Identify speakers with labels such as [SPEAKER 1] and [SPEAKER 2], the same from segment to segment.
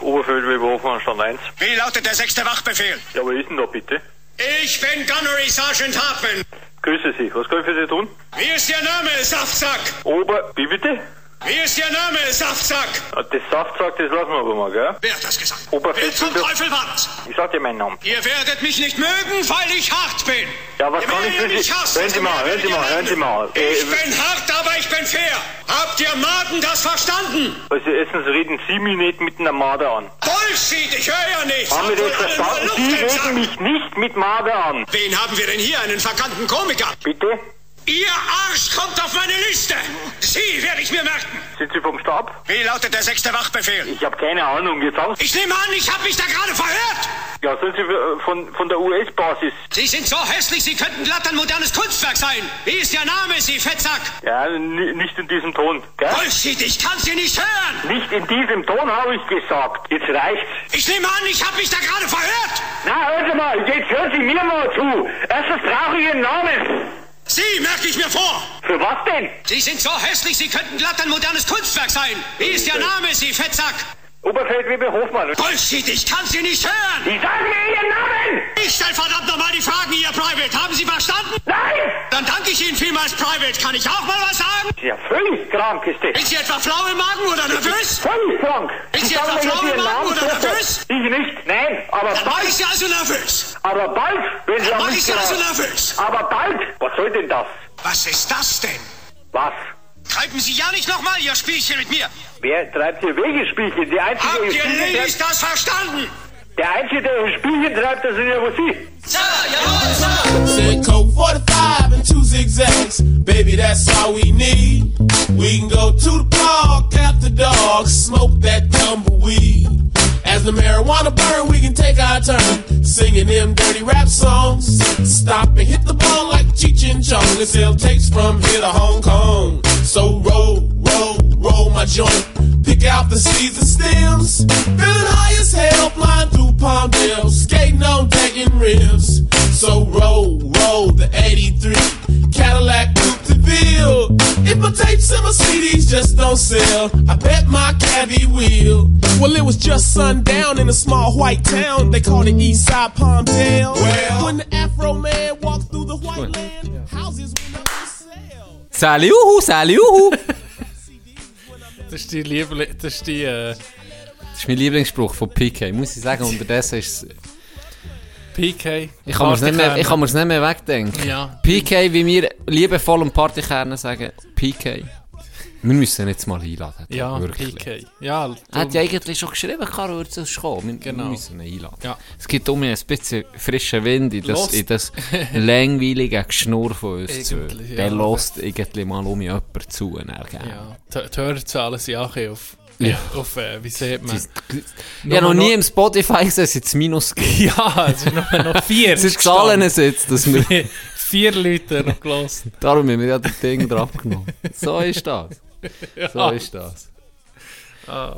[SPEAKER 1] Gunnery Wolfmann Stand 1.
[SPEAKER 2] Wie lautet der sechste Wachbefehl?
[SPEAKER 1] Ja, wer ist denn da bitte?
[SPEAKER 2] Ich bin Gunnery Sergeant Hartman.
[SPEAKER 1] Grüße Sie. Was kann ich für Sie tun?
[SPEAKER 2] Wie ist Ihr Name, Saftsack?
[SPEAKER 1] Ober... Wie bitte?
[SPEAKER 2] Wie ist Ihr Name, Saftsack?
[SPEAKER 1] Ah, Das Saftsack, das lassen wir aber mal, gell?
[SPEAKER 2] Wer hat das gesagt?
[SPEAKER 1] Oberflächlich-
[SPEAKER 2] Wer zum Teufel war das?
[SPEAKER 1] Ich sag dir meinen Namen.
[SPEAKER 2] Ihr werdet mich nicht mögen, weil ich hart bin.
[SPEAKER 1] Ja, was
[SPEAKER 2] Je
[SPEAKER 1] kann
[SPEAKER 2] mehr
[SPEAKER 1] ich
[SPEAKER 2] ihr
[SPEAKER 1] für
[SPEAKER 2] mich
[SPEAKER 1] Sie-
[SPEAKER 2] hasst,
[SPEAKER 1] Hören Sie
[SPEAKER 2] desto
[SPEAKER 1] mal,
[SPEAKER 2] mehr
[SPEAKER 1] hören
[SPEAKER 2] werdet
[SPEAKER 1] Sie
[SPEAKER 2] ihr
[SPEAKER 1] mal,
[SPEAKER 2] mögen.
[SPEAKER 1] hören Sie mal. Äh,
[SPEAKER 2] Ich bin hart, aber ich bin fair. Habt ihr Maden das verstanden?
[SPEAKER 1] Also erstens reden Sie mich nicht mit einer Marder an.
[SPEAKER 2] Bullshit, ich höre ja nichts.
[SPEAKER 1] Haben wir
[SPEAKER 2] Habt
[SPEAKER 1] das
[SPEAKER 2] ihr alle nur
[SPEAKER 1] verstanden? Hm,
[SPEAKER 2] Luft
[SPEAKER 1] Sie
[SPEAKER 2] im Sack?
[SPEAKER 1] reden mich nicht mit Marder an.
[SPEAKER 2] Wen haben wir denn hier? Einen verkannten Komiker?
[SPEAKER 1] Bitte?
[SPEAKER 2] Ihr Arsch kommt auf meine Liste! Sie werde ich mir merken!
[SPEAKER 1] Sind Sie vom Stab?
[SPEAKER 2] Wie lautet der sechste Wachbefehl?
[SPEAKER 1] Ich habe keine Ahnung. Jetzt haben Sie...
[SPEAKER 2] Ich nehme an, ich habe mich da gerade verhört!
[SPEAKER 1] Ja, sind Sie äh, von, von der US-Basis?
[SPEAKER 2] Sie sind so hässlich, Sie könnten glatt ein modernes Kunstwerk sein! Wie ist Ihr Name, Sie Fettsack?
[SPEAKER 1] Ja, ni- nicht in diesem Ton, gell?
[SPEAKER 2] Bullshit, ich kann Sie nicht hören!
[SPEAKER 1] Nicht in diesem Ton habe ich gesagt. Jetzt reicht's.
[SPEAKER 2] Ich nehme an, ich habe mich da gerade verhört!
[SPEAKER 1] Na, hören Sie mal, jetzt hören Sie mir mal zu. Erstens brauche ich Ihren Namen.
[SPEAKER 2] Sie merke ich mir vor!
[SPEAKER 1] Für was denn?
[SPEAKER 2] Sie sind so hässlich, Sie könnten glatt ein modernes Kunstwerk sein! Wie ist Ihr Name, Sie Fettsack?
[SPEAKER 1] Oberfeldwebel Hofmann.
[SPEAKER 2] Bullshit, ich kann Sie nicht hören!
[SPEAKER 1] Sie sagen mir Ihren Namen!
[SPEAKER 2] Ich stelle verdammt nochmal die Fragen, Ihr Private! Haben Sie verstanden?
[SPEAKER 1] Nein!
[SPEAKER 2] Dann danke ich Ihnen vielmals, Private. Kann ich auch mal was sagen?
[SPEAKER 1] Sie sind ja völlig krank, ist das.
[SPEAKER 2] Ist sie etwa flau im Magen oder nervös?
[SPEAKER 1] Völlig krank.
[SPEAKER 2] Ist
[SPEAKER 1] Sie
[SPEAKER 2] Sie etwa
[SPEAKER 1] sagen mir jetzt
[SPEAKER 2] flau im
[SPEAKER 1] Ihren
[SPEAKER 2] Magen
[SPEAKER 1] Namen
[SPEAKER 2] oder
[SPEAKER 1] sofort.
[SPEAKER 2] nervös?
[SPEAKER 1] Ich nicht, nein. Aber
[SPEAKER 2] Dann war
[SPEAKER 1] bald,
[SPEAKER 2] ich sie also nervös.
[SPEAKER 1] aber bald, wenn Sie
[SPEAKER 2] Dann
[SPEAKER 1] auch
[SPEAKER 2] war ich
[SPEAKER 1] nicht
[SPEAKER 2] sie also
[SPEAKER 1] genau-
[SPEAKER 2] nervös.
[SPEAKER 1] Aber bald. Was soll denn das?
[SPEAKER 2] Was ist das denn?
[SPEAKER 1] Was?
[SPEAKER 2] Treiben Sie ja nicht nochmal Ihr Spielchen mit mir.
[SPEAKER 1] Wer treibt hier welche Spielchen? Die einzige,
[SPEAKER 2] Habt ihr
[SPEAKER 1] Spielchen
[SPEAKER 2] Ladies das verstanden?
[SPEAKER 1] treibt, der einzige, der Spielchen treibt, das sind ja wohl Sie.
[SPEAKER 2] Sir, jawohl, Sir.
[SPEAKER 3] Said code 45 and two zigzags. Baby, that's all we need. We can go to the park, cap the dog, smoke that tumbleweed. As the marijuana burn, we can take our turn singing them dirty rap songs. Stop and hit the ball like Cheech and Chong. This L takes from here to Hong Kong. So roll, roll, roll my joint. Pick out the seeds and stems. Feeling high as hell, flying through Palm Palmdale, skating on deck and rims. So roll, roll the 83 Cadillac Coupe de Ville. If my tapes and my CDs just don't sell, I bet my cabbie will. Well, it was just sundown in a small white town. They called it Eastside Palmdale. Well, when the Afro man walked through the white land, houses went up for sale.
[SPEAKER 4] Saliuhu, Saliuhu!
[SPEAKER 5] Das ist die Liebli... Das ist die... Äh,
[SPEAKER 4] Das ist mein Lieblingsspruch von PK. Muss ich sagen, unterdessen ist es.
[SPEAKER 5] PK.
[SPEAKER 4] Ich kann mir's nicht mehr, ich kann mir's nicht mehr wegdenken.
[SPEAKER 5] Ja.
[SPEAKER 4] PK, wie wir liebevoll und Partykernen sagen, PK. Wir müssen ihn jetzt mal einladen. Tom,
[SPEAKER 5] Ja,
[SPEAKER 4] wirklich.
[SPEAKER 5] PK. Ja,
[SPEAKER 4] Er hat
[SPEAKER 5] du-
[SPEAKER 4] ja eigentlich schon geschrieben, Karo wird es kommen. Wir,
[SPEAKER 5] Genau.
[SPEAKER 4] wir müssen ihn einladen.
[SPEAKER 5] Ja.
[SPEAKER 4] Es gibt um mich ein bisschen frischen Wind in das,
[SPEAKER 5] Lost.
[SPEAKER 4] in das langweilige Geschnurr von uns zu.
[SPEAKER 5] Irgendwie, ja.
[SPEAKER 4] Der lässt irgendwie mal um jemanden zu. und er gerne.
[SPEAKER 5] Ja, die die Hörer zahlen alles ja auch auf...
[SPEAKER 4] Ja.
[SPEAKER 5] Auf, äh, wie sieht man?
[SPEAKER 4] Ich habe noch nie
[SPEAKER 5] noch-
[SPEAKER 4] im Spotify gesehen, dass es Minus gibt.
[SPEAKER 5] Ja, es sind noch, noch vier.
[SPEAKER 4] Es ist Zahlen jetzt, dass wir...
[SPEAKER 5] gestanden. Vier Leute noch gelassen.
[SPEAKER 4] Darum haben wir ja das Ding drauf genommen. So ist das. So ist das.
[SPEAKER 5] Ah.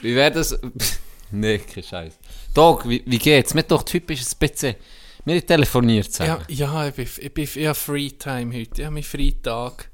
[SPEAKER 4] Wie wäre das? nee, kein Scheiß. Doc, wie, wie geht's? Mir hat doch typisch ein bisschen. Wir haben telefoniert
[SPEAKER 5] Ja,
[SPEAKER 4] zusammen.
[SPEAKER 5] ja ich, bin, ich, bin, ich habe Freetime heute. Ich habe meinen Freitag.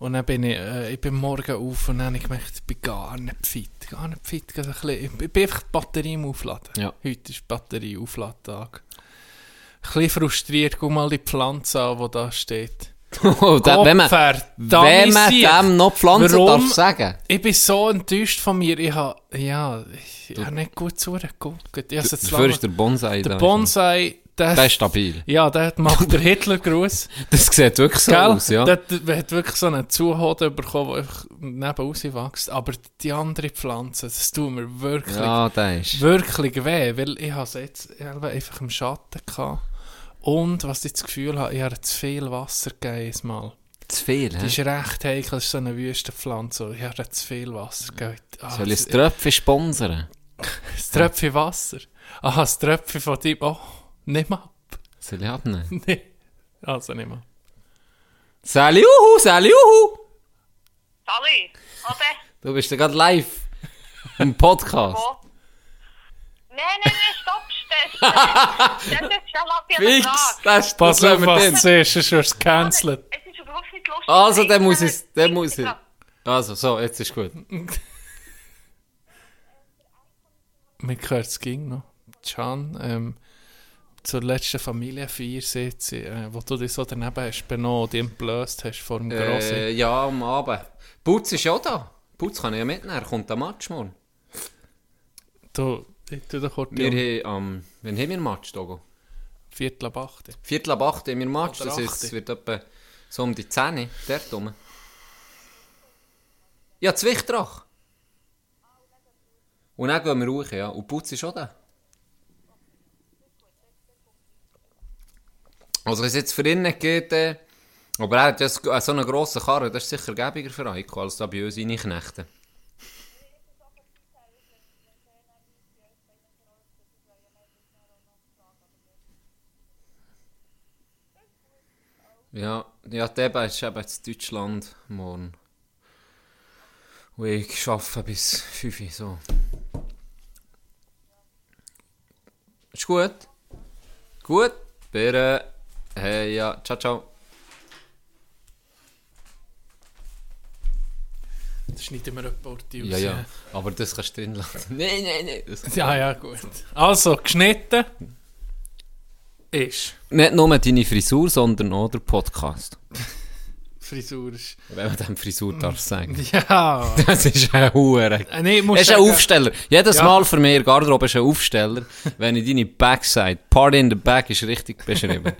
[SPEAKER 5] Und dann bin ich, äh, ich bin morgen auf und dann habe ich gemerkt, ich bin gar nicht fit. Gar nicht fit. Also ein bisschen, ich bin einfach die Batterie im Aufladen.
[SPEAKER 4] Ja.
[SPEAKER 5] Heute ist Batterie-Aufladtag. Ein bisschen frustriert. Guck mal die Pflanze an, die da steht.
[SPEAKER 4] Oh, da, wenn man,
[SPEAKER 5] Gottverdammt,
[SPEAKER 4] wenn man
[SPEAKER 5] ich sehe.
[SPEAKER 4] dem noch Pflanzen
[SPEAKER 5] Warum?
[SPEAKER 4] darf sagen.
[SPEAKER 5] Ich bin so enttäuscht von mir. Ich habe, ja, ich habe nicht gut zugeguckt. Ich habe jetzt
[SPEAKER 4] Dafür
[SPEAKER 5] lange-
[SPEAKER 4] ist der Bonsai
[SPEAKER 5] Der
[SPEAKER 4] da.
[SPEAKER 5] Bonsai, der,
[SPEAKER 4] Der ist stabil.
[SPEAKER 5] Ja, der macht den Hitlergruß.
[SPEAKER 4] Das sieht wirklich so
[SPEAKER 5] Gell?
[SPEAKER 4] aus, ja.
[SPEAKER 5] Der, der hat wirklich so einen Zuhoden bekommen, der einfach nebenaus wächst. Aber die andere Pflanze, das tut mir wirklich,
[SPEAKER 4] ja, der ist.
[SPEAKER 5] wirklich weh, weil ich habe jetzt ich habe einfach im Schatten gehabt. Und was ich das Gefühl habe, ich habe zu viel Wasser gegeben jedes Mal.
[SPEAKER 4] Zu viel,
[SPEAKER 5] Die
[SPEAKER 4] hä?
[SPEAKER 5] ist recht heikel, das ist so eine Wüstenpflanze. Ich habe zu viel Wasser gegeben. Ah,
[SPEAKER 4] Soll ich
[SPEAKER 5] das-
[SPEAKER 4] das Tröpfchen sponsern?
[SPEAKER 5] das Tröpfchen Wasser. Ah, das Tröpfchen von dir. Oh, nimm ab.
[SPEAKER 4] Soll ich abnehmen?
[SPEAKER 5] Nee, also nimm ab.
[SPEAKER 4] Saliuhu, Saliuhu!
[SPEAKER 6] Sally, oder?
[SPEAKER 4] Du bist ja gerade live im Podcast.
[SPEAKER 6] Wo? Nein, nein, nein, stopp, Stefan. Das ist schon lange eine
[SPEAKER 4] Fix,
[SPEAKER 6] Frage.
[SPEAKER 4] das ist das
[SPEAKER 5] Pass auf,
[SPEAKER 4] lassen wir
[SPEAKER 5] was
[SPEAKER 4] drin.
[SPEAKER 5] du siehst, sonst wirst du gecancelt.
[SPEAKER 6] Es ist überhaupt nicht lustig.
[SPEAKER 4] Also, dann muss
[SPEAKER 6] Nein,
[SPEAKER 4] Also, es,
[SPEAKER 5] man hört es ging noch. Can, ähm, zur letzten Familienfeier, sieht sie, äh, wo du dich so daneben hast benommen und dich entblößt hast vor dem Grossen.
[SPEAKER 4] Äh, ja, am Abend. Putz ist ja da. Putz kann ich ja mitnehmen, er kommt am Match morgen.
[SPEAKER 5] Du, ich tu doch kurz
[SPEAKER 4] Wir
[SPEAKER 5] die
[SPEAKER 4] haben, ähm, wann haben wir einen Match, Togo?
[SPEAKER 5] Viertel ab acht.
[SPEAKER 4] Viertel ab acht haben wir einen Match,
[SPEAKER 5] Oder
[SPEAKER 4] das
[SPEAKER 5] acht.
[SPEAKER 4] ist, es wird etwa so um die 10 Uhr, dort rum. Ja, Zwichtrach. Und dann gehen wir ruhig, ja. Und Putz ist auch da. Also, wenn es jetzt für ihn nicht geht, äh, aber er hat ja so äh, so einen grossen Karren, das ist sicher gäbiger für Heiko als da bei uns seine Knechte. Ja, ja, Deba ist eben jetzt Deutschland morgen. Und ich arbeite bis 5 Uhr, so. Ist gut? Gut? Bitte. Hey, ja, ciao, ciao.
[SPEAKER 5] Das schneiden wir etwa die
[SPEAKER 4] Ja, ja, aber das kannst du drin lassen. Nein, nein, nein. Das
[SPEAKER 5] Ja, ja, gut. Also, geschnitten ist.
[SPEAKER 4] Nicht nur deine Frisur, sondern auch der Podcast. Mhm.
[SPEAKER 5] Frisur ist.
[SPEAKER 4] Wenn man dem Frisur darf sagen.
[SPEAKER 5] Ja.
[SPEAKER 4] Das ist ein Hure.
[SPEAKER 5] Äh, nee, ich muss
[SPEAKER 4] Das ist ein
[SPEAKER 5] sagen-
[SPEAKER 4] Aufsteller. Jedes
[SPEAKER 5] Ja.
[SPEAKER 4] Mal für mich, Garderobe ist ein Aufsteller, wenn ich deine Backside, Party in the Back ist richtig beschrieben.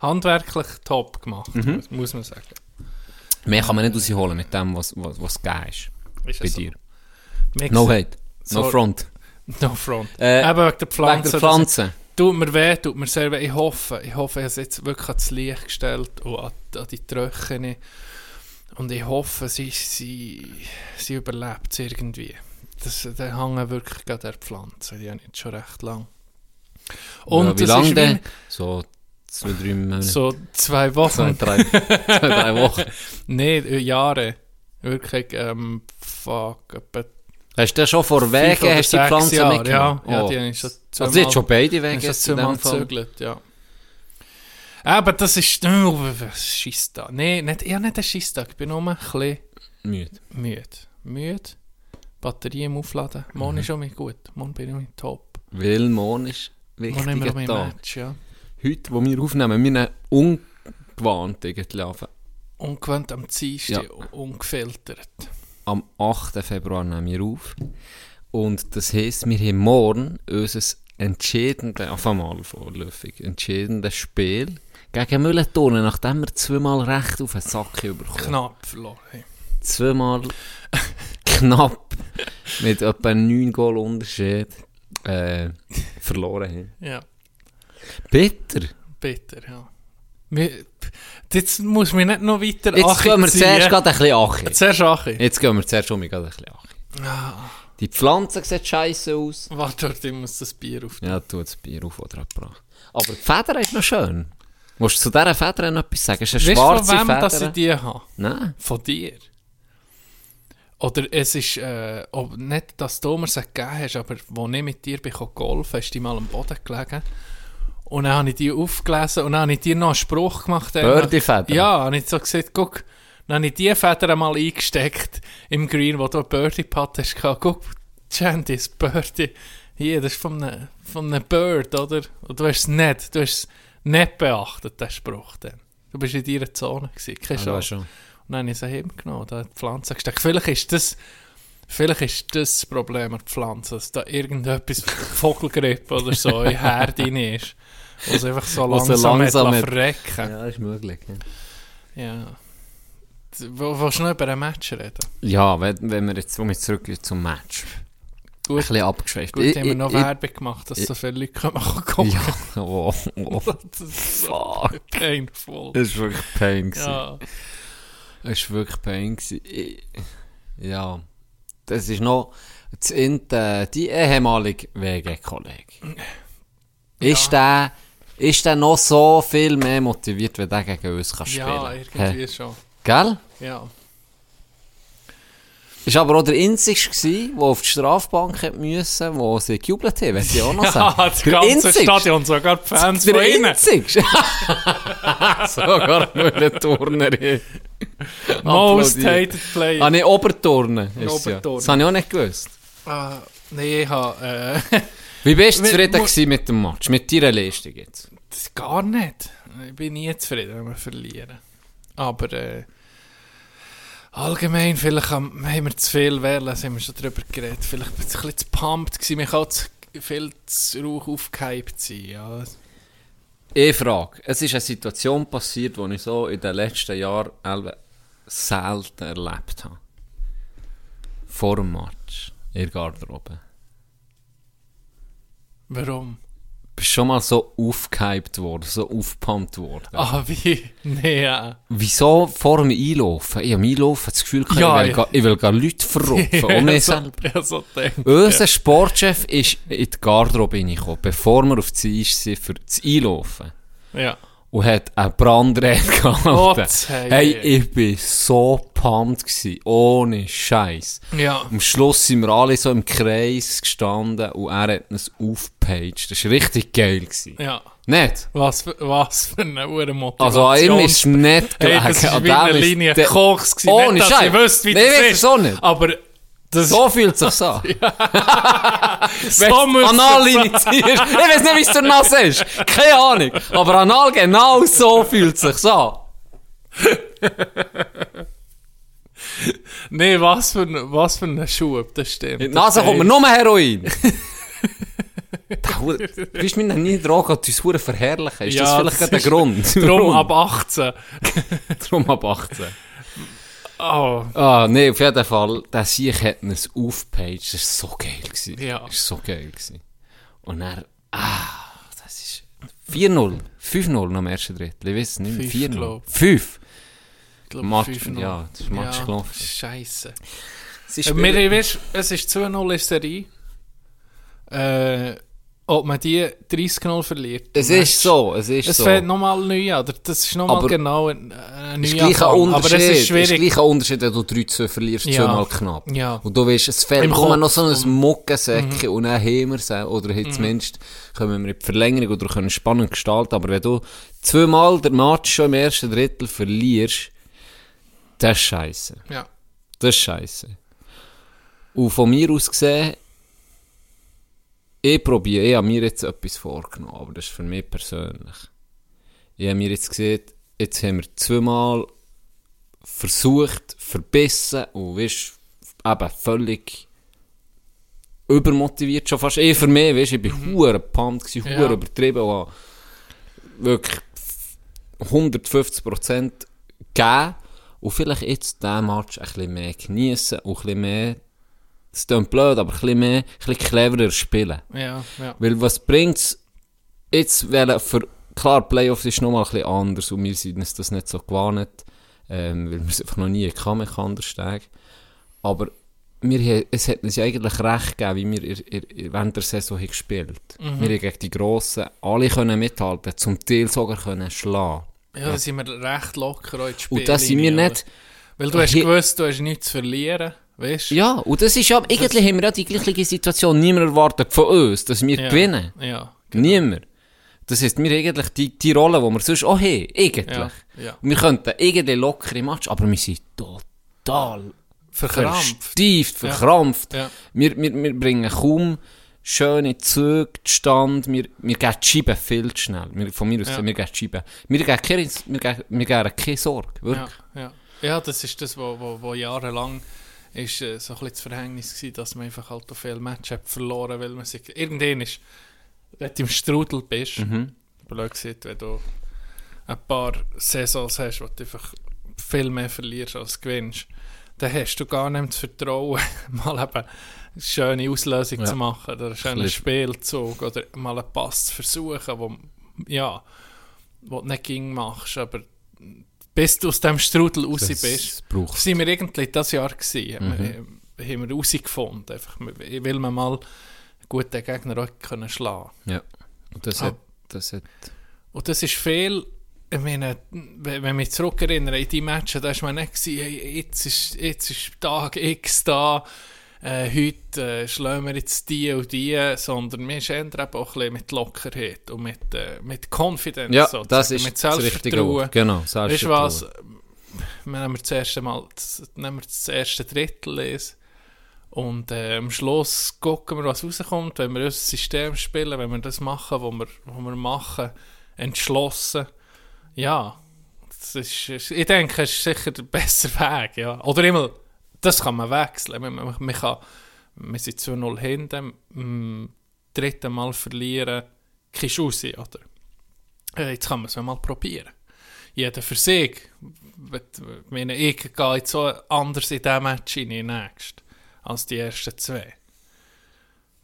[SPEAKER 5] handwerklich top gemacht,
[SPEAKER 4] Mhm.
[SPEAKER 5] muss, muss man sagen.
[SPEAKER 4] Mehr kann man nicht rausholen mit dem, was, was, was gegeben ist.
[SPEAKER 5] Ist
[SPEAKER 4] Bei
[SPEAKER 5] es so.
[SPEAKER 4] dir.
[SPEAKER 5] Mix-
[SPEAKER 4] No hate. No
[SPEAKER 5] Sorry.
[SPEAKER 4] front.
[SPEAKER 5] No front.
[SPEAKER 4] Äh,
[SPEAKER 5] Eben wegen der Pflanze.
[SPEAKER 4] Wegen der Pflanze.
[SPEAKER 5] das- Tut mir weh, tut mir sehr weh. Ich hoffe, ich hoffe, ich habe es jetzt wirklich ans Licht gestellt und an, an die Tröchene. Und ich hoffe, sie, sie, sie überlebt es irgendwie. Das, der hängen wirklich an der Pflanze. Die haben jetzt schon recht lang. Und
[SPEAKER 4] ja, wie
[SPEAKER 5] das
[SPEAKER 4] lange
[SPEAKER 5] ist
[SPEAKER 4] denn? So zwei, drei Monate.
[SPEAKER 5] so zwei Wochen.
[SPEAKER 4] Zwei, drei, zwei, drei Wochen.
[SPEAKER 5] Nein, Jahre. Wirklich, ähm, fuck, etwa
[SPEAKER 4] Hast du schon vor
[SPEAKER 5] fünf
[SPEAKER 4] Wegen
[SPEAKER 5] oder
[SPEAKER 4] hast du die
[SPEAKER 5] sechs
[SPEAKER 4] Pflanze
[SPEAKER 5] Jahre,
[SPEAKER 4] mitgenommen?
[SPEAKER 5] Ja, ja
[SPEAKER 4] Oh.
[SPEAKER 5] die haben schon
[SPEAKER 4] also die hat schon beide
[SPEAKER 5] Dann
[SPEAKER 4] Wege
[SPEAKER 5] ist
[SPEAKER 4] jetzt
[SPEAKER 5] das
[SPEAKER 4] in
[SPEAKER 5] mal
[SPEAKER 4] dem Fall.
[SPEAKER 5] gezögert, ja. Aber das ist... Schista. Nein, nicht, ich habe nicht einen Schistag. Ich bin nur ein bisschen
[SPEAKER 4] Müde.
[SPEAKER 5] müde. Müde. Batterien aufladen. Morgen
[SPEAKER 4] Mhm.
[SPEAKER 5] ist auch mir gut. Morgen bin ich auch top.
[SPEAKER 4] Weil morgen ist
[SPEAKER 5] Morgen haben wir auch
[SPEAKER 4] wichtiger
[SPEAKER 5] mein
[SPEAKER 4] Tag.
[SPEAKER 5] Match, ja.
[SPEAKER 4] Heute, wo wir aufnehmen, wir nehmen ungewohnt irgendwie auf.
[SPEAKER 5] Ungewöhnt am Dienstag,
[SPEAKER 4] Ja.
[SPEAKER 5] ungefiltert.
[SPEAKER 4] Am 8. Februar nehmen wir auf. Und das heisst, wir haben morgen unser entscheidendes, auf einmal vorläufig, entscheidendes Spiel gegen Mülletonnen, nachdem wir zweimal recht auf den Sack bekommen.
[SPEAKER 5] Knapp verloren. hey.
[SPEAKER 4] zweimal knapp mit etwa 9 Goal Unterschied äh, verloren haben.
[SPEAKER 5] Ja,
[SPEAKER 4] Bitter!
[SPEAKER 5] bitter, ja. Wir- Jetzt muss mir nicht noch weiter
[SPEAKER 4] Jetzt
[SPEAKER 5] Achim
[SPEAKER 4] gehen wir
[SPEAKER 5] ziehen.
[SPEAKER 4] zuerst gerade ein bisschen Achi.
[SPEAKER 5] Zuerst Achim.
[SPEAKER 4] Jetzt gehen wir zuerst um, gerade ein bisschen Achi.
[SPEAKER 5] Ah,
[SPEAKER 4] Die Pflanze sieht scheiße aus.
[SPEAKER 5] Warte, ich muss das Bier auf.
[SPEAKER 4] Ja, tu das Bier auf, das er gebracht Aber die Feder ist noch schön. Musst du zu dieser Feder noch etwas sagen? Es ist eine
[SPEAKER 5] Weißt du,
[SPEAKER 4] schwarze
[SPEAKER 5] von wem
[SPEAKER 4] Feder.
[SPEAKER 5] dass ich die habe?
[SPEAKER 4] Nein.
[SPEAKER 5] Von dir. Oder es ist, äh, ob, nicht, dass du mir es gegeben hast, aber als ich mit dir bin gegangen golfen hast du mal am Boden gelegen. Und dann habe ich die aufgelesen und dann habe ich dir noch einen Spruch gemacht.
[SPEAKER 4] Birdie-Feder?
[SPEAKER 5] Ja, habe ich so gesagt, guck, dann habe ich die Feder mal eingesteckt im Green, wo du einen Birdie-Pad hast gehabt. Guck, Chandy, das Birdie. Hier, das ist von einem, von einem Bird, oder? Und du hast es nicht, du hast es nicht beachtet, den Spruch dann. Du bist in deiner Zone gewesen, keine
[SPEAKER 4] Also,
[SPEAKER 5] Chance. Und dann habe ich sie heimgenommen, da hat die Pflanze gesteckt. Vielleicht ist das, vielleicht ist das, das Problem an der Pflanze, dass da irgendetwas Vogelgrippe oder so in den Herd rein ist. Was einfach so
[SPEAKER 4] Wo sie langsam
[SPEAKER 5] langsam, langsam
[SPEAKER 4] hat-
[SPEAKER 5] verrecken.
[SPEAKER 4] Ja, ist möglich. Ja.
[SPEAKER 5] Ja. D- Wo, willst du noch über ein Match reden?
[SPEAKER 4] Ja, wenn, wenn wir jetzt wo wir zurückgehen zum Match. Ein
[SPEAKER 5] Gut.
[SPEAKER 4] bisschen abgeschwächt.
[SPEAKER 5] Gut,
[SPEAKER 4] Ich-
[SPEAKER 5] haben wir
[SPEAKER 4] ich-
[SPEAKER 5] noch
[SPEAKER 4] ich-
[SPEAKER 5] Werbung gemacht, dass so viele Leute kommen gucken.
[SPEAKER 4] Ja, oh, oh.
[SPEAKER 5] Das ist so painful.
[SPEAKER 4] Das war wirklich Pain. Ja.
[SPEAKER 5] Ja.
[SPEAKER 4] Das war wirklich Pain. gewesen. Ich- Ja, das ist noch das Int, äh, die ehemalige WG-Kollege. Ist, der, ist der noch so viel mehr motiviert, wenn der gegen uns kann spielen
[SPEAKER 5] ja, irgendwie schon.
[SPEAKER 4] Gell?
[SPEAKER 5] Ja.
[SPEAKER 4] Ist aber auch der Inzig, gewesen, der auf die Strafbank hat müssen, wo sie gejubelt haben, möchte ich auch noch
[SPEAKER 5] ja,
[SPEAKER 4] sagen.
[SPEAKER 5] das
[SPEAKER 4] Der
[SPEAKER 5] ganze
[SPEAKER 4] Inzigste.
[SPEAKER 5] Stadion, sogar die Fans von
[SPEAKER 4] Der
[SPEAKER 5] innen.
[SPEAKER 4] Inzigste. Sogar Mühlenturnerin.
[SPEAKER 5] Most
[SPEAKER 4] Applaudiert.
[SPEAKER 5] hated player.
[SPEAKER 4] Ah, nee, Oberturnen. ist es ja.
[SPEAKER 5] Oberturnen.
[SPEAKER 4] Das habe ich auch nicht gewusst.
[SPEAKER 5] Ah, nee, ich habe... Äh,
[SPEAKER 4] Wie bist du
[SPEAKER 5] Wir-
[SPEAKER 4] zufrieden
[SPEAKER 5] mu-
[SPEAKER 4] gewesen mit dem Match, mit deiner Leistung jetzt?
[SPEAKER 5] das gar nicht. Ich bin nie zufrieden, wenn wir verlieren. Aber äh, allgemein, vielleicht haben haben wir zu viel wählen, sind wir schon drüber geredet. Vielleicht bin ich ein bisschen zu pumped gewesen, mich auch zu viel zu rauch aufgehypt sein. Ja.
[SPEAKER 4] Ich frage, es ist eine Situation passiert, die ich so in den letzten Jahren elbe- selten erlebt habe. Vor dem Match, in der Garderobe.
[SPEAKER 5] Warum?
[SPEAKER 4] Bist schon mal so aufgehypt worden, so aufgepumpt worden?
[SPEAKER 5] Ah, wie? Nee, ja.
[SPEAKER 4] Wieso vor dem Einlaufen? Ich habe am Einlaufen das Gefühl, gehabt,
[SPEAKER 5] Ja,
[SPEAKER 4] ich, will
[SPEAKER 5] ja.
[SPEAKER 4] gar- ich will gar Leute verrupfen, auch mich
[SPEAKER 5] so,
[SPEAKER 4] selber.
[SPEAKER 5] ja, so denkt.
[SPEAKER 4] Unser Sportchef ist in die Garderobe reingekommen, bevor wir auf die Eis sind für das Einlaufen.
[SPEAKER 5] Ja.
[SPEAKER 4] Und hat eine Brandrede gehalten.
[SPEAKER 5] Gott, hey.
[SPEAKER 4] hey. ich bin so pumped gsi, ohne Scheiß.
[SPEAKER 5] Ja.
[SPEAKER 4] Am Schluss sind wir alle so im Kreis gestanden und er hat uns aufgepaged. Das war richtig geil. gsi.
[SPEAKER 5] Ja.
[SPEAKER 4] Nicht?
[SPEAKER 5] Was für, was für eine hohe
[SPEAKER 4] Also
[SPEAKER 5] Motivation.
[SPEAKER 4] an ihm ist es nicht
[SPEAKER 5] Hey,
[SPEAKER 4] gelegen.
[SPEAKER 5] das war
[SPEAKER 4] an
[SPEAKER 5] wie
[SPEAKER 4] dem
[SPEAKER 5] eine
[SPEAKER 4] ist
[SPEAKER 5] Linie
[SPEAKER 4] der-
[SPEAKER 5] Kochs. gewesen.
[SPEAKER 4] Ohne
[SPEAKER 5] Nicht, dass ich
[SPEAKER 4] Scheiß.
[SPEAKER 5] wüsste, wie
[SPEAKER 4] Nein,
[SPEAKER 5] das
[SPEAKER 4] ich weiss
[SPEAKER 5] ist. Also-
[SPEAKER 4] es auch nicht.
[SPEAKER 5] Aber das
[SPEAKER 4] So fühlt es sich an.
[SPEAKER 5] so
[SPEAKER 4] Wenn du
[SPEAKER 5] müsste-
[SPEAKER 4] anal initiierst. Ich weiß nicht, wie es zur Nase ist. Keine Ahnung. Aber anal genau so fühlt es sich an.
[SPEAKER 5] Nee, was für, ein- was für ein Schub, das stimmt.
[SPEAKER 4] In die Nase kommt mir nur Heroin. Weißt du, wir haben nie Drogen, die uns verdammt verherrlichen. Ist das
[SPEAKER 5] Ja,
[SPEAKER 4] vielleicht
[SPEAKER 5] das
[SPEAKER 4] gerade der Grund?
[SPEAKER 5] Drum ab 18.
[SPEAKER 4] Drum ab 18.
[SPEAKER 5] Oh,
[SPEAKER 4] Ah, nee, auf jeden Fall, der Sieg hat uns aufgepaged. Das war so geil. Gewesen.
[SPEAKER 5] Ja.
[SPEAKER 4] Das war so geil. Gewesen. Und er, ah, das ist 4-0, 5-0 noch im ersten Drittel. Ich weiß es nicht mehr.
[SPEAKER 5] Fünf,
[SPEAKER 4] 4-0.
[SPEAKER 5] glaub.
[SPEAKER 4] 5.
[SPEAKER 5] ich glaub,
[SPEAKER 4] Match-
[SPEAKER 5] 5-0.
[SPEAKER 4] ja, das ist Match gelaufen.
[SPEAKER 5] Scheisse.
[SPEAKER 4] Es ist
[SPEAKER 5] Äh, Wir, ich weiss, es ist 2-0 in Serie. Äh, ob man die 30-0 verliert.
[SPEAKER 4] es ist so, es ist
[SPEAKER 5] Es
[SPEAKER 4] so.
[SPEAKER 5] fällt nochmal neu an. Das ist nochmal
[SPEAKER 4] Aber-
[SPEAKER 5] genau ein, ein
[SPEAKER 4] Es ist
[SPEAKER 5] neuer
[SPEAKER 4] gleich ein
[SPEAKER 5] Anfang.
[SPEAKER 4] Unterschied.
[SPEAKER 5] Aber es ist schwierig.
[SPEAKER 4] gleich ein Unterschied, wenn du 3 2 verlierst,
[SPEAKER 5] Ja.
[SPEAKER 4] zweimal knapp.
[SPEAKER 5] Ja.
[SPEAKER 4] Und du weißt, es fehlt
[SPEAKER 5] Im
[SPEAKER 4] immer
[SPEAKER 5] Kopf. Mhm.
[SPEAKER 4] noch so ein Muckensäckchen und dann haben wir es auch. Oder haben zumindest kommen wir in die Verlängerung oder können spannend gestalten. Aber wenn du zweimal den Match schon im ersten Drittel verlierst, das ist scheiße.
[SPEAKER 5] Ja.
[SPEAKER 4] Das ist scheiße. Und von mir aus gesehen, ich probiere, ich habe mir jetzt etwas vorgenommen, aber das ist für mich persönlich. Ich habe mir jetzt gesehen, jetzt haben wir zweimal versucht, verbissen und weißt, eben völlig übermotiviert schon fast. Ich für mich, weißt, ich bin hure pumped gsi, hure
[SPEAKER 5] Ja.
[SPEAKER 4] übertrieben und habe wirklich 150 Prozent gegeben und vielleicht jetzt diesen Match ein bisschen mehr geniessen und ein bisschen mehr, es klingt blöd, aber ein bisschen mehr, ein bisschen cleverer spielen.
[SPEAKER 5] Ja, ja.
[SPEAKER 4] Weil was bringt's jetzt wollen für, klar, Playoffs ist nochmal ein bisschen anders und wir sind uns das nicht so gewohnt, ähm, weil wir es einfach noch nie kann, ich anders sagen. Aber wir, he- es hat uns ja eigentlich recht gegeben, wie wir ir, ir, ir, während der Saison haben gespielt
[SPEAKER 5] Mhm.
[SPEAKER 4] haben. Wir haben gegen die Grossen alle können mithalten, zum Teil sogar können schlagen.
[SPEAKER 5] Ja, da sind wir recht locker auch in die
[SPEAKER 4] Und das sind wir
[SPEAKER 5] Spiellinie,
[SPEAKER 4] nicht...
[SPEAKER 5] oder? Weil du hast
[SPEAKER 4] Hier-
[SPEAKER 5] gewusst, du hast nichts zu verlieren. Weißt du?
[SPEAKER 4] Ja, und das ist ja... Eigentlich haben wir ja die gleiche Situation. Niemand erwartet von uns, dass wir
[SPEAKER 5] Ja.
[SPEAKER 4] gewinnen.
[SPEAKER 5] Ja.
[SPEAKER 4] Niemand. Das heisst, wir eigentlich die, die Rolle, die wir sonst auch haben, eigentlich.
[SPEAKER 5] Ja, ja.
[SPEAKER 4] Wir könnten irgendwie lockere Match, aber wir sind total
[SPEAKER 5] Verkrampft.
[SPEAKER 4] verstieft, verkrampft.
[SPEAKER 5] Ja.
[SPEAKER 4] Wir, wir, wir bringen kaum schöne Züge zustande, wir, wir geben die Scheibe viel zu schnell. Wir, von mir aus,
[SPEAKER 5] Ja.
[SPEAKER 4] wir geben die Scheibe. Wir geben keine, wir geben, wir geben keine Sorge,
[SPEAKER 5] Ja,
[SPEAKER 4] wirklich.
[SPEAKER 5] ja. ja, das ist das, was wo, wo, wo jahrelang ist, äh, so ein bisschen das Verhängnis war, dass man einfach halt auf viele Matches hat verloren weil man sich... Irgendwann ist, wenn du im Strudel bist,
[SPEAKER 4] Mhm.
[SPEAKER 5] blöd gesagt, wenn du ein paar Saisons hast, wo du einfach viel mehr verlierst als gewinnst, dann hast du gar nicht das Vertrauen, mal eben eine schöne Auslösung zu machen oder einen schönen
[SPEAKER 4] bisschen.
[SPEAKER 5] Spielzug oder mal einen Pass zu versuchen, wo, ja, wo du nicht ging machst, aber bis du aus dem Strudel raus
[SPEAKER 4] Das
[SPEAKER 5] bist,
[SPEAKER 4] braucht's. Mhm.
[SPEAKER 5] sind wir irgendwie das Jahr gewesen, haben wir, haben wir rausgefunden, einfach, weil man mal guten Gegner auch können schlagen
[SPEAKER 4] Ja. Und das
[SPEAKER 5] Ah.
[SPEAKER 4] hat, das hat,
[SPEAKER 5] Und das ist viel, ich meine, wenn wenn ich mich zurückerinnere in die Matches, da war man nicht, gewesen, hey, jetzt, ist, jetzt ist Tag X da, äh, heute äh, schlagen wir jetzt die und die, sondern wir sind eben auch ein bisschen mit Lockerheit und mit, äh, mit Confidence
[SPEAKER 4] ja,
[SPEAKER 5] sozusagen,
[SPEAKER 4] das ist
[SPEAKER 5] mit
[SPEAKER 4] das richtige
[SPEAKER 5] Selbstvertrauen.
[SPEAKER 4] Wort. Genau,
[SPEAKER 5] Weißt du
[SPEAKER 4] Selbstvertrauen.
[SPEAKER 5] was? Wir nehmen das erste Mal, das, nehmen wir das erste Drittel ist. Und äh, am Schluss gucken wir, was rauskommt, wenn wir unser System spielen, wenn wir das machen, was wir, was wir machen, entschlossen. Ja, das ist, ist- ich denke, es ist sicher der bessere Weg. Ja. Oder immer, das kann man wechseln. Man, man, man kann, wir sind 2-0 hinten, im dritten Mal verlieren, keine Chance, oder? Äh, Jetzt kann man es ja mal probieren. Jeder für sich. Mit- ich meine, Ich gehe jetzt so anders in diesem Match in den nächsten als die ersten zwei.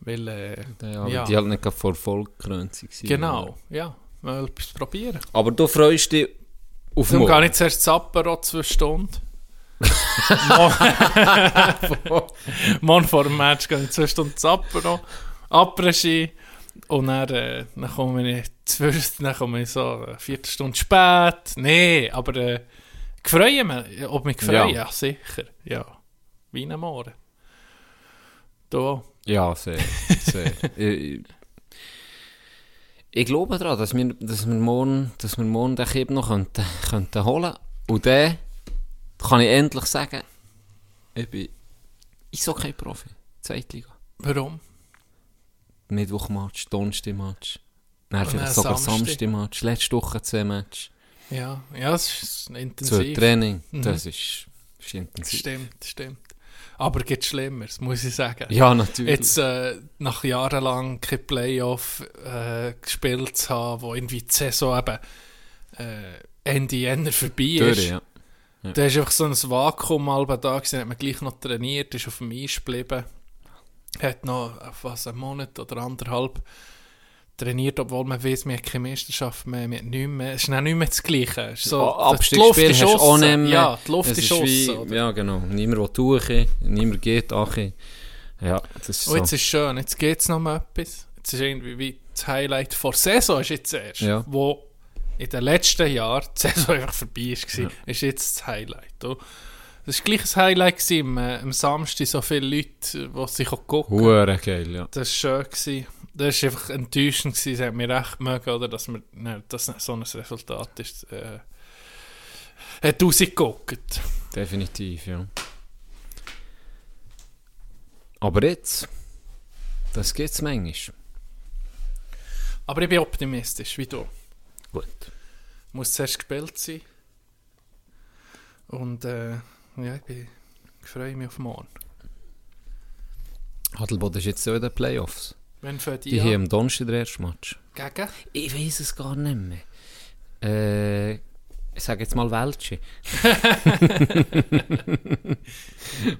[SPEAKER 5] Weil, äh,
[SPEAKER 4] Ja,
[SPEAKER 5] Ja.
[SPEAKER 4] ja. Die halt nicht gerade vor Vollkrönung waren.
[SPEAKER 5] genau, ja, mal etwas probieren.
[SPEAKER 4] Aber du freust dich auf
[SPEAKER 5] Darum
[SPEAKER 4] morgen.
[SPEAKER 5] gehe ich zuerst das Apero zwei Stunden. Morgen vor dem Match gehe ich zwei Stunden das Apero, Après-Ski und dann, äh, dann komme ich zwölf, dann komme ich so eine Viertelstunde spät. Nee, aber äh, gefreut mich, ob mich gefreut, ja.
[SPEAKER 4] Ja.
[SPEAKER 5] sicher, ja. Wie am Morgen. Da,
[SPEAKER 4] Ja, Eh, sehr. sehr. ich, ich- ich glaube daran, dass wir, dass wir morgen, dass wir morgen den Kipp noch könnten, könnten holen Und dann kann ich endlich sagen, ich bin Eishockey-Profi. Zweitliga.
[SPEAKER 5] warum?
[SPEAKER 4] Mittwochmatch, Donnerstagmatch. Dann
[SPEAKER 5] Und
[SPEAKER 4] vielleicht
[SPEAKER 5] dann
[SPEAKER 4] sogar
[SPEAKER 5] Samstag.
[SPEAKER 4] Samstagmatch. Letzte Woche zwei Match.
[SPEAKER 5] Ja, ja, es ist
[SPEAKER 4] Zwei
[SPEAKER 5] intensiv.
[SPEAKER 4] Training. Das ist, ist intensiv.
[SPEAKER 5] Stimmt, stimmt. Aber es gibt Schlimmeres, muss ich sagen.
[SPEAKER 4] Ja, natürlich.
[SPEAKER 5] Jetzt äh, nach jahrelang kein Playoff äh, gespielt zu haben, wo irgendwie die Saison eben äh, Ende Jänner vorbei ist.
[SPEAKER 4] Durch, ja.
[SPEAKER 5] Da ist einfach so ein Vakuum halb da gewesen, hat man gleich noch trainiert, ist auf dem Eis geblieben, hat noch äh, was, einen Monat oder anderthalb trainiert, obwohl man weiß, man hat keine Meisterschaft mehr, man hat nichts mehr, es ist dann nicht mehr das Gleiche. Es ist So,
[SPEAKER 4] Oh,
[SPEAKER 5] die Luft
[SPEAKER 4] Abstiegsspiel hast
[SPEAKER 5] ist
[SPEAKER 4] du auch
[SPEAKER 5] draussen.
[SPEAKER 4] nicht mehr.
[SPEAKER 5] Ja, die Luft
[SPEAKER 4] Es
[SPEAKER 5] ist
[SPEAKER 4] wie-
[SPEAKER 5] draussen, oder?
[SPEAKER 4] Ja, genau. Niemand will tauchen, niemand geht achi. Ja, das ist
[SPEAKER 5] Und
[SPEAKER 4] so.
[SPEAKER 5] Oh, jetzt ist schön, jetzt geht es noch mal etwas. Jetzt ist irgendwie wie das Highlight vor Saison ist jetzt erst,
[SPEAKER 4] Ja.
[SPEAKER 5] wo in den letzten Jahren die Saison einfach vorbei ist, ja. ist jetzt das Highlight. Und das war gleich ein Highlight gewesen, am, äh, am Samstag, so viele Leute, äh, die sich auch gucken.
[SPEAKER 4] Hure geil, ja.
[SPEAKER 5] Das war schön. Gewesen. Das war einfach enttäuschend, gewesen. das hat mich recht mögen, oder, dass wir, ne, dass so ein Resultat ist. Äh, hat rausgeguckt.
[SPEAKER 4] Definitiv, ja. Aber jetzt, das geht's manchmal.
[SPEAKER 5] Aber ich bin optimistisch, wie du.
[SPEAKER 4] Gut.
[SPEAKER 5] muss zuerst gespielt sein. Und äh, ja, ich, bin, ich freue mich auf morgen.
[SPEAKER 4] Adelboden ist jetzt so in den Playoffs.
[SPEAKER 5] Wenn für die,
[SPEAKER 4] Die haben am Donnerstag den ersten Match.
[SPEAKER 5] gegen?
[SPEAKER 4] Ich weiß es gar nicht mehr. Äh, ich sage jetzt mal welche.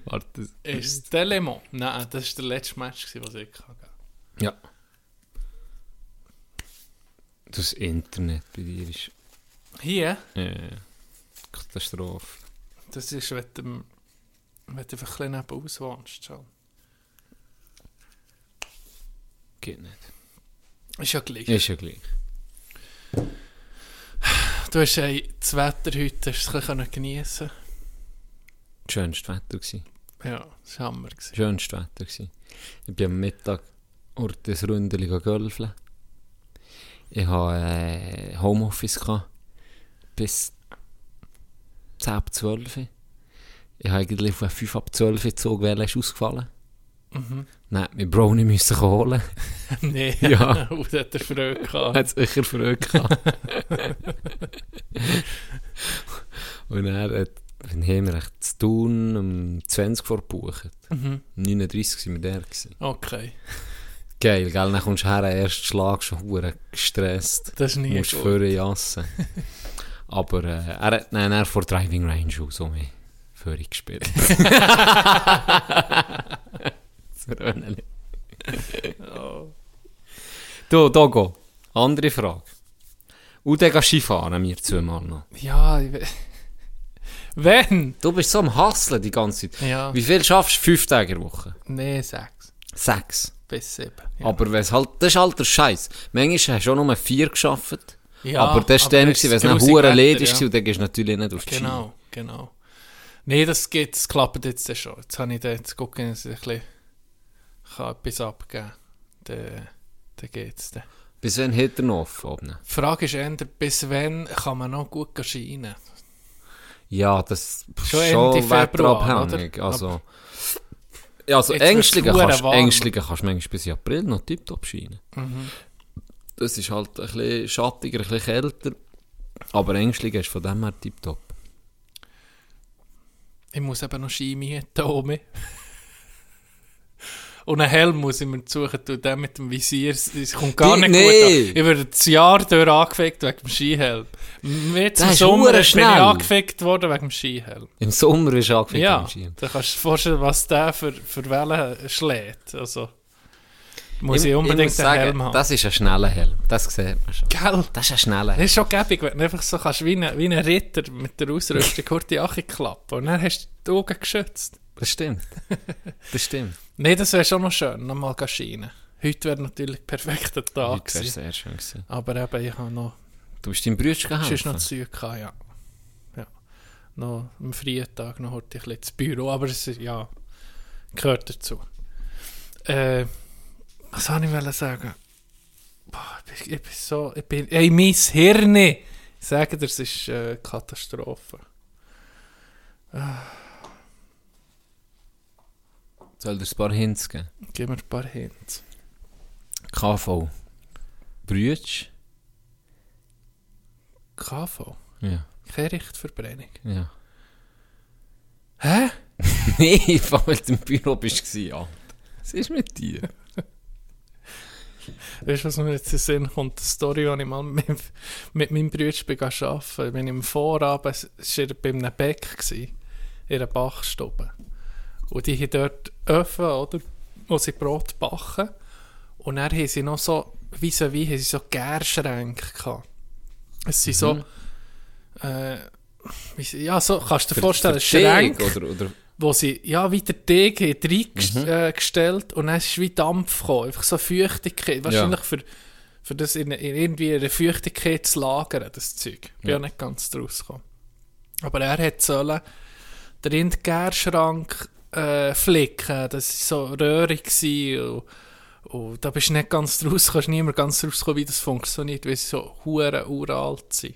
[SPEAKER 4] Warte.
[SPEAKER 5] Ist es Telemon? Nein, das war der letzte Match, gewesen, was ich hatte.
[SPEAKER 4] Ja. Das Internet bei dir ist
[SPEAKER 5] Hier,
[SPEAKER 4] äh, Katastrophe.
[SPEAKER 5] das ist, wenn du, wenn du einfach ein bisschen nebenaus wohnst. Schon.
[SPEAKER 4] Geht nicht.
[SPEAKER 5] Ist ja gleich.
[SPEAKER 4] Ist ja gleich.
[SPEAKER 5] Du hast ey, das Wetter heute hast du es ein bisschen geniessen
[SPEAKER 4] Schönstes Wetter gewesen.
[SPEAKER 5] können. Ja, das war Hammer. Gewesen.
[SPEAKER 4] Schönstes Wetter gewesen. Ich bin am Mittag durch das Ründeli gegölfelt. Ich hatte äh, Homeoffice gehabt, bis 10 ab 12. Uhr. Ich habe eigentlich auf einen 5 ab 12 Uhr Zug wählen, ist ausgefallen. Nein, wir Brownie müssen holen.
[SPEAKER 5] nee,
[SPEAKER 4] Ja.
[SPEAKER 5] und hat er Freude
[SPEAKER 4] Er
[SPEAKER 5] gehabt.
[SPEAKER 4] hat sicher Freude gehabt. Und er hat, dann haben wir echt zu tun, um 20 vor gebucht. 39 waren wir der. Gewesen.
[SPEAKER 5] Okay,
[SPEAKER 4] Geil, gell? Dann kommst du her, erst Schlag schon hure gestresst.
[SPEAKER 5] das ist nie
[SPEAKER 4] musst
[SPEAKER 5] gut.
[SPEAKER 4] vorher jassen. Aber äh, er hat nein, er vor Driving Range aus um mich vorher gespielt. Das Röhneli. Du, Dogo, andere Frage. Und dann gehst du Skifahren, wir zweimal noch.
[SPEAKER 5] Ja, ich we- Wenn?
[SPEAKER 4] Du bist so am Hasseln die ganze Zeit.
[SPEAKER 5] Ja.
[SPEAKER 4] Wie viel schaffst du? Fünf Tage in der Woche?
[SPEAKER 5] Nee, sechs.
[SPEAKER 4] Sechs.
[SPEAKER 5] Bis sieben. Ja.
[SPEAKER 4] Aber wenn's halt, das ist halt der Scheiß. Manchmal hast du auch nur vier geschafft.
[SPEAKER 5] Ja,
[SPEAKER 4] aber das war
[SPEAKER 5] aber
[SPEAKER 4] dann,
[SPEAKER 5] das
[SPEAKER 4] gewesen, wenn
[SPEAKER 5] ist
[SPEAKER 4] es dann
[SPEAKER 5] grusig
[SPEAKER 4] hure
[SPEAKER 5] Wetter,
[SPEAKER 4] ledig war
[SPEAKER 5] ja.
[SPEAKER 4] und dann gehst du natürlich nicht auf die Ski.
[SPEAKER 5] Genau, genau. Nee, das geht, das klappt jetzt dann schon. Jetzt habe ich da jetzt gucken, dass ich ein bisschen kann etwas abgeben kann. Dann geht's dann.
[SPEAKER 4] Bis wann hat er noch offen? oben?
[SPEAKER 5] Die Frage ist eher, bis wann kann man noch gut scheinen?
[SPEAKER 4] Ja, das ist
[SPEAKER 5] Schon
[SPEAKER 4] schon,
[SPEAKER 5] Ende Februar,
[SPEAKER 4] wetterabhängig.
[SPEAKER 5] oder?
[SPEAKER 4] Also, Ja, also
[SPEAKER 5] Jetzt wird's
[SPEAKER 4] ängstlicher
[SPEAKER 5] verdammt
[SPEAKER 4] kannst,
[SPEAKER 5] warm. Mhm.
[SPEAKER 4] ängstlicher kannst du manchmal bis in April noch tiptop scheinen. Das ist halt ein bisschen schattiger, ein bisschen kälter. Aber ängstlicher ist von dem her tiptop.
[SPEAKER 5] Ich muss eben noch Ski mieten, Omi. Und einen Helm muss ich mir suchen, du, der mit dem Visier, es- es kommt gar
[SPEAKER 4] Die-
[SPEAKER 5] nicht
[SPEAKER 4] nee.
[SPEAKER 5] gut an. Ich werde das Jahr durch angefickt wegen dem Skihelm. Jetzt
[SPEAKER 4] Der
[SPEAKER 5] im
[SPEAKER 4] ist
[SPEAKER 5] Sommer bin
[SPEAKER 4] hure
[SPEAKER 5] ich
[SPEAKER 4] schnell.
[SPEAKER 5] angefickt worden wegen dem Skihelm.
[SPEAKER 4] Im Sommer ist angefangen
[SPEAKER 5] Ja,
[SPEAKER 4] am Skiern.
[SPEAKER 5] da kannst du dir vorstellen, was der für, für Wellen schlägt. Also, muss ich,
[SPEAKER 4] Ich- ich
[SPEAKER 5] unbedingt
[SPEAKER 4] muss
[SPEAKER 5] einen
[SPEAKER 4] sagen,
[SPEAKER 5] Helm haben.
[SPEAKER 4] Das ist ein schneller Helm. Das sieht man schon.
[SPEAKER 5] Gell?
[SPEAKER 4] Das ist ein schneller
[SPEAKER 5] Das
[SPEAKER 4] Helm.
[SPEAKER 5] ist schon gäbig, wenn du einfach so kannst, wie ein, wie ein Ritter mit der Ausrüstung kurze Ache klappen und dann hast du die Augen geschützt.
[SPEAKER 4] Das stimmt. Das stimmt.
[SPEAKER 5] Nein, das wäre schon noch schön, nochmal scheinen. Heute wäre natürlich ein perfekter Tag
[SPEAKER 4] Das wäre
[SPEAKER 5] gewesen.
[SPEAKER 4] sehr schön gewesen.
[SPEAKER 5] Aber eben, ich habe noch,
[SPEAKER 4] Du bist deinem Bruder
[SPEAKER 5] sonst noch
[SPEAKER 4] geholfen.
[SPEAKER 5] Zeug gehabt, ja. ja. Noch am freien Tag noch heute ein bisschen ins Büro, aber es ist- ja, gehört dazu. Äh, was soll ich wollen sagen? Boah, ich, bin, ich bin so, ich bin, ey, mein Hirn! Ich sage dir, es ist äh, Katastrophe.
[SPEAKER 4] Soll dir ein paar Hints geben?
[SPEAKER 5] Gib mir ein paar Hints.
[SPEAKER 4] KV. Brütsch?
[SPEAKER 5] KV?
[SPEAKER 4] Ja.
[SPEAKER 5] Keine Richtverbrennung.
[SPEAKER 4] ja.
[SPEAKER 5] Hä?
[SPEAKER 4] Nee, weil du im Büro bist, gewesen, ja. Was ist mit dir?
[SPEAKER 5] Weißt du, was mir jetzt in den Sinn kommt? Die Story, als ich mal mit, mit meinem Bruder bin gegangen arbeiten bin. Ich im Vorabend es war er bei einem Beck, gewesen, in einer Bachstube. Und die haben dort Öfen, oder, wo sie Brot backen. Und dann haben sie noch so, wie so wie, haben sie so Gärschränke gehabt. Es sind so, äh, wie sie- ja, so, kannst du dir vorstellen,
[SPEAKER 4] Verteilung
[SPEAKER 5] Schränke.
[SPEAKER 4] Oder, oder
[SPEAKER 5] wo sie ja wieder Teig reingestellt äh, gestellt und dann ist es wie Dampf gekommen. Einfach so Feuchtigkeit. Wahrscheinlich für, für das in, in irgendwie eine Feuchtigkeit zu lagern, das Zeug. Bin ja, nicht ganz draus gekommen. Aber er hat sollen den Rindgärschrank äh, flicken. Das war so röhrig. gewesen Und, und da bist du nicht ganz draus, kannst nicht mehr ganz draus kommen, wie das funktioniert, weil sie so hure uralt sind.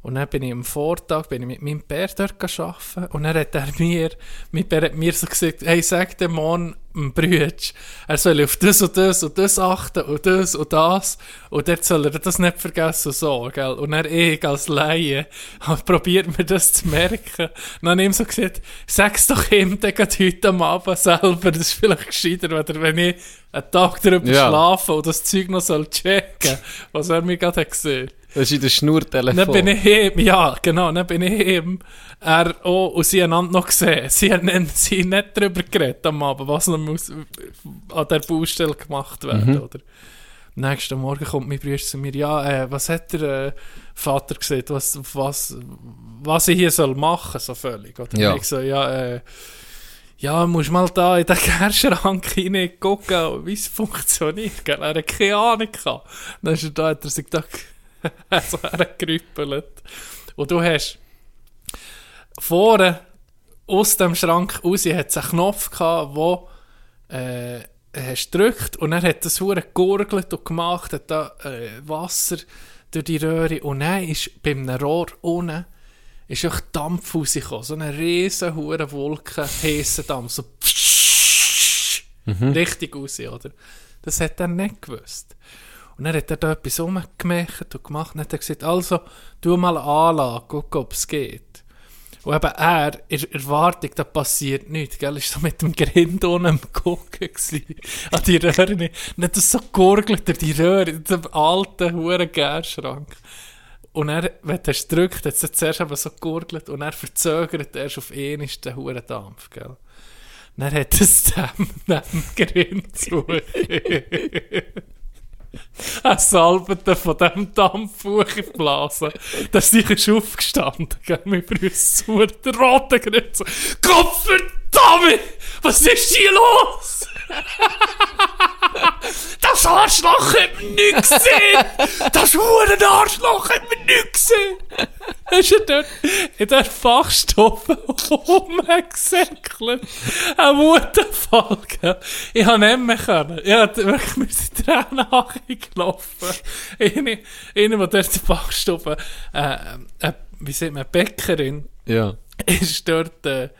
[SPEAKER 5] Und dann bin ich am Vortag bin ich mit meinem Bär dort arbeiten und dann hat er mir, mein Bär hat mir so gesagt, hey, sag dem Mann, dem Brütsch, er soll auf das und das und das achten und das und das und dort soll er das nicht vergessen und so, gell. Und dann ich als Laie habe probiert mir das zu merken. Und dann habe ich ihm so gesagt, sag's doch ihm dann grad heute am Abend selber, das ist vielleicht gescheiter, oder wenn ich einen Tag darüber
[SPEAKER 4] Ja.
[SPEAKER 5] schlafe und das Zeug noch soll checken, was er mir gerade hat gesehen.
[SPEAKER 4] das ist in der Schnurtelefon.
[SPEAKER 5] Dann bin ich ihm, ja, genau, dann bin ich ihm, er auch und sie einander noch gesehen. Sie haben nicht, sie haben nicht darüber geredet am Abend, was noch muss, an der Baustelle gemacht werden, oder? Am nächsten Morgen kommt mein Bruder zu mir, ja, äh, was hat der äh, Vater gesagt, was, auf was, was ich hier soll machen, so völlig, oder?
[SPEAKER 4] Ja.
[SPEAKER 5] Ich so, ja, äh, ja, musst mal da in den Kerschrank hinein gucken, wie es funktioniert. Gell? Er hat keine Ahnung gehabt. Dann ist er da, hat er sich da so hergerüppelt. Und du hast vorne aus dem Schrank raus hat es einen Knopf gehabt, wo äh, hast gedrückt und er hat das hure gegurgelt und gemacht, hat da äh, Wasser durch die Röhre und dann ist bei einem Rohr unten ist auch Dampf rausgekommen, so eine riesen hure Wolke, heißer Dampf, so richtig raus, oder? Das hat er nicht gewusst. Und dann hat er da etwas rumgemacht und gemacht und hat er gesagt, also, tu mal eine Anlage, guck, ob es geht. Und eben er, in der Erwartung, da passiert nichts, gell, ist so mit dem Grind unten am Gucken gewesen, an die Röhre. Nicht das so gurgelt durch die Röhre, in diesem alten, huren Gärschrank. Und er, wenn du es drückt, hat es zuerst eben so gegurgelt und er verzögert erst auf ihn ist der huren Dampf, gell. Dann hat es dem, dem Grind zu. Ein Salbeten von diesem Dampf hochgeblasen. Da ist sicher aufgestanden, gell, mein Bruder, zu der roten Grütze. Gott verdammt! Was ist hier los? Das Arschloch hat mir nichts gesehen! Das verdammte Arschloch hat mir nichts gesehen! Hast du dort in der Fachstoffe Oh, rumgesäckelt? Ein Wutenfall, gell? Ich habe nicht mehr können. Ich habe wirklich mit den Tränen angelaufen. Einer, einer, der dort in der Fachstoffe, äh, äh, wie sagt man,
[SPEAKER 4] Oh,
[SPEAKER 5] Bäckerin,
[SPEAKER 4] ja.
[SPEAKER 5] ist dort, äh,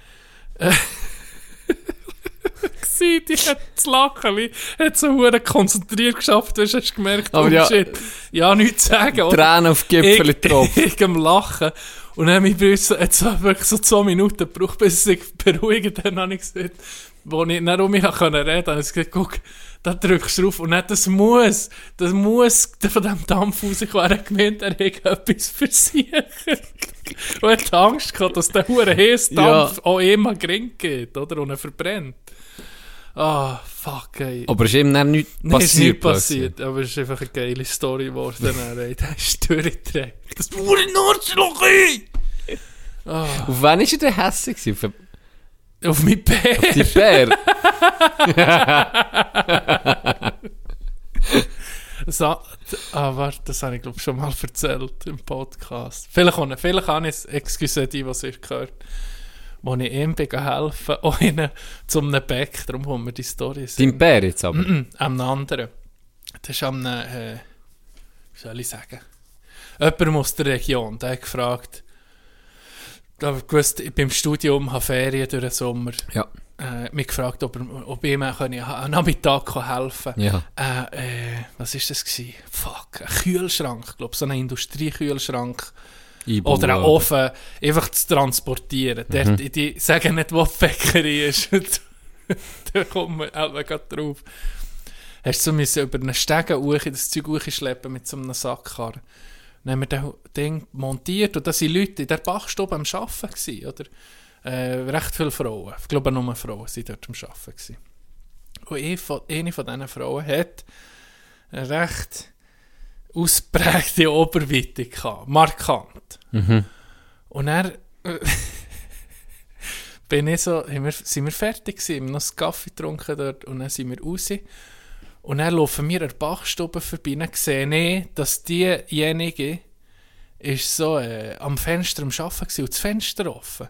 [SPEAKER 5] gewesen. Die hat das Lachen hat so hure konzentriert geschafft. Du hast hast gemerkt,
[SPEAKER 4] Aber
[SPEAKER 5] oh
[SPEAKER 4] ja,
[SPEAKER 5] shit. Ja, nichts zu sagen. oder?
[SPEAKER 4] Tränen auf die Gipfel
[SPEAKER 5] ich,
[SPEAKER 4] getroffen.
[SPEAKER 5] ich am Lachen. Und dann mein Bruder so- hat so wirklich so zwei Minuten gebraucht, bis er sich beruhigt hat. Dann habe ich gesagt, wo ich nicht um mich reden konnte, habe ich gesagt, guck, da drückst du drauf. Und dann, das muss, das muss von diesem Dampf rauskommen. Er hat gemeint, er hat etwas versichert. Und hat Angst gehabt, dass der hure heiße Dampf
[SPEAKER 4] Ja.
[SPEAKER 5] auch immer gering geht, oder? Und er verbrennt. Ah, fuck, ey.
[SPEAKER 4] Aber es ist ihm dann nichts
[SPEAKER 5] Nein, ist nicht
[SPEAKER 4] passiert. plötzlich.
[SPEAKER 5] passiert, aber es ist einfach eine geile Story geworden. Er hat ist durchgetragen. Das wurde Nordschloch
[SPEAKER 4] Auf wen war er denn hässlich? gewesen? Auf den-
[SPEAKER 5] Auf mein Bär.
[SPEAKER 4] die Bär?
[SPEAKER 5] Sa- Ah, warte, das habe ich glaube schon mal erzählt im Podcast. Vielleicht auch nicht. Vielleicht auch nicht. Excuse die, was ihr gehört. Wo ich ihm bin gehen helfen auch ihnen zum einem Beck. Darum haben wir die Story.
[SPEAKER 4] Dein Bär jetzt aber.
[SPEAKER 5] Am anderen. Das ist am, äh, wie soll ich sagen, jemand aus der Region, der hat gefragt, da hab ich gewusst, ich bin im Studium, habe Ferien durch den Sommer,
[SPEAKER 4] Ja.
[SPEAKER 5] äh, mich gefragt, ob, er- ob ich ihm auch kann, am Nachmittag kann helfen kann.
[SPEAKER 4] Ja.
[SPEAKER 5] Äh, äh, was war das? Gewesen? Fuck, ein Kühlschrank, glaube so ein Industriekühlschrank.
[SPEAKER 4] Einbauen.
[SPEAKER 5] Oder einen Ofen einfach zu transportieren. Dort, in die sagen nicht, wo die Bäckerei ist. da kommt man eben gerade drauf. Hast du so müssen über einen Stegen hoch, das Zeug hochschleppen mit so einem Sackkarren. Dann haben wir das Ding montiert und da waren Leute in der Bachstube am Arbeiten. Gewesen, oder? Äh, recht viele Frauen. Ich glaube, nur Frauen waren dort am Arbeiten. Gewesen. Und eine von, eine von diesen Frauen hat eine recht ausprägte Oberweite gehabt. Markant. Und er äh, bin ich so, haben wir, sind wir fertig gewesen, haben noch einen Kaffee getrunken dort und dann sind wir raus. Und dann laufen wir an der Bachstube vorbei und sehe ich, dass diejenige ist so äh, am Fenster am Arbeiten gewesen, und das Fenster offen.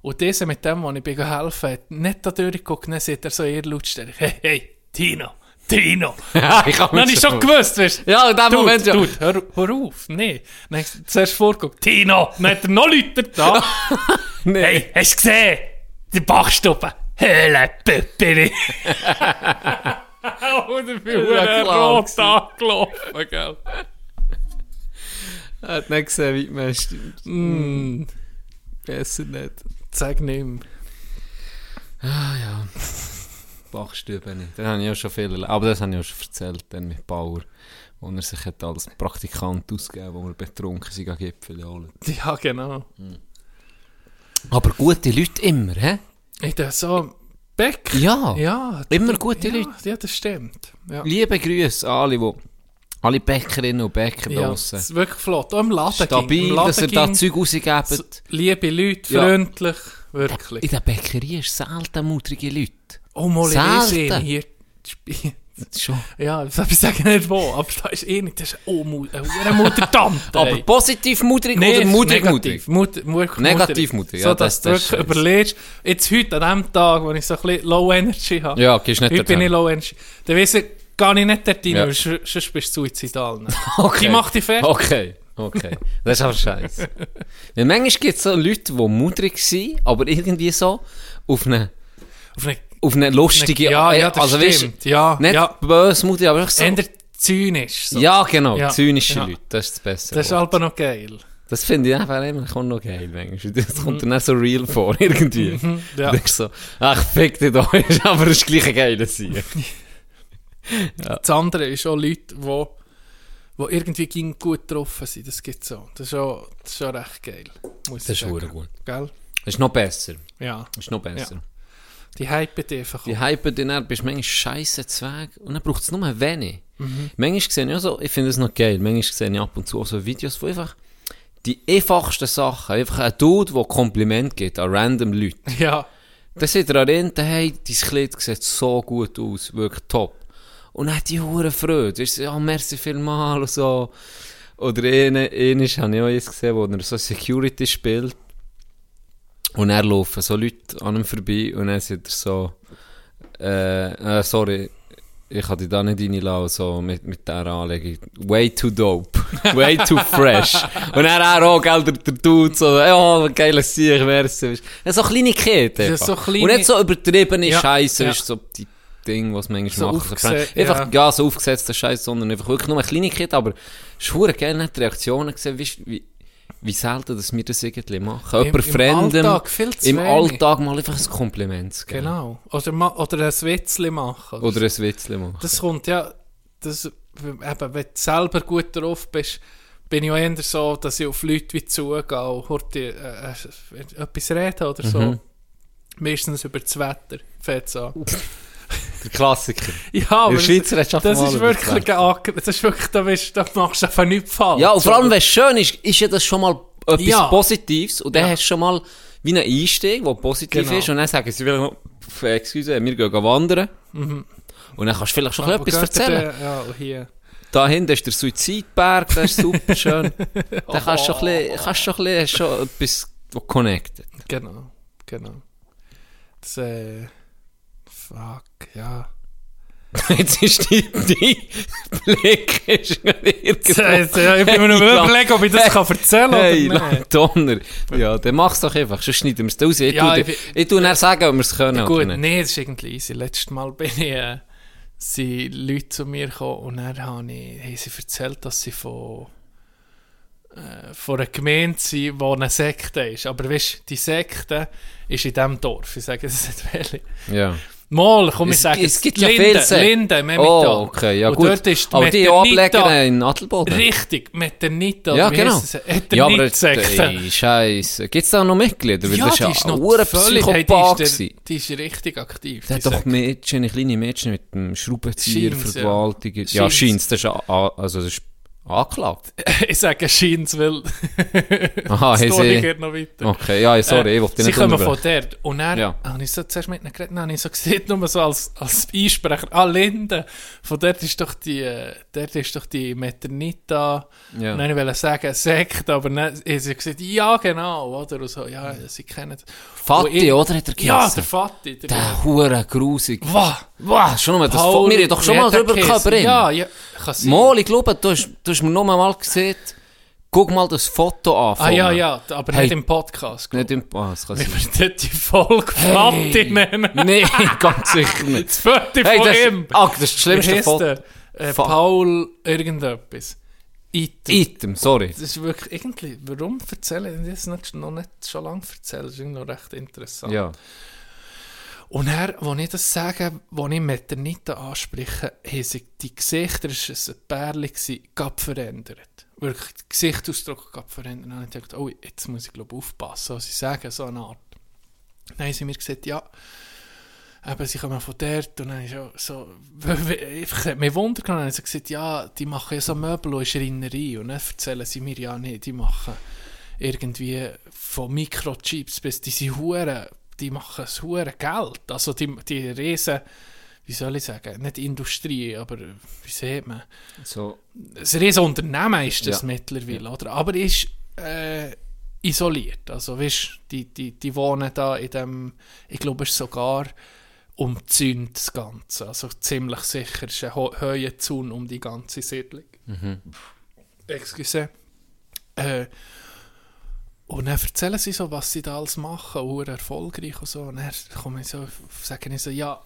[SPEAKER 5] Und dieser mit dem, dem ich bin helfen hat nicht da durchgeguckt, dann sieht er so eher lautstärker, hey, hey, Tino, Tino.
[SPEAKER 4] Ja, ich kann
[SPEAKER 5] Dann
[SPEAKER 4] mich
[SPEAKER 5] habe ich schon gewusst, weißt du.
[SPEAKER 4] Ja, in dem
[SPEAKER 5] Dude,
[SPEAKER 4] Moment ja.
[SPEAKER 5] Dude, hör, hör auf, nee. Dann habe ich zuerst vorgeguckt, Tino, dann hat er noch Leute da.
[SPEAKER 4] Nee.
[SPEAKER 5] hey, hast du gesehen? Die Bachstube. Höhle, Oh, Pöpperi. Oder wie
[SPEAKER 4] Ja,
[SPEAKER 5] ja,
[SPEAKER 4] klar.
[SPEAKER 5] rot
[SPEAKER 4] Oh,
[SPEAKER 5] angelaufen, gell.
[SPEAKER 4] Ah, Er hat nicht gesehen, wie die Menschen... Mm. Besser nicht.
[SPEAKER 5] Zeig nicht mehr.
[SPEAKER 4] Bachstübe nicht. Das habe ich ja schon viel erlebt. Aber das habe ich ja schon erzählt, dann mit Bauer. Wo er sich hat als Praktikant ausgegeben wo wir betrunken sind, an Gipfel holen.
[SPEAKER 5] Ja, genau.
[SPEAKER 4] Aber gute Leute immer, hä?
[SPEAKER 5] Ich dachte so, Beck.
[SPEAKER 4] Ja.
[SPEAKER 5] Ja.
[SPEAKER 4] Immer gute
[SPEAKER 5] ja,
[SPEAKER 4] Leute.
[SPEAKER 5] Ja, das stimmt. Ja.
[SPEAKER 4] Liebe Grüße an alle, wo, alle Bäckerinnen und Bäcker
[SPEAKER 5] Ja, das
[SPEAKER 4] draussen.
[SPEAKER 5] ist wirklich flott. Auch im Laden ging.
[SPEAKER 4] Stabil,
[SPEAKER 5] Im Laden
[SPEAKER 4] dass ihr da
[SPEAKER 5] ging.
[SPEAKER 4] Zeug rausgebt.
[SPEAKER 5] So, Liebe Leute,
[SPEAKER 4] Ja.
[SPEAKER 5] freundlich, wirklich.
[SPEAKER 4] In der Bäckerei ist selten mutrige Leute.
[SPEAKER 5] Oh, mal
[SPEAKER 4] Selten.
[SPEAKER 5] in Eisen hier.
[SPEAKER 4] Schon.
[SPEAKER 5] Ja, das ich sagen nicht wo, aber da ist eh nicht, das ist oh, Mu- eine hure Muttertante.
[SPEAKER 4] Aber
[SPEAKER 5] ey.
[SPEAKER 4] positiv mutrig
[SPEAKER 5] Nee,
[SPEAKER 4] oder
[SPEAKER 5] es ist
[SPEAKER 4] mudrig
[SPEAKER 5] negativ.
[SPEAKER 4] mudrig?
[SPEAKER 5] Mut, mut,
[SPEAKER 4] Negativ mutrig, ja,
[SPEAKER 5] So,
[SPEAKER 4] das-
[SPEAKER 5] dass du
[SPEAKER 4] das
[SPEAKER 5] wirklich
[SPEAKER 4] ist
[SPEAKER 5] überlegst, jetzt heute an dem Tag, wo ich so ein bisschen Low Energy habe.
[SPEAKER 4] Ja, gehst nicht
[SPEAKER 5] Heute bin
[SPEAKER 4] dorthin.
[SPEAKER 5] ich Low Energy. Dann weiss ich, gehe ich nicht dort rein,
[SPEAKER 4] Ja.
[SPEAKER 5] weil sch- sonst bist du suizidal. ne?
[SPEAKER 4] Okay.
[SPEAKER 5] Die macht dich fertig.
[SPEAKER 4] Okay, okay. Das ist aber scheiße. Weil manchmal gibt es so Leute, die mudrig sind, aber irgendwie so auf eine,
[SPEAKER 5] Auf eine,
[SPEAKER 4] auf eine lustige
[SPEAKER 5] Ja,
[SPEAKER 4] äh,
[SPEAKER 5] ja, das
[SPEAKER 4] also,
[SPEAKER 5] stimmt.
[SPEAKER 4] Weißt,
[SPEAKER 5] Ja,
[SPEAKER 4] nicht
[SPEAKER 5] ja.
[SPEAKER 4] böse mutig, aber einfach so.
[SPEAKER 5] ändert zynisch. So.
[SPEAKER 4] Ja, genau.
[SPEAKER 5] Ja,
[SPEAKER 4] Zynische
[SPEAKER 5] ja.
[SPEAKER 4] Leute, das ist das Beste.
[SPEAKER 5] Das ist
[SPEAKER 4] Wort.
[SPEAKER 5] aber noch geil.
[SPEAKER 4] Das finde ich einfach immer kommt noch geil. Manchmal. Das kommt dann auch so real vor, irgendwie.
[SPEAKER 5] Mhm.
[SPEAKER 4] Du
[SPEAKER 5] ja.
[SPEAKER 4] denkst so, ach, fick dich doch, ist aber das gleiche geile sein.
[SPEAKER 5] Das andere ist auch Leute, die wo irgendwie ging gut getroffen sind. Das gibt es auch. Das ist auch, das ist auch recht geil.
[SPEAKER 4] Das
[SPEAKER 5] Muss
[SPEAKER 4] ist
[SPEAKER 5] ich sagen.
[SPEAKER 4] hure gut.
[SPEAKER 5] Gell?
[SPEAKER 4] Das ist noch besser.
[SPEAKER 5] Ja.
[SPEAKER 4] Das ist noch besser.
[SPEAKER 5] Ja. Die hypen dich einfach.
[SPEAKER 4] Die
[SPEAKER 5] auch.
[SPEAKER 4] hypen dich dann, bist manchmal scheiße Zweig und dann braucht es nur wenig. Manchmal sehe ich auch so, ich finde es noch geil, manchmal sehe ich ab und zu auch so Videos, wo einfach die einfachsten Sachen, einfach ein Dude, der Kompliment gibt an random Leute.
[SPEAKER 5] Ja.
[SPEAKER 4] Dann sieht er an hinten, hey, dein Kleid sieht so gut aus, wirklich top. Und dann hat die Hure Freude. Weißt du, ja, merci vielmal und so. Oder einen, einen habe ich auch jetzt gesehen, wo er so Security spielt. Und er laufen so Leute an ihm vorbei und dann sagt er so, äh, äh, sorry, ich kann dich da nicht reinlassen, so mit, mit dieser Anlegung. Way too dope. Way too fresh. Und dann er auch, gell, der, der Dude, so, ja, geiles Sieg, merci. weisst du. Ja, so kleine Kinder.
[SPEAKER 5] Ja,
[SPEAKER 4] einfach.
[SPEAKER 5] so kleine-
[SPEAKER 4] Und nicht so übertriebene
[SPEAKER 5] Ja,
[SPEAKER 4] Scheiße,
[SPEAKER 5] ja.
[SPEAKER 4] ist so die Ding, was manchmal
[SPEAKER 5] So
[SPEAKER 4] machen. So
[SPEAKER 5] aufgese-
[SPEAKER 4] einfach, ja, so aufgesetzter Scheiß, sondern einfach wirklich nur eine kleine Kinder, aber es ist verdammt geil, nicht die Reaktionen gesehen, weisst du, wie, wie selten, dass wir das irgendwie machen.
[SPEAKER 5] Im-
[SPEAKER 4] Jemand
[SPEAKER 5] im
[SPEAKER 4] Fremdem,
[SPEAKER 5] Alltag viel zu
[SPEAKER 4] im
[SPEAKER 5] wenig.
[SPEAKER 4] Alltag mal einfach ein Kompliment zu geben.
[SPEAKER 5] Genau. Oder, ma- oder ein Witzli machen.
[SPEAKER 4] Oder ein Witzchen machen.
[SPEAKER 5] Das kommt ja, das, eben, wenn du selber gut drauf bist, bin ich auch eher so, dass ich auf Leute wie zugehe und kurz, äh, äh, etwas reden oder so.
[SPEAKER 4] Mhm.
[SPEAKER 5] Meistens über das Wetter, fängt es an.
[SPEAKER 4] Der Klassiker.
[SPEAKER 5] Ja, aber
[SPEAKER 4] In der Schweiz redest du einfach
[SPEAKER 5] das
[SPEAKER 4] mal
[SPEAKER 5] ist
[SPEAKER 4] über das
[SPEAKER 5] wirklich angenehm. Das ist wirklich, da, bist, da machst du einfach nichts falsch.
[SPEAKER 4] Ja, und vor allem,
[SPEAKER 5] oder?
[SPEAKER 4] wenn es schön ist, ist ja das schon mal etwas
[SPEAKER 5] Ja.
[SPEAKER 4] Positives. Und dann
[SPEAKER 5] Ja.
[SPEAKER 4] hast du schon mal wie einen Einstieg, der positiv
[SPEAKER 5] Genau.
[SPEAKER 4] ist. Und dann sagen sie vielleicht noch, pff, excuse, wir gehen wandern. Und dann kannst du vielleicht schon
[SPEAKER 5] Mhm. Aber
[SPEAKER 4] etwas
[SPEAKER 5] geht der-
[SPEAKER 4] erzählen.
[SPEAKER 5] Ja, und hier.
[SPEAKER 4] Da hinten ist der Suizidberg, der ist super schön. da kannst du schon, ein
[SPEAKER 5] Oh.
[SPEAKER 4] bisschen- kannst schon, ein bisschen- hast schon etwas was connected.
[SPEAKER 5] Genau, genau. Das, äh, fuck, ja.
[SPEAKER 4] Jetzt ist die, die Blick ist
[SPEAKER 5] Jetzt, äh,
[SPEAKER 4] irgendwo.
[SPEAKER 5] jetzt, ja, ich bin mir noch
[SPEAKER 4] Hey, Lan-
[SPEAKER 5] überlegen, ob ich das
[SPEAKER 4] Hey,
[SPEAKER 5] kann erzählen
[SPEAKER 4] Hey,
[SPEAKER 5] oder nicht.
[SPEAKER 4] Donner. Ja, dann mach's doch einfach, sonst schneiden wir es raus. Ich
[SPEAKER 5] Ja,
[SPEAKER 4] tu
[SPEAKER 5] ich
[SPEAKER 4] dir-
[SPEAKER 5] bin-
[SPEAKER 4] ich tu dann sagen, ob wir es können
[SPEAKER 5] Gut,
[SPEAKER 4] oder nicht.
[SPEAKER 5] nee, das ist irgendwie easy. Letztes Mal bin ich, äh, sind Leute zu mir gekommen und dann habe ich, haben sie erzählt, dass sie von, äh, von einer Gemeinde sind, wo eine Sekte ist. Aber weißt du, die Sekte ist in diesem Dorf. Ich sage es nicht welche.
[SPEAKER 4] Ja.
[SPEAKER 5] Mal, komm, ich
[SPEAKER 4] Es-
[SPEAKER 5] sage
[SPEAKER 4] es gibt ja
[SPEAKER 5] Linde,
[SPEAKER 4] viele Sekten.
[SPEAKER 5] Linde, im Emmental.
[SPEAKER 4] Oh, okay, ja
[SPEAKER 5] und
[SPEAKER 4] gut.
[SPEAKER 5] Dort ist
[SPEAKER 4] aber die
[SPEAKER 5] Meternita-
[SPEAKER 4] Ableger in Adelboden.
[SPEAKER 5] Richtig, Meternita.
[SPEAKER 4] Ja,
[SPEAKER 5] oder wie
[SPEAKER 4] genau.
[SPEAKER 5] heisst es?
[SPEAKER 4] Ja, aber
[SPEAKER 5] Eternit-Sekte.
[SPEAKER 4] ey, Scheiße. Gibt's da noch Mitglieder? Weil das ist ja ein hoher
[SPEAKER 5] hey,
[SPEAKER 4] Psychopath.
[SPEAKER 5] die, ist
[SPEAKER 4] gewesen.
[SPEAKER 5] der, die ist richtig aktiv.
[SPEAKER 4] Der
[SPEAKER 5] die
[SPEAKER 4] hat doch
[SPEAKER 5] Sekte.
[SPEAKER 4] Mädchen, eine kleine Mädchen mit dem Schraubenzieher,
[SPEAKER 5] Scheint's, ja.
[SPEAKER 4] Vergewaltiger. Ja,
[SPEAKER 5] Scheint's.
[SPEAKER 4] scheint's. Das ist, a- a- also, das ist angeklagt.
[SPEAKER 5] ich sage scheint, weil
[SPEAKER 4] Aha,
[SPEAKER 5] die
[SPEAKER 4] hey,
[SPEAKER 5] Story
[SPEAKER 4] sie...
[SPEAKER 5] geht noch weiter.
[SPEAKER 4] Okay, ja, sorry,
[SPEAKER 5] Äh,
[SPEAKER 4] ich wollte dich
[SPEAKER 5] Sie
[SPEAKER 4] nicht
[SPEAKER 5] kommen
[SPEAKER 4] unterbrechen.
[SPEAKER 5] von dort. Und dann
[SPEAKER 4] Ja.
[SPEAKER 5] habe ich so zuerst mit ihnen geredet, dann habe ich so gesehen, nur so als, als Einsprecher. Ah, Linde. Von dort ist doch die, äh, dort ist doch die Meternita.
[SPEAKER 4] Ja.
[SPEAKER 5] Und dann wollte ich sagen, Sekt, aber dann haben sie gesagt, ja, genau, oder? Und so, ja, dus sie kennen das. Und
[SPEAKER 4] Fatti,
[SPEAKER 5] ich-
[SPEAKER 4] oder? Hat er
[SPEAKER 5] Ja, der
[SPEAKER 4] geheissen?
[SPEAKER 5] Vati. Der,
[SPEAKER 4] Der hure grusig.
[SPEAKER 5] Wah,
[SPEAKER 4] Wow, schon mal, das
[SPEAKER 5] Paul-
[SPEAKER 4] wir haben doch schon
[SPEAKER 5] wie
[SPEAKER 4] mal
[SPEAKER 5] hat der
[SPEAKER 4] drüber
[SPEAKER 5] geheissen?
[SPEAKER 4] gehabt, Brin.
[SPEAKER 5] Ja, ja, kann sein.
[SPEAKER 4] Mal, ich glaube, du hast, du hast mir nur mal gesehen, guck mal das Foto an.
[SPEAKER 5] Ah
[SPEAKER 4] von
[SPEAKER 5] ja,
[SPEAKER 4] mir.
[SPEAKER 5] ja, d- aber
[SPEAKER 4] Hey.
[SPEAKER 5] nicht im Podcast. glaub.
[SPEAKER 4] Nicht im, ah, das kann
[SPEAKER 5] Wir
[SPEAKER 4] sein.
[SPEAKER 5] werden die Folge Vati nennen.
[SPEAKER 4] Nee, ganz sicher
[SPEAKER 5] Das
[SPEAKER 4] nicht.
[SPEAKER 5] vierte
[SPEAKER 4] Hey,
[SPEAKER 5] von
[SPEAKER 4] das,
[SPEAKER 5] ihm.
[SPEAKER 4] ah, das ist das schlimmste
[SPEAKER 5] Wie heisst
[SPEAKER 4] Foto.
[SPEAKER 5] der? Äh,
[SPEAKER 4] Fuck.
[SPEAKER 5] Paul irgendetwas. Item.
[SPEAKER 4] Item, sorry.
[SPEAKER 5] Das ist wirklich irgendwie, warum erzähle ich das nicht, noch nicht schon lange erzählt? Das ist irgendwie noch recht interessant.
[SPEAKER 4] Ja.
[SPEAKER 5] Und dann, als ich das sage, als ich Meternita anspreche, haben sich die Gesichter, es war ein Pärchen, gewesen, gab verändert. Wirklich, der Gesichtsausdruck gab verändert. Und dann habe ich gedacht, oh, jetzt muss ich glaub, aufpassen, was ich sage, so eine Art. Dann haben sie mir gesagt, ja, eben, sie kommen von dort. Und dann habe ich so, so einfach hat mich Wunder genommen. Dann haben sie gesagt, ja, die machen ja so Möbel und Schreinerei. Und dann erzählen sie mir, ja, nee, die machen irgendwie von Mikrochips bis diese Huren, die machen das Huren Geld. Also die, die riesen, wie soll ich sagen, nicht Industrie, aber wie sieht man?
[SPEAKER 4] So.
[SPEAKER 5] Ein riesen Unternehmen ist das
[SPEAKER 4] Ja.
[SPEAKER 5] mittlerweile, oder? Aber ist äh, isoliert. Also weißt, die, die, die wohnen da in dem, ich glaube es ist sogar umzäunt das Ganze. Also ziemlich sicher ist ein Ho- Höhenzaun um die ganze Siedlung.
[SPEAKER 4] Mhm.
[SPEAKER 5] Excuse. Äh, und dann erzählen sie so, was sie da alles machen, sehr erfolgreich und so. Und dann kommen sie so, sagen sie so, ja,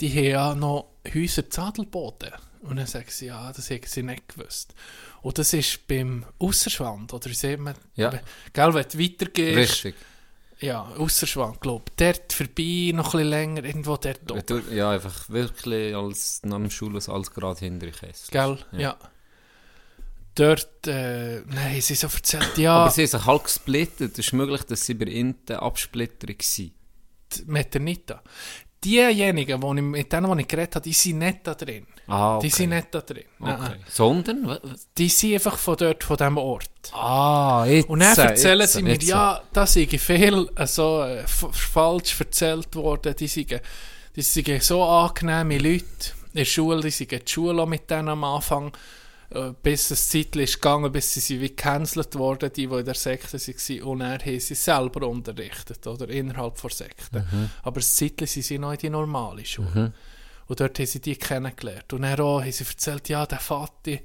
[SPEAKER 5] die haben ja noch Häuser zu Adelboden. Und dann sagen sie, ja, das hätten sie nicht gewusst. Und das ist beim Ausserschwand, oder wie sieht man?
[SPEAKER 4] Ja.
[SPEAKER 5] Gell, wenn du weitergehst.
[SPEAKER 4] Richtig.
[SPEAKER 5] Ja, Ausserschwand, glaube ich. Dort vorbei, noch ein bisschen länger, irgendwo dort oben.
[SPEAKER 4] Du- Ja, einfach wirklich als nach dem Schulhaus alles gerade hinter dich hast.
[SPEAKER 5] Gell? Ja. Dort, äh, nein, sie so erzählt, ja.
[SPEAKER 4] Aber sie haben sich halt gesplittet. Es ist möglich, dass sie bei Inten Absplitterung sind.
[SPEAKER 5] Meternita. Diejenigen, wo ich, mit denen, die ich geredet habe, die sind nicht da drin.
[SPEAKER 4] Ah, okay.
[SPEAKER 5] Die sind nicht da drin. Nein,
[SPEAKER 4] Okay.
[SPEAKER 5] nein.
[SPEAKER 4] Sondern? wa- wa-
[SPEAKER 5] Die sind einfach von dort, von diesem Ort.
[SPEAKER 4] Ah, jetzt.
[SPEAKER 5] Und dann erzählen
[SPEAKER 4] jetzt,
[SPEAKER 5] sie mir,
[SPEAKER 4] jetzt.
[SPEAKER 5] ja, da sei viel also, äh, f- falsch erzählt worden. Die seien die seien so angenehme Leute in der Schule, die seien die Schule auch mit denen am Anfang, äh, bis es Zeit ist gegangen, bis sie sind wie gecancelt worden, die, die in der Sekte waren. Und er haben sie selber
[SPEAKER 4] Mhm.
[SPEAKER 5] unterrichtet, oder? Innerhalb der Sekte. Aber das Zeitlich sind sie noch in die normale Schule. Und dort haben sie die kennengelernt. Und dann auch haben sie erzählt, ja, der Vati,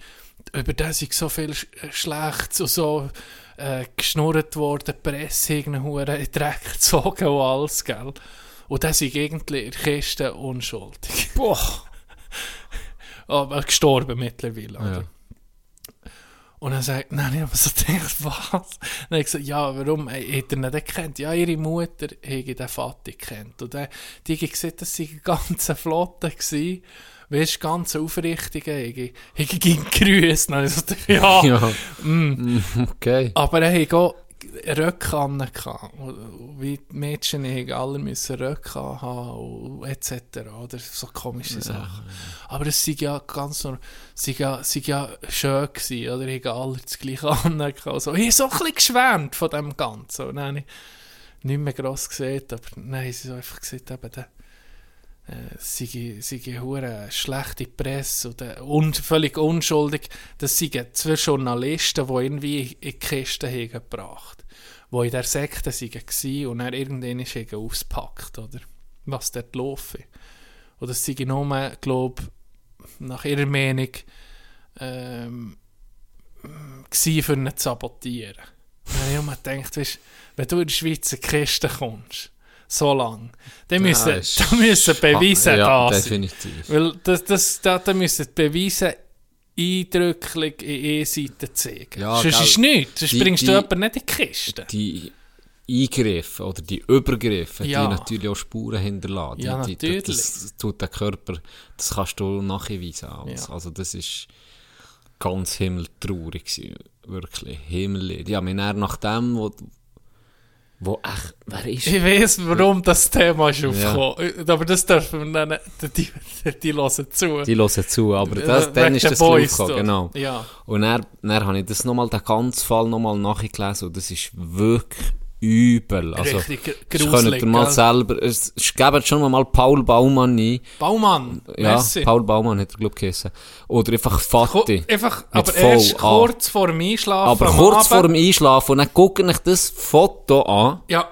[SPEAKER 5] über den sei so viel Sch äh, Schlechtes und so äh, geschnurrt worden, die Presse, irgendeinen Huren in den Dreck gezogen und alles, gell. Und der sei irgendwie in der Kiste unschuldig.
[SPEAKER 4] Boah.
[SPEAKER 5] Aber gestorben mittlerweile, oder?
[SPEAKER 4] Ja.
[SPEAKER 5] Und er sagt, nein, ich habe so gedacht, was? Dann ich gesagt, ja, warum hat er ihn denn kennt? Ja, ihre Mutter hätte den Vati kennt. Und der, die hat gesagt, das sei eine ganze Flotte gewesen. Weißt du, ganz aufrichtig, hätte ihn grüßt. Dann habe ich so gedacht, ja.
[SPEAKER 4] Ja.
[SPEAKER 5] Mm.
[SPEAKER 4] Okay.
[SPEAKER 5] Aber er hatte auch Röcke an. gehabt. Und- und Wie die Mädchen haben alle müssen Röcke haben und etc. Oder so komische Sachen. Aber es sei ja ganz normal, es sei ja, es sei ja schön gewesen, oder? Haben alle das gleiche an. gehabt. Also, ich habe so ein bisschen geschwärmt von dem Ganzen. Und dann habe ich nicht mehr gross gesehen, aber nein, sie haben einfach gesagt, eben der äh, sei, sei hure schlechte Presse oder un, völlig unschuldig. Das seien zwei Journalisten, die irgendwie in die Kiste haben gebracht die in der Sekte waren und dann irgendwann haben ausgepackt, oder? was dort laufe. Und das sei nur, glaube nach ihrer Meinung, ähm, gewesen, für ihn zu sabotieren. Dann habe ich immer gedacht, weißt, wenn du in die Schweizer Kiste kommst, so lange, dann müssen,
[SPEAKER 4] ist-
[SPEAKER 5] dann müssen Beweise
[SPEAKER 4] ja,
[SPEAKER 5] da sein.
[SPEAKER 4] definitiv.
[SPEAKER 5] Weil das, das, da, da müssen die Beweise eindrücklich in E-Seite zeigen.
[SPEAKER 4] Ja,
[SPEAKER 5] sonst
[SPEAKER 4] gell.
[SPEAKER 5] ist nichts, sonst
[SPEAKER 4] Die-
[SPEAKER 5] bringst
[SPEAKER 4] die-
[SPEAKER 5] du jemanden nicht in die Kiste.
[SPEAKER 4] Die Eingriffe oder die Übergriffe,
[SPEAKER 5] Ja.
[SPEAKER 4] die natürlich auch Spuren hinterlassen. Die-
[SPEAKER 5] Ja,
[SPEAKER 4] die,
[SPEAKER 5] natürlich.
[SPEAKER 4] Das tut der Körper, das kannst du nachweisen. Alles.
[SPEAKER 5] Ja.
[SPEAKER 4] Also das ist ganz himmeltraurig gewesen, wirklich. Himmel. Ja, mir dann nach dem, wo, wo echt, wer ist
[SPEAKER 5] Ich weiß, warum das Thema ist
[SPEAKER 4] Ja.
[SPEAKER 5] aufgekommen. Aber das dürfen wir nicht. Die, die, die hören zu.
[SPEAKER 4] Die hören zu, aber das,
[SPEAKER 5] Äh, Wegen
[SPEAKER 4] dann ist
[SPEAKER 5] den
[SPEAKER 4] das
[SPEAKER 5] Boys
[SPEAKER 4] aufgekommen,
[SPEAKER 5] dort.
[SPEAKER 4] genau.
[SPEAKER 5] Ja.
[SPEAKER 4] Und dann, dann habe ich das nochmal, den ganzen Fall nochmal nachgelesen und das ist wirklich übel. Also,
[SPEAKER 5] Richtig gr-
[SPEAKER 4] das
[SPEAKER 5] gruselig,
[SPEAKER 4] könnt ihr mal
[SPEAKER 5] gell?
[SPEAKER 4] selber, es, es gebt schon mal Paul Baumann ein.
[SPEAKER 5] Baumann,
[SPEAKER 4] Ja,
[SPEAKER 5] merci.
[SPEAKER 4] Paul Baumann hat er, glaube ich, geheißen. Oder einfach
[SPEAKER 5] Ko-
[SPEAKER 4] Fatti.
[SPEAKER 5] Einfach,
[SPEAKER 4] Mit
[SPEAKER 5] aber erst
[SPEAKER 4] V A.
[SPEAKER 5] kurz vor dem Einschlafen.
[SPEAKER 4] Aber
[SPEAKER 5] am
[SPEAKER 4] kurz vor dem
[SPEAKER 5] Abend.
[SPEAKER 4] Einschlafen und dann guckt euch das Foto an
[SPEAKER 5] Ja,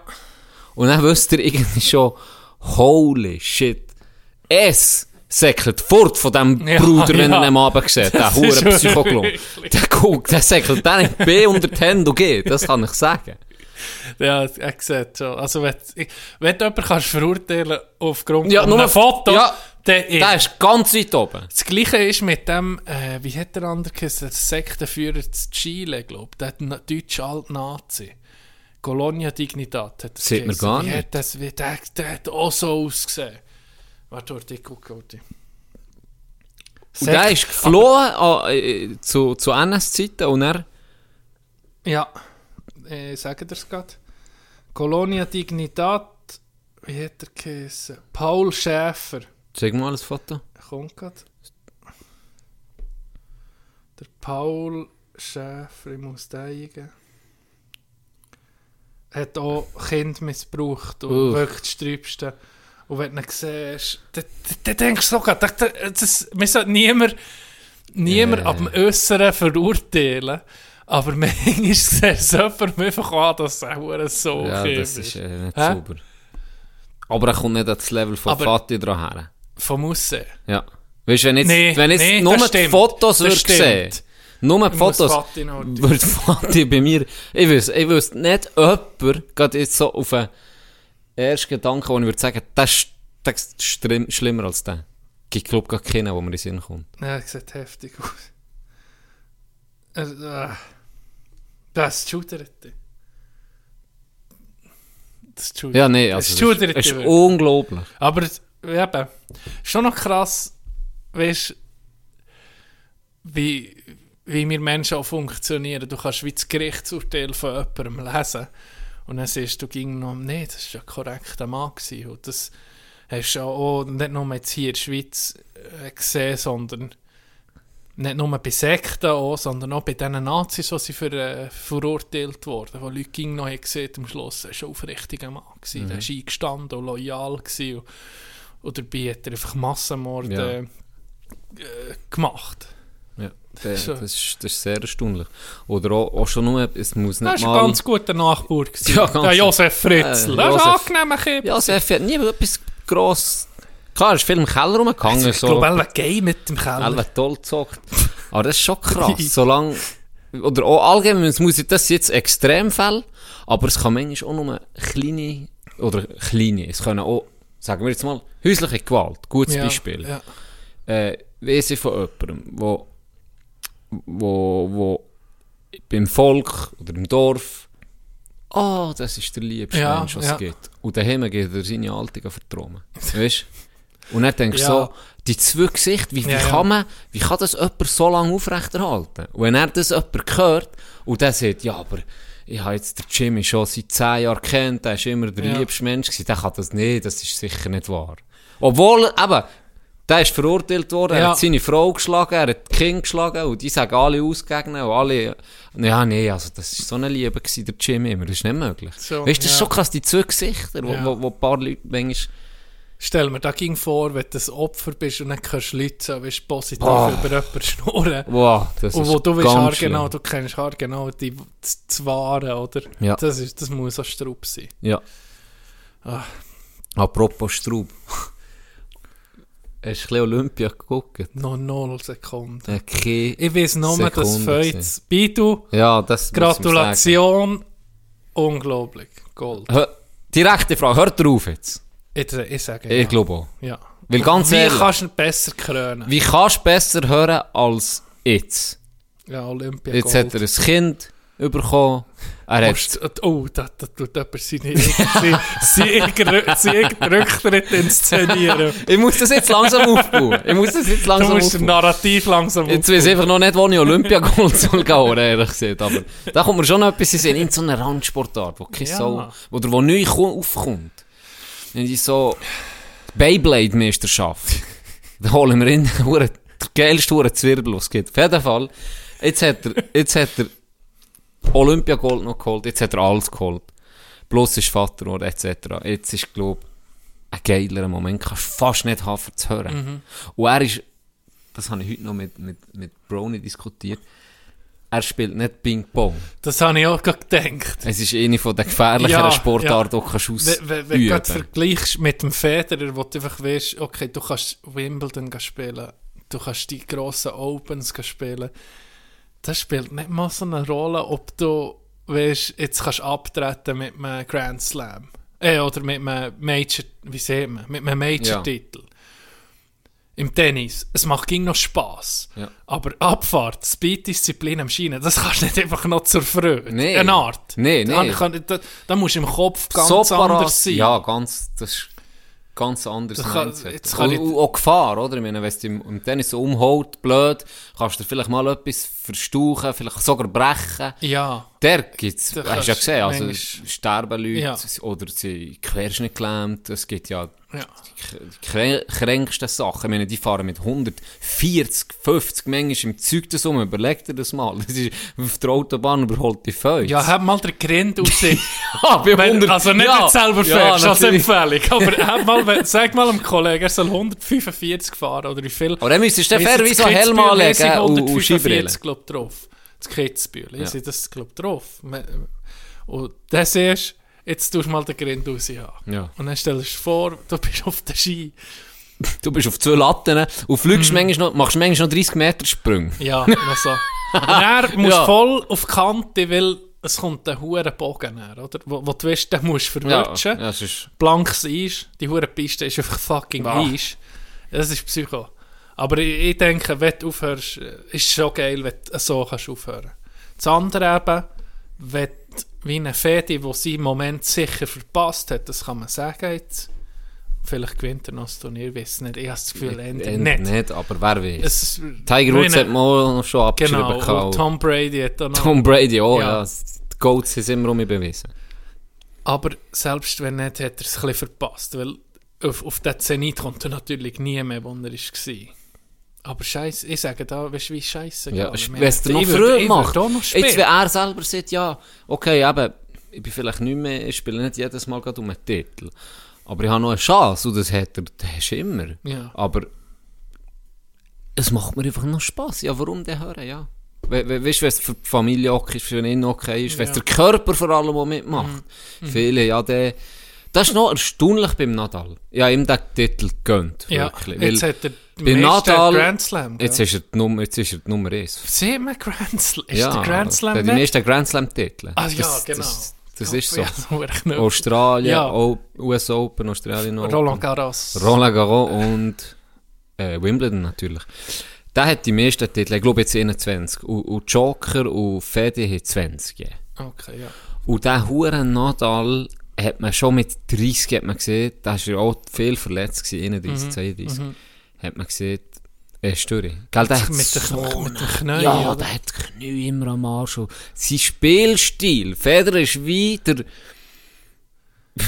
[SPEAKER 4] und dann wisst ihr irgendwie schon, holy shit, es säckelt fort von dem
[SPEAKER 5] Ja,
[SPEAKER 4] Bruder, wenn
[SPEAKER 5] ja.
[SPEAKER 4] er ihn am Abend sieht, der
[SPEAKER 5] Das
[SPEAKER 4] hure
[SPEAKER 5] ist
[SPEAKER 4] Psychoklon.
[SPEAKER 5] wirklich-
[SPEAKER 4] Der guckt, der säckelt, der nimmt B unter die Hände und geht, das kann ich sagen.
[SPEAKER 5] ja, er sieht schon. Also, wenn, ich- wenn du jemanden kannst verurteilen aufgrund
[SPEAKER 4] Ja,
[SPEAKER 5] von
[SPEAKER 4] nur-
[SPEAKER 5] einem Foto,
[SPEAKER 4] ja,
[SPEAKER 5] dann ist
[SPEAKER 4] Der ist ganz weit oben.
[SPEAKER 5] Das Gleiche ist mit dem, äh, wie hat der andere gesagt, der Sektenführer zu Chile, glaube ich, der na- deutsche Alt-Nazi. Colonia Dignitat hat das
[SPEAKER 4] Sieht mir
[SPEAKER 5] geheißen.
[SPEAKER 4] gar
[SPEAKER 5] wie
[SPEAKER 4] nicht.
[SPEAKER 5] Hat das, wie, der, der hat auch so ausgesehen. Warte, warte, ich gucke, warte.
[SPEAKER 4] Und der ist geflohen an, äh, zu, zu NS-Zeiten und er,
[SPEAKER 5] Ja, äh, sagen das gerade. Colonia Dignitat, wie hat er geheißen? Paul Schäfer.
[SPEAKER 4] zeig mal das Foto.
[SPEAKER 5] Kommt grad. Der Paul Schäfer, ich muss den eingeben. Hat auch Kind missbraucht und
[SPEAKER 4] Uff.
[SPEAKER 5] wirklich das Sträubste. Und wenn du ihn siehst, dann- dann dann denkst du sogar, das, das, wir sollten niemand, niemand
[SPEAKER 4] Äh.
[SPEAKER 5] ab dem Äußeren verurteilen. Aber manchmal siehst du jemandem einfach an, dass er verdammt so
[SPEAKER 4] Ja,
[SPEAKER 5] Kind
[SPEAKER 4] das ist äh, nicht
[SPEAKER 5] Hä?
[SPEAKER 4] sauber. Aber er kommt nicht an das Level von
[SPEAKER 5] Aber-
[SPEAKER 4] Fatih dran her.
[SPEAKER 5] Vom Aussehen.
[SPEAKER 4] Ja. Weißt du, wenn jetzt,
[SPEAKER 5] Nee,
[SPEAKER 4] wenn jetzt
[SPEAKER 5] nee,
[SPEAKER 4] nur
[SPEAKER 5] das
[SPEAKER 4] die
[SPEAKER 5] stimmt.
[SPEAKER 4] Fotos
[SPEAKER 5] Das
[SPEAKER 4] würdest sehen,
[SPEAKER 5] stimmt.
[SPEAKER 4] nur die
[SPEAKER 5] Ich muss
[SPEAKER 4] Fotos,
[SPEAKER 5] Fatih noch-
[SPEAKER 4] würde Fatih bei mir, ich wüsste, ich wüsste nicht, jemand, gerade jetzt so auf den ersten Gedanken, wo ich würde sagen, das ist, das ist schlimm, schlimmer als der. Ich glaube gar keinen, wo mir in den Sinn kommt.
[SPEAKER 5] Ja, das sieht heftig aus. Also, ah. Das schudert dich. Das schudert
[SPEAKER 4] Ja, nee,
[SPEAKER 5] Das
[SPEAKER 4] also, das ist, das
[SPEAKER 5] schudert dich
[SPEAKER 4] ist
[SPEAKER 5] wirklich.
[SPEAKER 4] unglaublich.
[SPEAKER 5] Aber es- eben, schon noch krass, weißt wie, wie wir Menschen auch funktionieren. Du kannst wie das Gerichtsurteil von jemandem lesen und dann siehst du, ging noch, nee, das ist ja ein korrekter Mann gewesen. Und das hast du ja auch nicht nur jetzt hier in der Schweiz äh, gesehen, sondern nicht nur bei Sekten auch, sondern auch bei diesen Nazis, die sie für, äh, verurteilt wurden, wo Leute ging noch haben gesehen am Schluss, er war ein aufrichtiger Mann, gewesen, der war eingestanden und loyal gewesen, und, und dabei hat er einfach Massenmorde
[SPEAKER 4] Ja.
[SPEAKER 5] äh, äh, gemacht.
[SPEAKER 4] Ja, das,
[SPEAKER 5] So.
[SPEAKER 4] das, ist, das ist sehr erstaunlich. Oder auch, auch schon nur, es muss nicht
[SPEAKER 5] Das war
[SPEAKER 4] mal...
[SPEAKER 5] ein ganz guter Nachbar, gewesen,
[SPEAKER 4] Ja, ganz-
[SPEAKER 5] der Josef Fritzl,
[SPEAKER 4] Äh,
[SPEAKER 5] der war
[SPEAKER 4] Josef.
[SPEAKER 5] angenehm,
[SPEAKER 4] ja, Seffi hat nie etwas gross Klar, ist viel im Keller rumgehangen.
[SPEAKER 5] Ich
[SPEAKER 4] So.
[SPEAKER 5] glaube, alle gehen mit dem Keller.
[SPEAKER 4] Alle toll gezockt. Aber das ist schon krass. Solange, oder auch allgemein, es muss, das sind jetzt Extremfälle, aber es kann manchmal auch nur kleine, oder kleine, es können auch, sagen wir jetzt mal, häusliche Gewalt, gutes
[SPEAKER 5] Ja,
[SPEAKER 4] Beispiel.
[SPEAKER 5] ja.
[SPEAKER 4] Äh, weiss ich von jemandem, wo, wo, wo beim Volk oder im Dorf, ah, das ist der liebste
[SPEAKER 5] Ja,
[SPEAKER 4] Mensch, was
[SPEAKER 5] ja.
[SPEAKER 4] es gibt. Und daheim geht er seine Alte vertrauen. Weißt du? Und dann denkst du
[SPEAKER 5] Ja.
[SPEAKER 4] so, die zwei Gesichter, wie, wie,
[SPEAKER 5] Ja, ja.
[SPEAKER 4] Kann Ah, man, wie kann das jemand so lange aufrechterhalten? Und wenn er das jemand hört und der sagt, ja, aber ich habe jetzt den Jimmy schon seit 10 Jahren kennt, der war immer der
[SPEAKER 5] Ja.
[SPEAKER 4] liebste Mensch, gewesen, der kann das nicht, das ist sicher nicht wahr. Obwohl, eben, der ist verurteilt worden, er
[SPEAKER 5] Ja.
[SPEAKER 4] hat seine Frau geschlagen, er hat die Kinder geschlagen und die sagen alle ausgegner und alle, ja, nee, also das war so eine Liebe, gewesen, der Jimmy immer, das ist nicht möglich.
[SPEAKER 5] So,
[SPEAKER 4] weißt du, das ist
[SPEAKER 5] ja.
[SPEAKER 4] schon krass, die zwei Gesichter, wo,
[SPEAKER 5] Ja.
[SPEAKER 4] wo, wo ein paar Leute manchmal
[SPEAKER 5] Stell mir, da ging vor, wenn du ein Opfer bist und dann kannst du Leute so weißt, du, positiv
[SPEAKER 4] Boah.
[SPEAKER 5] über jemanden schnurren.
[SPEAKER 4] Wow, das
[SPEAKER 5] Und
[SPEAKER 4] ist
[SPEAKER 5] wo du
[SPEAKER 4] ganz
[SPEAKER 5] weißt, genau,
[SPEAKER 4] schlimm.
[SPEAKER 5] du kennst genau die, das, das Wahre, oder?
[SPEAKER 4] Ja.
[SPEAKER 5] Das, ist, das muss auch Strupp sein.
[SPEAKER 4] Ja.
[SPEAKER 5] Ah.
[SPEAKER 4] Apropos Straub. Hast du ein bisschen Olympia geguckt?
[SPEAKER 5] Noch 0 Sekunden.
[SPEAKER 4] Okay.
[SPEAKER 5] Ich weiß nur, dass
[SPEAKER 4] Sekunden
[SPEAKER 5] Feuz
[SPEAKER 4] gewesen.
[SPEAKER 5] Bidu,
[SPEAKER 4] Ja, das muss man sagen.
[SPEAKER 5] Gratulation, unglaublich, Gold.
[SPEAKER 4] Hör- Direkte Frage, hört drauf jetzt.
[SPEAKER 5] Ich, ich sage
[SPEAKER 4] Ich
[SPEAKER 5] ja.
[SPEAKER 4] glaube auch.
[SPEAKER 5] ja.
[SPEAKER 4] Weil ganz
[SPEAKER 5] Wie
[SPEAKER 4] ehrlich,
[SPEAKER 5] kannst du ihn besser krönen?
[SPEAKER 4] wie kannst du besser hören als jetzt?
[SPEAKER 5] Ja, Olympia
[SPEAKER 4] Jetzt
[SPEAKER 5] Gold.
[SPEAKER 4] hat er ein Kind bekommen. Er hat...
[SPEAKER 5] Musst- Oh, da, da tut jemand seine Siegrücktritt inszenieren.
[SPEAKER 4] Ich muss das jetzt langsam aufbauen. Ich muss das jetzt
[SPEAKER 5] Du
[SPEAKER 4] langsam
[SPEAKER 5] musst das
[SPEAKER 4] aufbauen.
[SPEAKER 5] Narrativ langsam
[SPEAKER 4] Jetzt weiß ich einfach noch nicht, wo ich Olympia Gold soll gehen, oder, ehrlich gesagt. Aber da kommt mir schon noch etwas in den Sinn. in so einer Randsportart, wo kein
[SPEAKER 5] Ja.
[SPEAKER 4] Sau, oder wo neu ko- aufkommt. Wenn ich so die Beyblade-Meisterschaft, da holen wir in den geilsten Huren Zwirbel, was es gibt. Auf jeden Fall, jetzt hat er, jetzt hat er Olympia Gold noch geholt, jetzt hat er alles geholt. Plus ist Vater oder etc. Jetzt ist, glaube ich, ein geiler Moment, kannst du fast nicht haben, um zu hören. Und er ist das habe ich heute noch mit, mit, mit Brownie diskutiert. Er spielt nicht Ping-Pong.
[SPEAKER 5] Das habe ich auch gerade gedacht.
[SPEAKER 4] Es ist eine von den gefährlicheren
[SPEAKER 5] Ja,
[SPEAKER 4] Sportarten,
[SPEAKER 5] ja.
[SPEAKER 4] die kannst du
[SPEAKER 5] Wenn wenn- wenn du
[SPEAKER 4] ausüben
[SPEAKER 5] gerade vergleichst mit dem Federer, wo du einfach weißt, okay, du kannst Wimbledon gehen spielen, du kannst die grossen Opens gehen spielen, das spielt nicht mal so eine Rolle, ob du weißt, jetzt kannst du abtreten mit einem Grand Slam. Äh, oder mit einem Major, wie sieht man, mit einem Major-Titel. Im Tennis, es macht ging noch Spass.
[SPEAKER 4] Ja.
[SPEAKER 5] Aber Abfahrt, Speed-Disziplin am Schienen, das kannst du nicht einfach noch zur Freude.
[SPEAKER 4] Nee.
[SPEAKER 5] Eine Art.
[SPEAKER 4] Nee, nee.
[SPEAKER 5] Da, kann, da, da musst du im Kopf ganz
[SPEAKER 4] parat-
[SPEAKER 5] anders sein.
[SPEAKER 4] Ja, ganz, das ist ganz anders.
[SPEAKER 5] Das kann-
[SPEAKER 4] Mindset.
[SPEAKER 5] jetzt kann
[SPEAKER 4] und,
[SPEAKER 5] ich-
[SPEAKER 4] und auch Gefahr, oder? Ich meine, wenn es dich im, im Tennis so umhaut, blöd, kannst du dir vielleicht mal etwas verstauchen, vielleicht sogar brechen.
[SPEAKER 5] Ja.
[SPEAKER 4] Der gibt's,
[SPEAKER 5] Da
[SPEAKER 4] hast du ja
[SPEAKER 5] kannst
[SPEAKER 4] gesehen, also
[SPEAKER 5] manchmal-
[SPEAKER 4] sterben Leute
[SPEAKER 5] Ja.
[SPEAKER 4] oder sie querschnitt gelähmt, es gibt ja
[SPEAKER 5] Ja.
[SPEAKER 4] die krä- kränksten Sachen. Ich meine, die fahren mit 140, 50 manchmal im Zeug das um, überleg dir das mal. Das ist auf der Autobahn überholt die Feuer.
[SPEAKER 5] Ja, hab mal den Grind auf sich.
[SPEAKER 4] ah, bei
[SPEAKER 5] Wenn,
[SPEAKER 4] 100
[SPEAKER 5] also nicht jetzt selber fährst, also als
[SPEAKER 4] natürlich.
[SPEAKER 5] Empfehlung. Aber hab mal, wenn- sag mal dem Kollegen, er soll 145 fahren oder wie viel.
[SPEAKER 4] Aber dann müsstest du
[SPEAKER 5] Weiss
[SPEAKER 4] fair
[SPEAKER 5] ich,
[SPEAKER 4] wie so
[SPEAKER 5] das
[SPEAKER 4] Helm
[SPEAKER 5] Kitzbühel
[SPEAKER 4] anlegen
[SPEAKER 5] lese ich
[SPEAKER 4] und, und
[SPEAKER 5] 145,
[SPEAKER 4] Skibrille.
[SPEAKER 5] glaub ich, drauf. Das Kitzbühel,
[SPEAKER 4] Ja.
[SPEAKER 5] ich sehe das, glaub ich, drauf. Und dann siehst du, jetzt tust du mal den Grind raus. Ja.
[SPEAKER 4] Ja.
[SPEAKER 5] Und dann stellst du dir vor, du bist auf der Ski.
[SPEAKER 4] Du bist auf zwei Latten ne? und
[SPEAKER 5] Mhm.
[SPEAKER 4] fliegst manchmal noch, machst manchmal noch 30 Meter Sprünge.
[SPEAKER 5] Ja, noch so. Und er muss
[SPEAKER 4] also. Ja.
[SPEAKER 5] voll auf die Kante, weil es kommt der hure Bogen her, oder? Wo, wo du weißt, den musst du verwirtschen.
[SPEAKER 4] ja, sonst-
[SPEAKER 5] Blanks Eis, die hure Piste ist einfach fucking
[SPEAKER 4] Bah.
[SPEAKER 5] Eis. Das ist Psycho. Aber ich, ich denke, wenn du aufhörst, äh, ist es schon geil, wenn du so kannst aufhören Das andere eben, wenn du wie eine Fede, die seinen Moment sicher verpasst hat, das kann man sagen jetzt. Vielleicht gewinnt er noch das Turnier, weiss nicht. Ich habe das Gefühl, er
[SPEAKER 4] Äh,
[SPEAKER 5] nicht.
[SPEAKER 4] nicht, aber wer weiß.
[SPEAKER 5] Es,
[SPEAKER 4] Tiger Woods
[SPEAKER 5] wie
[SPEAKER 4] hat
[SPEAKER 5] eine-
[SPEAKER 4] mal noch schon abgeschrieben.
[SPEAKER 5] Genau, und
[SPEAKER 4] gehabt.
[SPEAKER 5] Tom Brady hat da noch.
[SPEAKER 4] Tom Brady, oh ja.
[SPEAKER 5] Ja.
[SPEAKER 4] Die Goats sind immer um mich bewiesen.
[SPEAKER 5] Aber selbst wenn nicht, hat er es ein bisschen verpasst, weil auf, auf den Zenit kommt er natürlich nie mehr, wo er war. Aber scheiße, ich sage da, weißt du, wie scheiße
[SPEAKER 4] Ja, wenn es dir noch Freude macht. Jetzt, wenn er selber sagt, ja, okay, eben, ich bin vielleicht nicht mehr, ich spiele nicht jedes Mal gerade um einen Titel. Aber ich habe noch eine Chance und das hat er, das hast du immer.
[SPEAKER 5] Ja.
[SPEAKER 4] Aber es macht mir einfach noch Spass. Ja, warum denn hören, ja. We- we- Weißt du, wenn es für die Familie okay ist, für ihn okay ist, wenn es
[SPEAKER 5] Ja. Mhm.
[SPEAKER 4] der Körper vor allem auch mitmacht. Viele, ja, der, Das ist noch erstaunlich beim Nadal. Ja, ihm den Titel gönnt.
[SPEAKER 5] Ja,
[SPEAKER 4] Wirklich. Weil
[SPEAKER 5] jetzt hat er
[SPEAKER 4] bei Nadal,
[SPEAKER 5] Grand Slam.
[SPEAKER 4] Jetzt ist er die Nummer, jetzt ist er die Nummer 1.
[SPEAKER 5] Sieht man Grand Slam? Ist der Grand Slam
[SPEAKER 4] Der
[SPEAKER 5] weg?
[SPEAKER 4] die meisten Grand Slam-Titel.
[SPEAKER 5] Ah, ja, genau.
[SPEAKER 4] Das, das ist so.
[SPEAKER 5] Ja, so echt nicht.
[SPEAKER 4] Australien,
[SPEAKER 5] Ja.
[SPEAKER 4] O- US Open, Australien Open.
[SPEAKER 5] Roland Garros.
[SPEAKER 4] Roland Garros und äh, Wimbledon natürlich. Der hat die meisten Titel, ich glaube jetzt 21. Und, und Joker und Fede haben 20. gegeben.
[SPEAKER 5] okay, ja.
[SPEAKER 4] Und der Huren Nadal hat man schon mit 30 hat man gesehen, da war ja auch viel verletzt, gewesen, 31,
[SPEAKER 5] Mhm.
[SPEAKER 4] 32. Hat man gesehen, er ist durch. Gell, der hat
[SPEAKER 5] Mit dem
[SPEAKER 4] so
[SPEAKER 5] Knie- mit
[SPEAKER 4] einen-
[SPEAKER 5] dem Knie,
[SPEAKER 4] Ja,
[SPEAKER 5] oder?
[SPEAKER 4] der hat die Knie immer am Arsch. und Sein Spielstil, Federer ist wie der...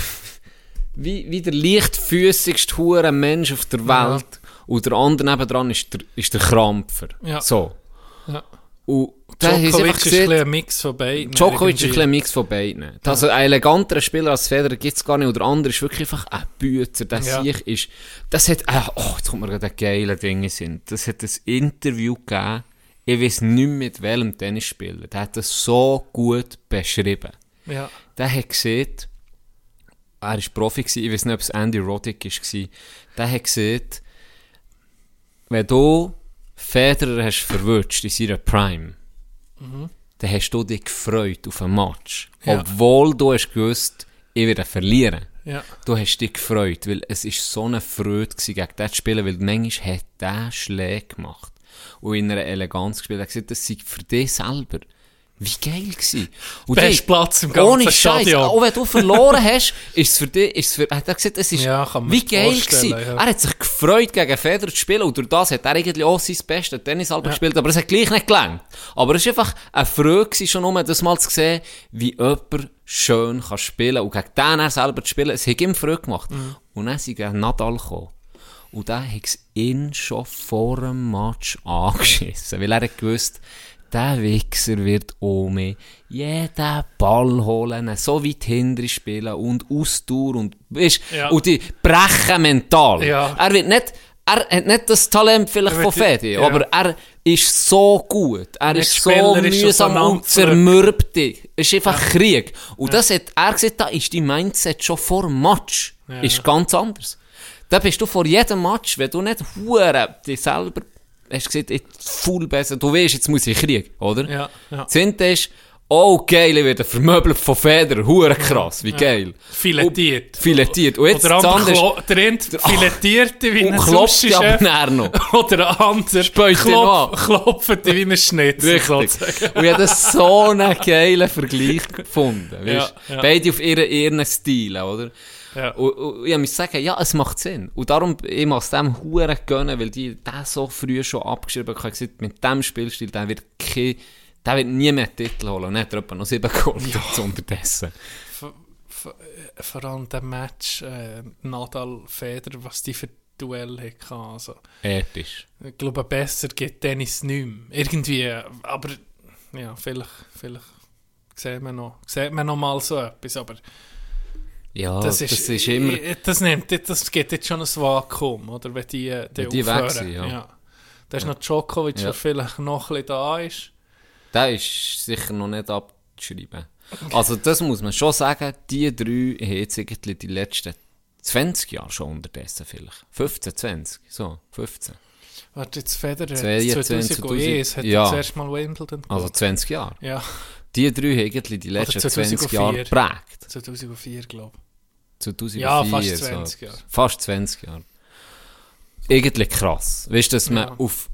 [SPEAKER 4] wie, wie der leichtfüßigste hure Mensch auf der Welt. Und der andere nebendran ist der, ist der Krampfer.
[SPEAKER 5] Ja.
[SPEAKER 4] So.
[SPEAKER 5] Ja.
[SPEAKER 4] Und der hat
[SPEAKER 5] Djokovic
[SPEAKER 4] einfach
[SPEAKER 5] ist ein bisschen
[SPEAKER 4] gesehen,
[SPEAKER 5] ein Mix von beiden.
[SPEAKER 4] Djokovic ist ein
[SPEAKER 5] irgendwie.
[SPEAKER 4] bisschen ein Mix von beiden. Also einen eleganteren Spieler als Federer gibt es gar nicht. Und der andere ist wirklich einfach ein Bützer. Der
[SPEAKER 5] Ja.
[SPEAKER 4] Sieg ist... Das hat... ah, Oh, jetzt kommt mir gerade ein geiler Ding sind. Das hat ein Interview gegeben. Ich weiß nicht mehr, mit welchem Tennisspieler. Der hat das so gut beschrieben.
[SPEAKER 5] Ja.
[SPEAKER 4] Der hat gesehen... Er war Profi, gewesen, ich weiß nicht, ob es Andy Roddick war. Der hat gesehen... Wenn du Federer hast verwünscht in seiner Prime... dann hast du dich gefreut auf einen Match.
[SPEAKER 5] Ja.
[SPEAKER 4] Obwohl du hast gewusst, ich werde verlieren.
[SPEAKER 5] Ja.
[SPEAKER 4] Du hast dich gefreut, weil es ist so eine Freude gewesen, gegen den zu spielen, weil manchmal hat der Schläge gemacht und in einer Eleganz gespielt. Er hat gesagt, das sei für dich selber. Wie geil gewesen. Und
[SPEAKER 5] Best
[SPEAKER 4] die-
[SPEAKER 5] Platz im ganzen
[SPEAKER 4] Ohne Scheiß.
[SPEAKER 5] Stadion.
[SPEAKER 4] Auch wenn du verloren hast, ist es für dich, ist es für, hat er gesagt, es ist
[SPEAKER 5] Ja, kann man
[SPEAKER 4] wie
[SPEAKER 5] sich
[SPEAKER 4] geil gewesen.
[SPEAKER 5] vorstellen, ja.
[SPEAKER 4] Er hat sich gefreut, gegen Federer zu spielen und durch das hat er eigentlich auch sein bestes Tennis halber gespielt, aber es hat gleich nicht gelangt. Aber es war einfach eine Freude gewesen, schon um das mal zu sehen, wie jemand schön kann spielen und gegen den er selber zu spielen, es hat ihm Freude gemacht. Und dann sind gegen Nadal gekommen. Und dann hat es ihn schon vor dem Match angeschissen, weil er hat gewusst, der Wichser wird ohne jeden Ball holen, ihn so weit hinten spielen und Ausdauer und, weisst,
[SPEAKER 5] Ja.
[SPEAKER 4] und die brechen mental.
[SPEAKER 5] Ja.
[SPEAKER 4] Er wird nicht, er hat nicht das Talent vielleicht
[SPEAKER 5] Er
[SPEAKER 4] von
[SPEAKER 5] wird-
[SPEAKER 4] Fedi,
[SPEAKER 5] ja.
[SPEAKER 4] aber er ist so gut. Er ist so
[SPEAKER 5] spielerisch
[SPEAKER 4] mühsam und
[SPEAKER 5] auseinandergerückt.
[SPEAKER 4] zermürbt. Es ist einfach Krieg. Und das hat er gesagt, da ist die Mindset schon vor dem Match.
[SPEAKER 5] Ja.
[SPEAKER 4] Ist ganz anders. Da bist du vor jedem Match, wenn du nicht hure dich selber hast gesagt, ich voll besser. Du weißt, jetzt muss ich Krieg, oder?
[SPEAKER 5] Ja, ja.
[SPEAKER 4] Zint ist, oh geil, ich werde vermöbelt von Feder, hure krass, wie geil.
[SPEAKER 5] Filetiert.
[SPEAKER 4] Und- Filetiert. Und jetzt
[SPEAKER 5] Oder
[SPEAKER 4] das
[SPEAKER 5] andere
[SPEAKER 4] andere ist-
[SPEAKER 5] klo- der eine filetiert wie
[SPEAKER 4] und
[SPEAKER 5] ein
[SPEAKER 4] klopft dich aber
[SPEAKER 5] Sushi-Chef.
[SPEAKER 4] nachher noch.
[SPEAKER 5] Oder der andere
[SPEAKER 4] Späut ihn
[SPEAKER 5] klopf-
[SPEAKER 4] an.
[SPEAKER 5] klopft dich wie ein Schnitzel. sozusagen.
[SPEAKER 4] Richtig. Und ich habe das so einen geilen Vergleich gefunden. Weißt?
[SPEAKER 5] Ja, ja.
[SPEAKER 4] Beide auf ihren, ihren Stil, oder?
[SPEAKER 5] Ja.
[SPEAKER 4] Und, und ich muss sagen, ja, es macht Sinn. Und darum, ich muss dem Huren gönnen, weil die den so früh schon abgeschrieben haben. Ich habe gesagt, mit dem Spielstil, der wird kein, der wird nie mehr einen Titel holen. Und dann hat er etwa noch sieben geholt jetzt unterdessen.
[SPEAKER 5] Vor allem der Match äh, Nadal-Feder, was die für Duell hatten. Also,
[SPEAKER 4] Episch.
[SPEAKER 5] ich glaube, besser geht Tennis nicht mehr. Irgendwie, äh, aber ja, vielleicht, vielleicht sieht man noch, sieht man noch mal so etwas, aber
[SPEAKER 4] Ja,
[SPEAKER 5] das ist,
[SPEAKER 4] Also, immer...
[SPEAKER 5] i- i- Das, nimmt, das geht jetzt schon ein Vakuum, oder? Wenn die, äh, die,
[SPEAKER 4] Wenn die weg
[SPEAKER 5] aufhören.
[SPEAKER 4] sind, ja.
[SPEAKER 5] Da ist noch Djokovic,
[SPEAKER 4] Ja.
[SPEAKER 5] der vielleicht noch ein bisschen da ist.
[SPEAKER 4] Der ist sicher noch nicht abzuschreiben. Also das muss man schon sagen, die drei haben jetzt irgendwie die letzten 20 Jahre schon unterdessen vielleicht. 15, 20, so, 15.
[SPEAKER 5] Warte, jetzt Federer
[SPEAKER 4] 22,
[SPEAKER 5] 2001 hat
[SPEAKER 4] ja.
[SPEAKER 5] ja. das erste Mal Wimbledon
[SPEAKER 4] Also
[SPEAKER 5] gewonnen.
[SPEAKER 4] 20 Jahre.
[SPEAKER 5] Ja,
[SPEAKER 4] Die drei haben irgendwie die letzten 20
[SPEAKER 5] 2004.
[SPEAKER 4] Jahre geprägt.
[SPEAKER 5] 2004, glaube
[SPEAKER 4] 2004,
[SPEAKER 5] Ja, fast
[SPEAKER 4] so
[SPEAKER 5] 20 Jahre.
[SPEAKER 4] Fast 20 Jahre. Irgendwie krass. Weißt du, dass man
[SPEAKER 5] Ja.
[SPEAKER 4] auf,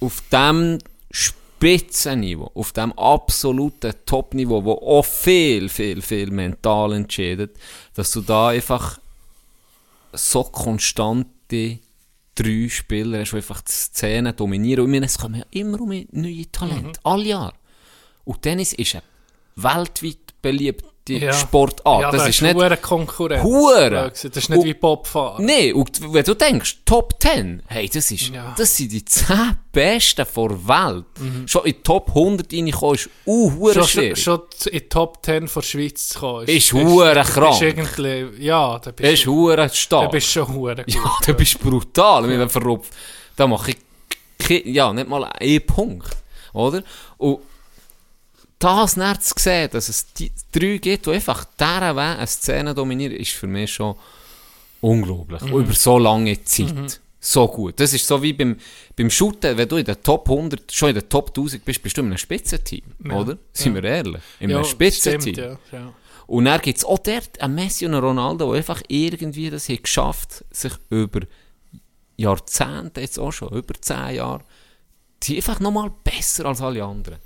[SPEAKER 4] auf dem Spitzenniveau, auf dem absoluten Top-Niveau, wo auch viel, viel, viel mental entscheidet, dass du da einfach so konstante drei Spieler hast, die einfach die Szene dominieren. Und ich meine, es kommen ja immer um neue Talente.
[SPEAKER 5] Mhm.
[SPEAKER 4] Alle Jahre. Und Tennis ist eine weltweit beliebte
[SPEAKER 5] ich. Ja.
[SPEAKER 4] Sportart.
[SPEAKER 5] Ja,
[SPEAKER 4] das ist nicht...
[SPEAKER 5] Hure Konkurrenz.
[SPEAKER 4] Hure.
[SPEAKER 5] Das ist nicht
[SPEAKER 4] Und-
[SPEAKER 5] wie Bobfahren.
[SPEAKER 4] Nee, und d- wenn du denkst, Top 10, hey, das ist,
[SPEAKER 5] Ja. Mhm.
[SPEAKER 4] das sind die 10 Besten der Welt. Schon in die Top 100 reinkommen ist uhuere
[SPEAKER 5] Schon, schon,
[SPEAKER 4] schwierig.
[SPEAKER 5] schon in die Top 10 von der Schweiz zu kommen.
[SPEAKER 4] Ist hure krank.
[SPEAKER 5] Ist irgendwie, ja, da bist
[SPEAKER 4] Ist
[SPEAKER 5] du
[SPEAKER 4] hure
[SPEAKER 5] da
[SPEAKER 4] stark.
[SPEAKER 5] bist du schon hure gut.
[SPEAKER 4] Ja, du bist brutal. Ich bin verrupft. Da mache ich, ke- ja, nicht mal einen Punkt. Oder? Und das nicht zu sehen, dass es die drei gibt, die einfach dieser Weg eine Szene dominieren, ist für mich schon unglaublich.
[SPEAKER 5] Mhm.
[SPEAKER 4] Über so lange Zeit. So gut. Das ist so wie beim, beim Shooten, wenn du in der Top 100, schon in der Top 1000 bist, bist du in einem Spitzenteam, oder? Sind wir ehrlich? In einem Spitzenteam.
[SPEAKER 5] stimmt, ja, ja.
[SPEAKER 4] Und dann gibt es auch dort einen Messi und einen Ronaldo, die einfach irgendwie das haben geschafft, sich über Jahrzehnte, jetzt auch schon, über zehn Jahre, die einfach nochmal besser als alle anderen.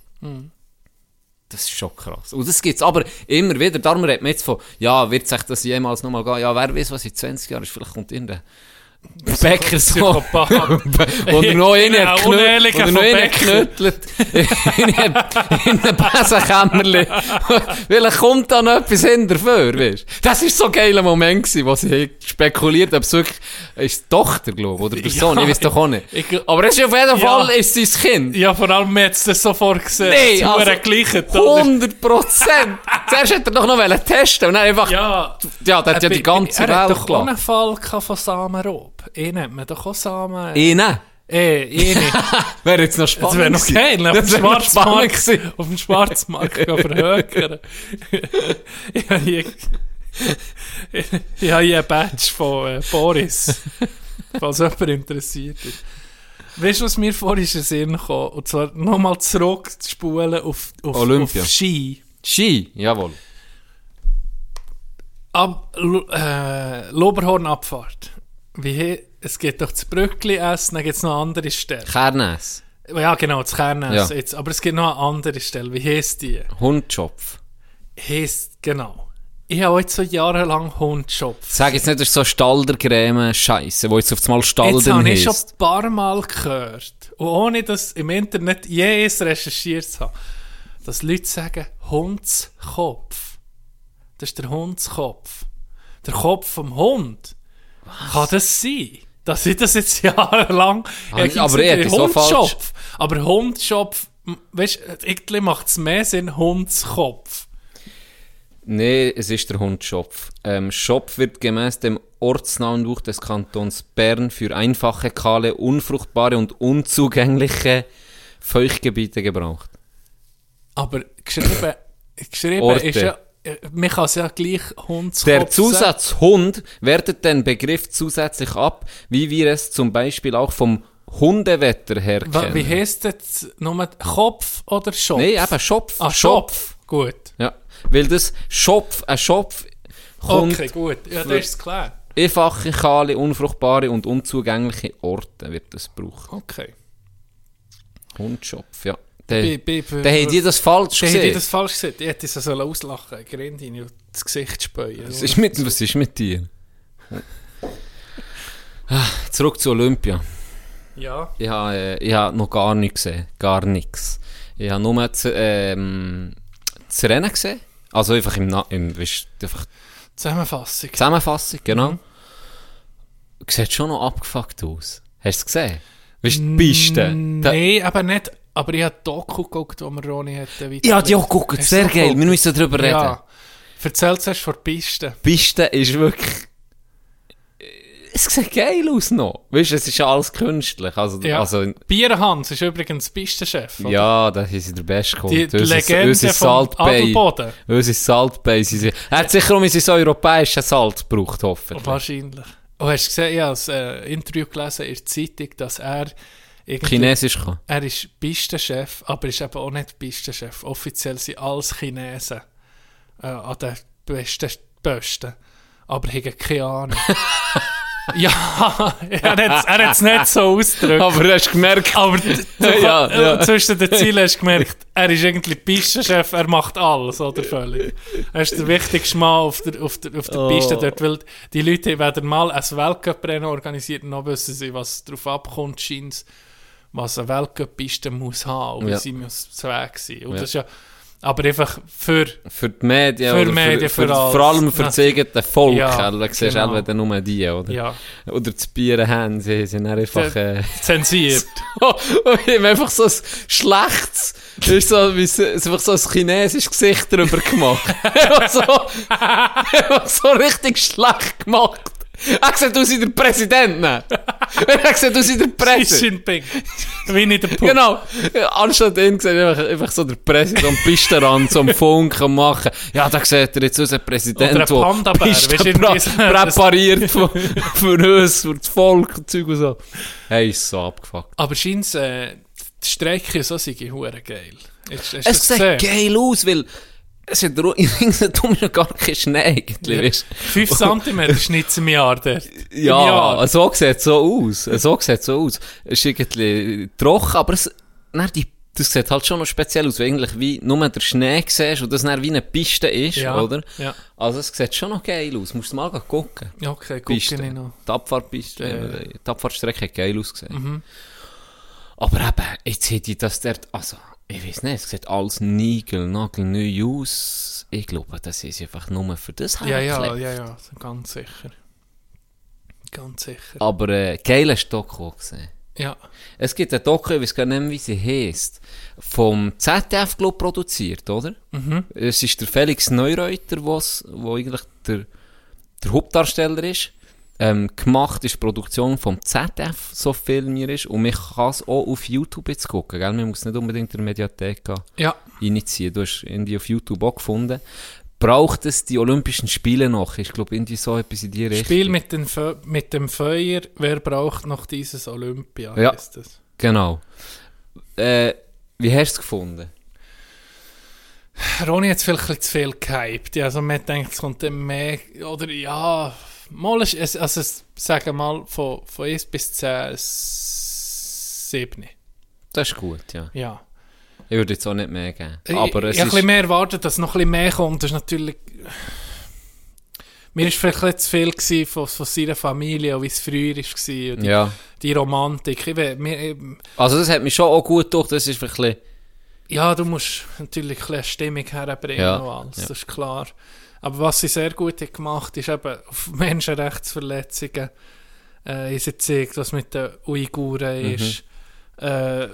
[SPEAKER 4] Das ist schon krass. Und das gibt es aber immer wieder. Darum redet man jetzt von, ja, wird sich das jemals nochmal gehen? Ja, wer weiß, was in 20 Jahren ist. Vielleicht kommt irgendein Bäcker so,
[SPEAKER 5] Psychopath.
[SPEAKER 4] wo er noch einen
[SPEAKER 5] Ja,
[SPEAKER 4] knüttelt,
[SPEAKER 5] unehrlicher
[SPEAKER 4] wo er noch einen
[SPEAKER 5] Verbäcker.
[SPEAKER 4] knüttelt, in einem- in einem Besenkämmerli. Vielleicht kommt da noch etwas hinterher, weißt du. Das war so ein geiler Moment, gewesen, wo sie spekuliert haben, ob es wirklich, ist die Tochter, glaube ich, oder der Sohn, ich weiß doch auch nicht.
[SPEAKER 5] ich glaub-
[SPEAKER 4] Aber es ist auf jeden Fall,
[SPEAKER 5] Ja.
[SPEAKER 4] ist sein Kind.
[SPEAKER 5] Ja, vor allem, man hat es sofort gesehen.
[SPEAKER 4] Nee,
[SPEAKER 5] es
[SPEAKER 4] also,
[SPEAKER 5] also, gleichen, oder?
[SPEAKER 4] 100 Prozent! Zuerst hätte er doch noch wollen testen und dann einfach, ja,
[SPEAKER 5] Ja.
[SPEAKER 4] das hat ja die ganze
[SPEAKER 5] er hat
[SPEAKER 4] Welt
[SPEAKER 5] doch auch einen
[SPEAKER 4] gelacht.
[SPEAKER 5] Fall gehabt von Samenrob. Ich nennt man doch auch Samen...
[SPEAKER 4] Ich ne?
[SPEAKER 5] Eh, eh nicht.
[SPEAKER 4] Wäre jetzt noch spannend
[SPEAKER 5] Das wäre noch
[SPEAKER 4] gewesen.
[SPEAKER 5] geil, auf dem
[SPEAKER 4] Das wäre noch spannend
[SPEAKER 5] Schwarzmarkt.
[SPEAKER 4] gewesen.
[SPEAKER 5] Auf dem Schwarzmarkt gehen verhökern. ich habe hier, ich habe hier einen Badge von äh, Boris, falls jemand interessiert ist. Weißt du, was mir vorhin in den Sinn kam? Und zwar nochmal zurück zu spulen auf, auf,
[SPEAKER 4] Olympia.
[SPEAKER 5] auf Ski.
[SPEAKER 4] Ski, jawohl.
[SPEAKER 5] Ab, L- äh, Loberhornabfahrt. Wie, he- es gibt doch das Bröckli essen, dann gibt es noch andere Stellen.
[SPEAKER 4] Kernes.
[SPEAKER 5] Ja, genau, das Kernessen
[SPEAKER 4] Ja.
[SPEAKER 5] jetzt. Aber es gibt noch eine andere Stelle. Wie heisst die?
[SPEAKER 4] Hundschopf.
[SPEAKER 5] heisst, genau. Ich habe jetzt so jahrelang Hundschopf.
[SPEAKER 4] Sag jetzt nicht, das ist so Staldercreme Scheiße, wo jetzt auf einmal
[SPEAKER 5] Jetzt
[SPEAKER 4] Stalden
[SPEAKER 5] habe ich schon
[SPEAKER 4] heisst.
[SPEAKER 5] ein paar Mal gehört, und ohne das im Internet jedes recherchiert zu haben, dass Leute sagen, Hundskopf. Das ist der Hundskopf. Der Kopf vom Hund. Kann das sein? Dass ich das jetzt jahrelang...
[SPEAKER 4] Ah,
[SPEAKER 5] Ich
[SPEAKER 4] aber ich
[SPEAKER 5] habe
[SPEAKER 4] hätte so falsch-
[SPEAKER 5] Hundschopf. Aber Hundschopf, m- weißt du, irgendwie macht es mehr Sinn, Hundskopf.
[SPEAKER 4] Nee, es ist der Hundschopf. Ähm, Schopf wird gemäß dem Ortsnamenbuch des Kantons Bern für einfache, kahle, unfruchtbare und unzugängliche Feuchtgebiete gebraucht.
[SPEAKER 5] Aber geschrieben, geschrieben
[SPEAKER 4] Orte.
[SPEAKER 5] ist ja, äh, man kann es ja gleich Hundskopf
[SPEAKER 4] Der
[SPEAKER 5] sagen.
[SPEAKER 4] Zusatz Hund wertet den Begriff zusätzlich ab, wie wir es zum Beispiel auch vom Hundewetter her
[SPEAKER 5] Wa-
[SPEAKER 4] kennen.
[SPEAKER 5] Wie heisst das? Nur Kopf oder Schopf?
[SPEAKER 4] Nee, eben Schopf.
[SPEAKER 5] Ah, Schopf. Gut.
[SPEAKER 4] Ja, weil das Schopf, ein Schopf kommt
[SPEAKER 5] Okay, gut. Ja, das ist klar.
[SPEAKER 4] einfache, kahle, unfruchtbare und unzugängliche Orte wird das gebraucht.
[SPEAKER 5] Okay.
[SPEAKER 4] Hundschopf, ja. Dann
[SPEAKER 5] Bi- bi- bi-
[SPEAKER 4] dann haben die das falsch
[SPEAKER 5] Dann hätte ich
[SPEAKER 4] gesehen.
[SPEAKER 5] das falsch gesagt. Ich hätte es also auslachen sollen. Ich und das Gesicht spähen.
[SPEAKER 4] Was ist mit, was ist mit dir? Ah, Zurück zu Olympia.
[SPEAKER 5] Ja.
[SPEAKER 4] Ich habe, äh, ich habe noch gar nichts gesehen. Gar nichts. Ich habe nur das, ähm, das Rennen gesehen. Also einfach im, Na im weißt, du, einfach
[SPEAKER 5] Zusammenfassung.
[SPEAKER 4] Zusammenfassung, genau.
[SPEAKER 5] Mhm.
[SPEAKER 4] Sieht schon noch abgefuckt aus. Hast du es gesehen? Mm, Weißt du, die Piste? Da-
[SPEAKER 5] Nein, aber nicht. Aber ich habe Doku geguckt, wo wir Roni hätten. weitergeleitet.
[SPEAKER 4] Ich habe die auch geguckt,
[SPEAKER 5] Hast du
[SPEAKER 4] sehr
[SPEAKER 5] auch
[SPEAKER 4] geil.
[SPEAKER 5] geguckt?
[SPEAKER 4] Wir müssen darüber reden.
[SPEAKER 5] Ja. Erzähl zuerst von der Piste.
[SPEAKER 4] Die Piste ist wirklich... Es sieht geil aus noch. Weißt du, es ist ja alles künstlich. Also,
[SPEAKER 5] Ja.
[SPEAKER 4] also
[SPEAKER 5] Bierhans ist übrigens Pistenchef. oder?
[SPEAKER 4] Ja, das ist der beste Kunde.
[SPEAKER 5] Die- die Legende vom Adelboden.
[SPEAKER 4] Unser Saltbei. sind sie- Er hat sicher um unser europäisches Salz gebraucht, hoffentlich.
[SPEAKER 5] Wahrscheinlich. Und hast du gesehen, ich habe das äh, Interview gelesen in der Zeitung, dass er irgendwie-
[SPEAKER 4] Chinesisch kann.
[SPEAKER 5] Er ist Pistenchef, aber ist eben auch nicht Pistenchef. Offiziell sind alles Chinesen äh, an den besten Posten. Aber haben keine Ahnung. ja, er hat es nicht so ausgedrückt.
[SPEAKER 4] Aber hast du gemerkt,
[SPEAKER 5] Aber d- du,
[SPEAKER 4] Ja,
[SPEAKER 5] äh,
[SPEAKER 4] ja.
[SPEAKER 5] zwischen den Zielen hast du gemerkt, er ist irgendwie Pistenchef, er macht alles, oder völlig. Er ist der wichtigste Mann auf der, auf der, auf der
[SPEAKER 4] Oh.
[SPEAKER 5] Piste dort, weil die Leute haben weder mal ein Weltcup-Rennen organisiert, noch wissen sie, was darauf abkommt, scheint was eine Weltcup-Piste muss haben, und wie
[SPEAKER 4] Ja.
[SPEAKER 5] sie muss zu Weg sein. Und
[SPEAKER 4] Ja.
[SPEAKER 5] das ist ja, aber einfach für,
[SPEAKER 4] für die Medien,
[SPEAKER 5] Für
[SPEAKER 4] oder
[SPEAKER 5] Medien, für alles.
[SPEAKER 4] vor allem für das
[SPEAKER 5] Ja.
[SPEAKER 4] eigene Volk.
[SPEAKER 5] Ja,
[SPEAKER 4] Ja, du siehst
[SPEAKER 5] genau.
[SPEAKER 4] auch nur die, oder?
[SPEAKER 5] ja,
[SPEAKER 4] Oder das Bier haben, sie sind dann einfach... Äh, Oh,
[SPEAKER 5] zensiert.
[SPEAKER 4] und ich hab einfach so ein schlechtes, ist so, wie so, ist einfach so ein chinesisches Gesicht drüber gemacht. Einfach so, einfach so richtig schlecht gemacht. Er sieht aus wie der Präsident. ne? Er sieht aus wie der
[SPEAKER 5] Xi
[SPEAKER 4] Präsident.
[SPEAKER 5] Jinping. Winnie der Pooh.
[SPEAKER 4] Genau. Anstatt ihn sieht einfach, einfach so der Präsident am Pistenrand so am Funken machen. Ja, da sieht er jetzt unseren Präsidenten,
[SPEAKER 5] Oder ein Panda-Bär, weisst du, irgendwie so-
[SPEAKER 4] präpariert für, für uns, für das Volk und Zeug und so. Hey, ist so abgefuckt.
[SPEAKER 5] Aber scheint äh, die Strecke so sei hure geil. Hast, hast du
[SPEAKER 4] Es
[SPEAKER 5] das
[SPEAKER 4] sieht
[SPEAKER 5] gesehen?
[SPEAKER 4] geil aus, weil es hat ru- in irgendeinem Tunnel noch gar kein Schnee eigentlich, weißt du.
[SPEAKER 5] 5 cm schnitzen im Jahr dort. Im
[SPEAKER 4] Ja,
[SPEAKER 5] Jahr.
[SPEAKER 4] so sieht so aus. So sieht so aus. Es ist irgendwie trocken, aber es, dann die, das sieht halt schon noch speziell aus, weil eigentlich wie nur der Schnee siehst und das dann wie eine Piste ist,
[SPEAKER 5] Ja,
[SPEAKER 4] oder?
[SPEAKER 5] ja.
[SPEAKER 4] Also es sieht schon noch geil aus. Musst du mal gucken.
[SPEAKER 5] Ja, okay, gucke ich
[SPEAKER 4] Piste.
[SPEAKER 5] noch.
[SPEAKER 4] Die Abfahrtpiste, äh, die Abfahrtstrecke hat geil ausgesehen.
[SPEAKER 5] Mhm.
[SPEAKER 4] Aber eben, jetzt hätte ich das dort, also, ich weiß nicht, es sieht alles nigel, nagelneu aus. Ich glaube, das ist einfach nur für das
[SPEAKER 5] Ja, ja,
[SPEAKER 4] hergeklebt.
[SPEAKER 5] ja, ja, ganz sicher. Ganz sicher.
[SPEAKER 4] Aber äh, geil hast du die Doku gesehen.
[SPEAKER 5] Ja.
[SPEAKER 4] Es gibt eine Doku, ich weiß gar nicht mehr, wie sie heisst, vom ZDF, glaub produziert, oder? Es ist der Felix Neureuter, was, wo eigentlich der, der Hauptdarsteller ist. Ähm, gemacht ist die Produktion vom ZDF, so viel mir ist. Und man kann es auch auf YouTube jetzt gucken, gell? Man muss nicht unbedingt in der Mediathek gehen
[SPEAKER 5] Ja.
[SPEAKER 4] reinziehen. Du hast irgendwie auf YouTube auch gefunden. Braucht es die Olympischen Spiele noch? Ich glaube, irgendwie so etwas in die Richtung.
[SPEAKER 5] Spiel mit, den Fe mit dem Feuer. Wer braucht noch dieses Olympia?
[SPEAKER 4] Ja.
[SPEAKER 5] Ist das?
[SPEAKER 4] Genau. Äh, wie hast du es gefunden?
[SPEAKER 5] Ronny hat vielleicht ein bisschen zu viel gehypt. Ja, Also man denkt, es kommt dann mehr... Oder ja... Mal ist es... Also es- sagen wir mal von, von 1 bis 10... 7.
[SPEAKER 4] Das ist gut, ja.
[SPEAKER 5] Ja.
[SPEAKER 4] Ich würde jetzt auch nicht mehr geben. Aber
[SPEAKER 5] ich,
[SPEAKER 4] es
[SPEAKER 5] ich habe ein
[SPEAKER 4] ist...
[SPEAKER 5] bisschen mehr erwartet, dass noch ein bisschen mehr kommt. Das ist natürlich... Mir war vielleicht ein bisschen zu viel gewesen von, von seiner Familie und wie es früher war. Und die,
[SPEAKER 4] Ja.
[SPEAKER 5] die Romantik. Ich, we- mir, ich,
[SPEAKER 4] Also das hat mich schon auch gut durch. Das ist vielleicht... ein bisschen-
[SPEAKER 5] Ja, du musst natürlich ein bisschen eine Stimmung herbringen
[SPEAKER 4] Ja,
[SPEAKER 5] und alles,
[SPEAKER 4] ja.
[SPEAKER 5] das ist klar. Aber was sie sehr gut hat gemacht ist eben auf Menschenrechtsverletzungen äh, haben sie gezeigt, was mit den Uiguren
[SPEAKER 4] Mhm.
[SPEAKER 5] ist. Äh,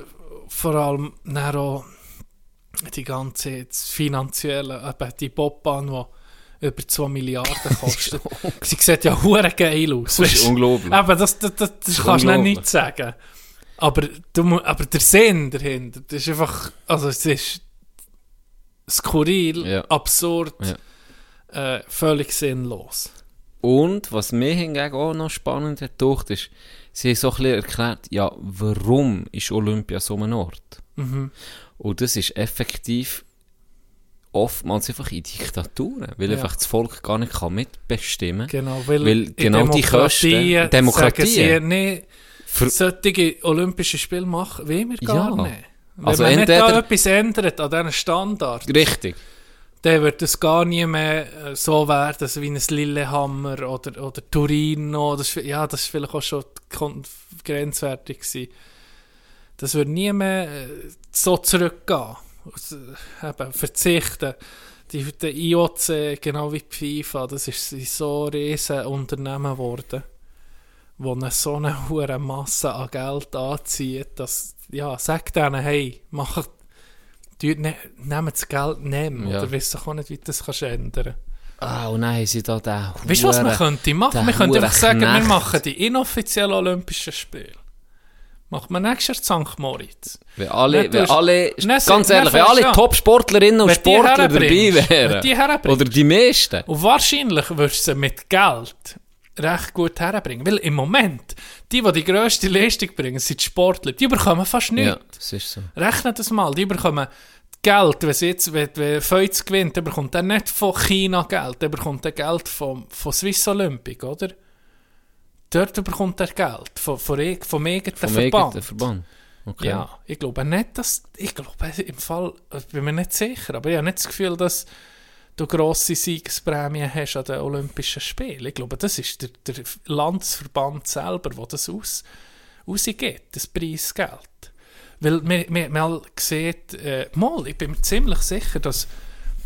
[SPEAKER 5] vor allem dann auch die ganze das finanzielle, eben die Bobbahn, die über 2 Milliarden kostet. sie sieht ja hure geil aus.
[SPEAKER 4] Das ist
[SPEAKER 5] weisst du?
[SPEAKER 4] unglaublich.
[SPEAKER 5] Eben, das, das, das, das kannst du dann
[SPEAKER 4] unglaublich.
[SPEAKER 5] nicht sagen. Aber, du, mu- aber der Sinn dahinter, das ist einfach, also es ist skurril,
[SPEAKER 4] Ja.
[SPEAKER 5] absurd, Äh, völlig sinnlos.
[SPEAKER 4] Und was mir hingegen auch noch spannend hat gedacht, ist, sie haben so ein bisschen erklärt, ja, warum ist Olympia so ein Ort?
[SPEAKER 5] Mhm.
[SPEAKER 4] Und das ist effektiv oftmals einfach in Diktaturen, weil
[SPEAKER 5] Ja.
[SPEAKER 4] einfach das Volk gar nicht kann mitbestimmen kann.
[SPEAKER 5] Genau, weil,
[SPEAKER 4] Weil
[SPEAKER 5] in
[SPEAKER 4] genau die
[SPEAKER 5] Demokratien
[SPEAKER 4] Kosten- Demokratie.
[SPEAKER 5] sagen sie, nee,
[SPEAKER 4] Für-
[SPEAKER 5] solche Olympische Spiele machen wollen wir
[SPEAKER 4] Ja.
[SPEAKER 5] gar nicht. Wenn
[SPEAKER 4] Also
[SPEAKER 5] man nicht da
[SPEAKER 4] entweder-
[SPEAKER 5] etwas ändert an diesen Standard,
[SPEAKER 4] Richtig.
[SPEAKER 5] dann wird es gar nie mehr äh, so werden, so wie ein Lillehammer oder, oder Turino. Das, ist vi- ja, das ist vielleicht auch schon kon- grenzwertig gewesen. Das wird nie mehr äh, so zurückgehen. Aus- äh, Eben, verzichten. Die, der IOC, genau wie die FIFA, das ist in so riesen Unternehmen geworden, wo eine so eine hohe Masse an Geld anzieht, dass, ja, sag denen, hey, macht Tut ne, nehmt das Geld nehmen.
[SPEAKER 4] Ja.
[SPEAKER 5] Oder wisst doch auch nicht, wie du das kannst ändern
[SPEAKER 4] Ah, und dann haben sie da den
[SPEAKER 5] Weißt du, was man
[SPEAKER 4] Huren-
[SPEAKER 5] könnte machen?
[SPEAKER 4] der
[SPEAKER 5] Wir könnten einfach sagen, wir
[SPEAKER 4] Hurenknecht.
[SPEAKER 5] machen die inoffiziellen Olympischen Spiele. Machen wir nächstes Jahr in St. Moritz.
[SPEAKER 4] Wenn alle,
[SPEAKER 5] Nicht
[SPEAKER 4] wenn
[SPEAKER 5] durch-
[SPEAKER 4] alle
[SPEAKER 5] Nein,
[SPEAKER 4] ganz
[SPEAKER 5] nein,
[SPEAKER 4] ehrlich, wenn
[SPEAKER 5] fängst
[SPEAKER 4] alle
[SPEAKER 5] an.
[SPEAKER 4] Top-Sportlerinnen und
[SPEAKER 5] Wenn die
[SPEAKER 4] Sportler dabei
[SPEAKER 5] herbringst, wenn die
[SPEAKER 4] wären,
[SPEAKER 5] herbringst.
[SPEAKER 4] oder die meisten,
[SPEAKER 5] Und wahrscheinlich würdest du sie mit Geld recht gut herbringen. Weil im Moment, die, die die grösste Leistung bringen, sind die Sportler. Die bekommen fast nichts.
[SPEAKER 4] ja, das ist so.
[SPEAKER 5] Rechnet das mal, die bekommen Geld, wenn sie jetzt wenn, wenn Feuz gewinnt, dann bekommt er nicht von China Geld, er bekommt er Geld von, von Swiss Olympic, oder? Dort bekommt er Geld, von, von, eg- vom eigenen
[SPEAKER 4] Vom
[SPEAKER 5] Verband.
[SPEAKER 4] eigenen Verband. Okay.
[SPEAKER 5] Ja, ich glaube nicht, dass, ich glaube im Fall, ich bin mir nicht sicher, aber ich habe nicht das Gefühl, dass du grosse Siegesprämien hast an den Olympischen Spielen. Ich glaube, das ist der, der Landesverband selber, der das aus, rausgibt, das Preisgeld. Weil man, man, man sieht, äh, mal, ich bin mir ziemlich sicher, dass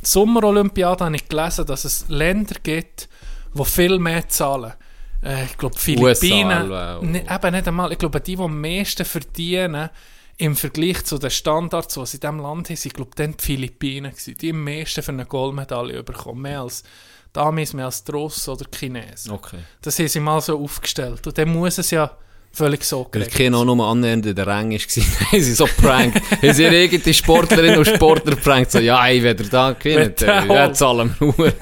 [SPEAKER 5] die Sommerolympiade habe ich gelesen, dass es Länder gibt, die viel mehr zahlen. Äh, ich glaube, die
[SPEAKER 4] USA,
[SPEAKER 5] Philippinen,
[SPEAKER 4] wow.
[SPEAKER 5] ne, eben nicht einmal, ich glaube, die, die am meisten verdienen, im Vergleich zu den Standards, die sie in diesem Land haben, sind, glaube ich, dann die Philippinen gewesen, die am meisten für eine Goldmedaille bekommen, mehr als Amis mehr als die Russen oder die Chinesen.
[SPEAKER 4] Okay.
[SPEAKER 5] Das haben sie mal so aufgestellt. Und dann muss es ja völlig so
[SPEAKER 4] Weil
[SPEAKER 5] geregelt
[SPEAKER 4] Kino nur annähernd in der Rang war, haben sie so geprankt. haben sie ihre eigene Sportlerin und Sportler geprankt. So, ja, ey, wenn ihr da gewinnt,
[SPEAKER 5] Wenn der
[SPEAKER 4] ey, dann
[SPEAKER 5] holt.
[SPEAKER 4] zahlen wir nur.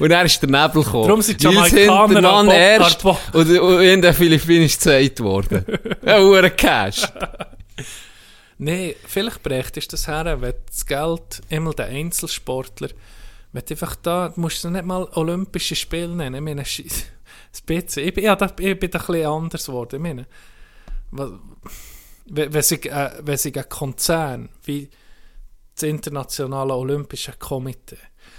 [SPEAKER 4] und dann ist der Nebel gekommen.
[SPEAKER 5] Darum sind die
[SPEAKER 4] Weil es
[SPEAKER 5] Jamaikaner
[SPEAKER 4] hintereinander
[SPEAKER 5] an Bo-
[SPEAKER 4] erst
[SPEAKER 5] an
[SPEAKER 4] und, und in den Philippinen ist zweit worden. Ein hoher Cash.
[SPEAKER 5] Nee, vielleicht bräuchte ich das her, wenn das Geld, immer der Einzelsportler, wenn du einfach da, du musst es nicht mal Olympische Spiele nennen, ich meine, Scheiss- das bisschen, ich bin, ja, da, ich bin da ein bisschen anders geworden, ich meine, was- wenn wenn sich, äh, wenn sich ein Konzern wie das Internationale Olympische Komitee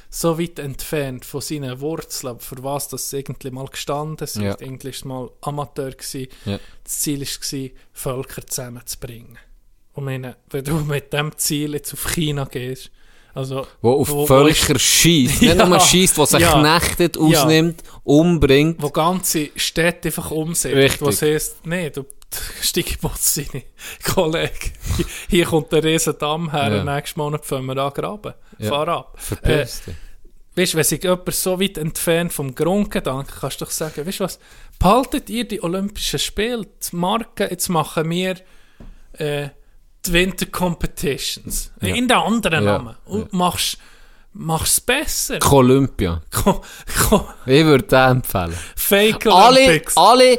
[SPEAKER 5] so weit entfernt von seinen Wurzeln, für was das irgendwie mal gestanden sind,
[SPEAKER 4] Ja.
[SPEAKER 5] irgendwie ist es mal Amateur gewesen,
[SPEAKER 4] Ja.
[SPEAKER 5] das Ziel war, Völker zusammenzubringen. Und ich meine, wenn du mit dem Ziel jetzt auf China gehst, also...
[SPEAKER 4] Wo auf
[SPEAKER 5] wo- wo ist-
[SPEAKER 4] Völker schießt. Nicht
[SPEAKER 5] Ja.
[SPEAKER 4] nur schießt, was er
[SPEAKER 5] Ja.
[SPEAKER 4] knechtet,
[SPEAKER 5] Ja.
[SPEAKER 4] ausnimmt, umbringt.
[SPEAKER 5] wo ganze Städte einfach umsetzt.
[SPEAKER 4] Richtig.
[SPEAKER 5] Was heisst, nee, du steig Botz seine Kollegen. Hier kommt der riesen Damm her
[SPEAKER 4] Ja.
[SPEAKER 5] und nächsten Monat fangen wir an graben.
[SPEAKER 4] Ja.
[SPEAKER 5] Fahr ab. Äh,
[SPEAKER 4] Verpiss dich.
[SPEAKER 5] Weißt du, wenn sich jemand so weit entfernt vom Grundgedanken, kannst du doch sagen, weißt du was, behaltet ihr die Olympischen Spiele, die Marke, jetzt machen wir äh, die Winter Competitions.
[SPEAKER 4] Ja.
[SPEAKER 5] In den anderen
[SPEAKER 4] Ja.
[SPEAKER 5] Namen. Und machst machst es besser.
[SPEAKER 4] Olympia.
[SPEAKER 5] Ko- ko-
[SPEAKER 4] Ich würde das empfehlen.
[SPEAKER 5] Fake
[SPEAKER 4] alle,
[SPEAKER 5] Olympics.
[SPEAKER 4] alle,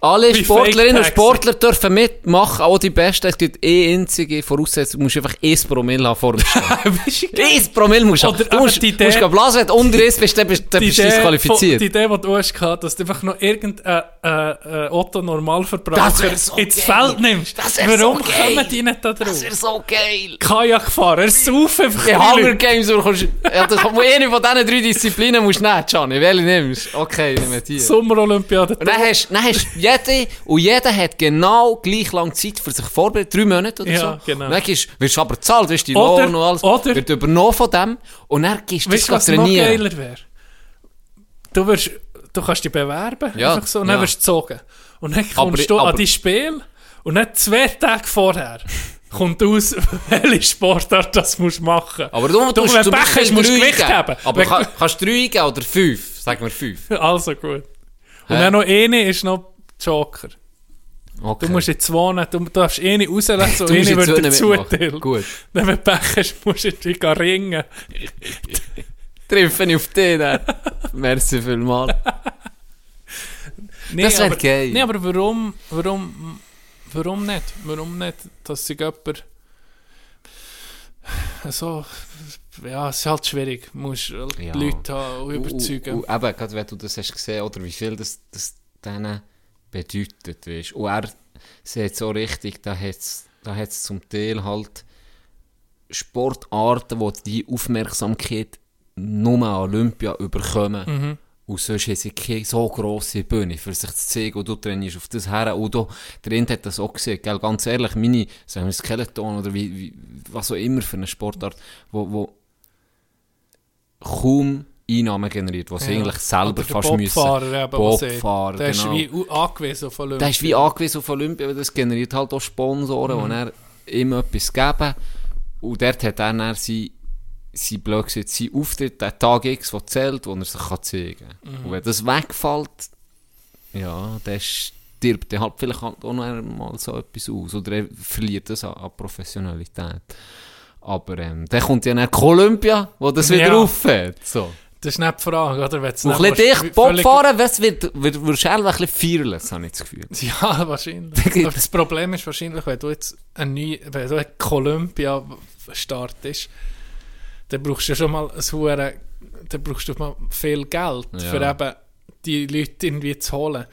[SPEAKER 4] alle
[SPEAKER 5] Bei
[SPEAKER 4] Sportlerinnen und
[SPEAKER 5] Fake-Taxi.
[SPEAKER 4] Sportler dürfen mitmachen, auch die Besten. Es gibt eh einzige Voraussetzung, du musst einfach 1 Promille haben vor dem Start.
[SPEAKER 5] Weisst du,
[SPEAKER 4] 1 Promille musst du
[SPEAKER 5] Oder
[SPEAKER 4] haben. Du
[SPEAKER 5] eben
[SPEAKER 4] musst,
[SPEAKER 5] die
[SPEAKER 4] musst
[SPEAKER 5] Idee-
[SPEAKER 4] gehen blasen, wenn du unter 1 bist, dann bist, dann bist du
[SPEAKER 5] von-
[SPEAKER 4] disqualifiziert.
[SPEAKER 5] Die Idee, die du hast gehabt, dass du einfach noch irgendein äh, äh, Otto
[SPEAKER 4] Das
[SPEAKER 5] Normalverbraucher
[SPEAKER 4] wär so
[SPEAKER 5] ins
[SPEAKER 4] geil.
[SPEAKER 5] Feld nimmst.
[SPEAKER 4] Das wär
[SPEAKER 5] Warum
[SPEAKER 4] so geil.
[SPEAKER 5] kommen die nicht da
[SPEAKER 4] Das
[SPEAKER 5] drauf?
[SPEAKER 4] wäre so geil.
[SPEAKER 5] Kajakfahrer, saufen einfach
[SPEAKER 4] Die
[SPEAKER 5] die
[SPEAKER 4] Hunger
[SPEAKER 5] Leute.
[SPEAKER 4] Games, wo du kommst, ja, das, wo eine von diesen drei Disziplinen musst du nehmen, Gianni. Welche nimmst du? Okay, ich nehme die.
[SPEAKER 5] Sommerolympiade.
[SPEAKER 4] Und dann hast, dann hast du jede, und jeder hat genau gleich lange Zeit für sich vorbereitet, drei Monate oder
[SPEAKER 5] Ja,
[SPEAKER 4] so.
[SPEAKER 5] genau.
[SPEAKER 4] Und dann gehst, wirst du aber bezahlt, wirst die
[SPEAKER 5] Oder-
[SPEAKER 4] Lohn und alles,
[SPEAKER 5] oder-
[SPEAKER 4] wird übernommen von dem, und dann gehst du
[SPEAKER 5] Weißt
[SPEAKER 4] das
[SPEAKER 5] du, was noch
[SPEAKER 4] trainieren.
[SPEAKER 5] geiler wäre? Du, wirst, du kannst dich bewerben,
[SPEAKER 4] Ja,
[SPEAKER 5] einfach so, und dann
[SPEAKER 4] ja.
[SPEAKER 5] wirst du gezogen. Und dann kommst
[SPEAKER 4] Aber-
[SPEAKER 5] du an
[SPEAKER 4] aber-
[SPEAKER 5] dein Spiel und dann zwei Tage vorher kommt aus, welche Sportart das musst du machen.
[SPEAKER 4] Aber du,
[SPEAKER 5] du
[SPEAKER 4] musst
[SPEAKER 5] wenn
[SPEAKER 4] zum
[SPEAKER 5] Pech
[SPEAKER 4] Beispiel
[SPEAKER 5] hast, musst du
[SPEAKER 4] drei
[SPEAKER 5] Gewicht
[SPEAKER 4] geben.
[SPEAKER 5] haben.
[SPEAKER 4] Aber
[SPEAKER 5] Wenn-
[SPEAKER 4] kann, kannst du drei geben oder fünf? Sagen wir fünf.
[SPEAKER 5] Also gut. Und
[SPEAKER 4] Hä?
[SPEAKER 5] dann noch eine ist noch Joker.
[SPEAKER 4] Okay.
[SPEAKER 5] Du musst jetzt wohnen, du darfst eh nicht rauslassen,
[SPEAKER 4] Du
[SPEAKER 5] und
[SPEAKER 4] musst
[SPEAKER 5] eine
[SPEAKER 4] jetzt
[SPEAKER 5] wird
[SPEAKER 4] nicht
[SPEAKER 5] dir
[SPEAKER 4] mitmachen.
[SPEAKER 5] zuteilt.
[SPEAKER 4] Gut.
[SPEAKER 5] Wenn du Pech hast, musst du dich gehen ringen.
[SPEAKER 4] Treffe ich auf dich dann. Merci vielmals.
[SPEAKER 5] Nee,
[SPEAKER 4] Das wär
[SPEAKER 5] aber-
[SPEAKER 4] geil.
[SPEAKER 5] Nee, aber warum, warum, warum nicht? Warum nicht, dass sich jemand so, ja, es ist halt schwierig. Du musst
[SPEAKER 4] Ja.
[SPEAKER 5] Leute haben und überzeugen.
[SPEAKER 4] Und, und eben, gerade wenn du das hast gesehen, oder wie viel das, das denen bedeutet, weißt. Und er sieht so richtig, da hat es da hat's zum Teil halt Sportarten, wo die Aufmerksamkeit nur an Olympia überkommen.
[SPEAKER 5] Mhm.
[SPEAKER 4] Und sonst haben sie keine so grosse Bühne, für sich zu zeigen, und du trainierst auf das her. Und du, der Rind hat das auch gesehen, gell? ganz ehrlich, meine, sagen wir Skeleton oder wie, wie, was auch immer für eine Sportart, wo, wo kaum Einnahmen generiert, was sie
[SPEAKER 5] Ja.
[SPEAKER 4] eigentlich selber
[SPEAKER 5] Oder der
[SPEAKER 4] fast müssen.
[SPEAKER 5] Bobfahrer eben, was er-
[SPEAKER 4] Bobfahrer,
[SPEAKER 5] Der ist
[SPEAKER 4] genau.
[SPEAKER 5] wie u- angewiesen auf Olympia.
[SPEAKER 4] Der ist wie angewiesen auf Olympia, weil das generiert halt auch Sponsoren, die er ihm etwas geben. Und dort hat er dann sein, sein blöd gesagt, sein Auftritt, der Tag X, der zählt, den er sich kann zeigen kann. Und wenn das wegfällt, ja, dann stirbt er halt vielleicht halt auch noch einmal so etwas aus. Oder er verliert das an, an Professionalität. Aber ähm, dann kommt ja dann die Olympia, wo das wieder
[SPEAKER 5] Ja.
[SPEAKER 4] auffährt. So.
[SPEAKER 5] Das ist nicht die Frage, oder? Wenn
[SPEAKER 4] Und ein bisschen dicht Bob fahren, das wird, wird, wird schnell ein bisschen fearless, habe ich das Gefühl.
[SPEAKER 5] Ja, wahrscheinlich. Aber das Problem ist wahrscheinlich, wenn du jetzt eine neue, wenn du eine Columbia startest, dann brauchst du schon mal ein hure, dann brauchst du mal viel Geld,
[SPEAKER 4] Ja.
[SPEAKER 5] für eben die Leute irgendwie zu holen.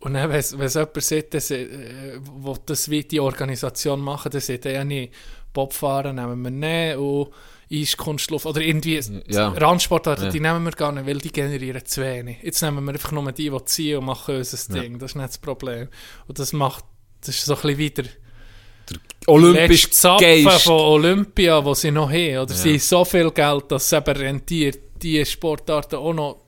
[SPEAKER 5] Und dann, wenn es wenn es jemand sieht, dass, äh, wo das wie die Organisation machen, dann sagt er ja nicht, Bobfahren nehmen wir nicht und Eiskunstlauf oder irgendwie
[SPEAKER 4] Ja.
[SPEAKER 5] Randsportarten,
[SPEAKER 4] Ja.
[SPEAKER 5] die nehmen wir gar nicht, weil die generieren zu wenig. Jetzt nehmen wir einfach nur die, die ziehen und machen unser Ding. Das ist nicht das Problem. Und das macht, das ist so ein bisschen wieder
[SPEAKER 4] Olympisch
[SPEAKER 5] Zapfen
[SPEAKER 4] Geist.
[SPEAKER 5] von Olympia, die sie noch haben. Oder sie haben so viel Geld, dass es eben rentiert, die Sportarten auch noch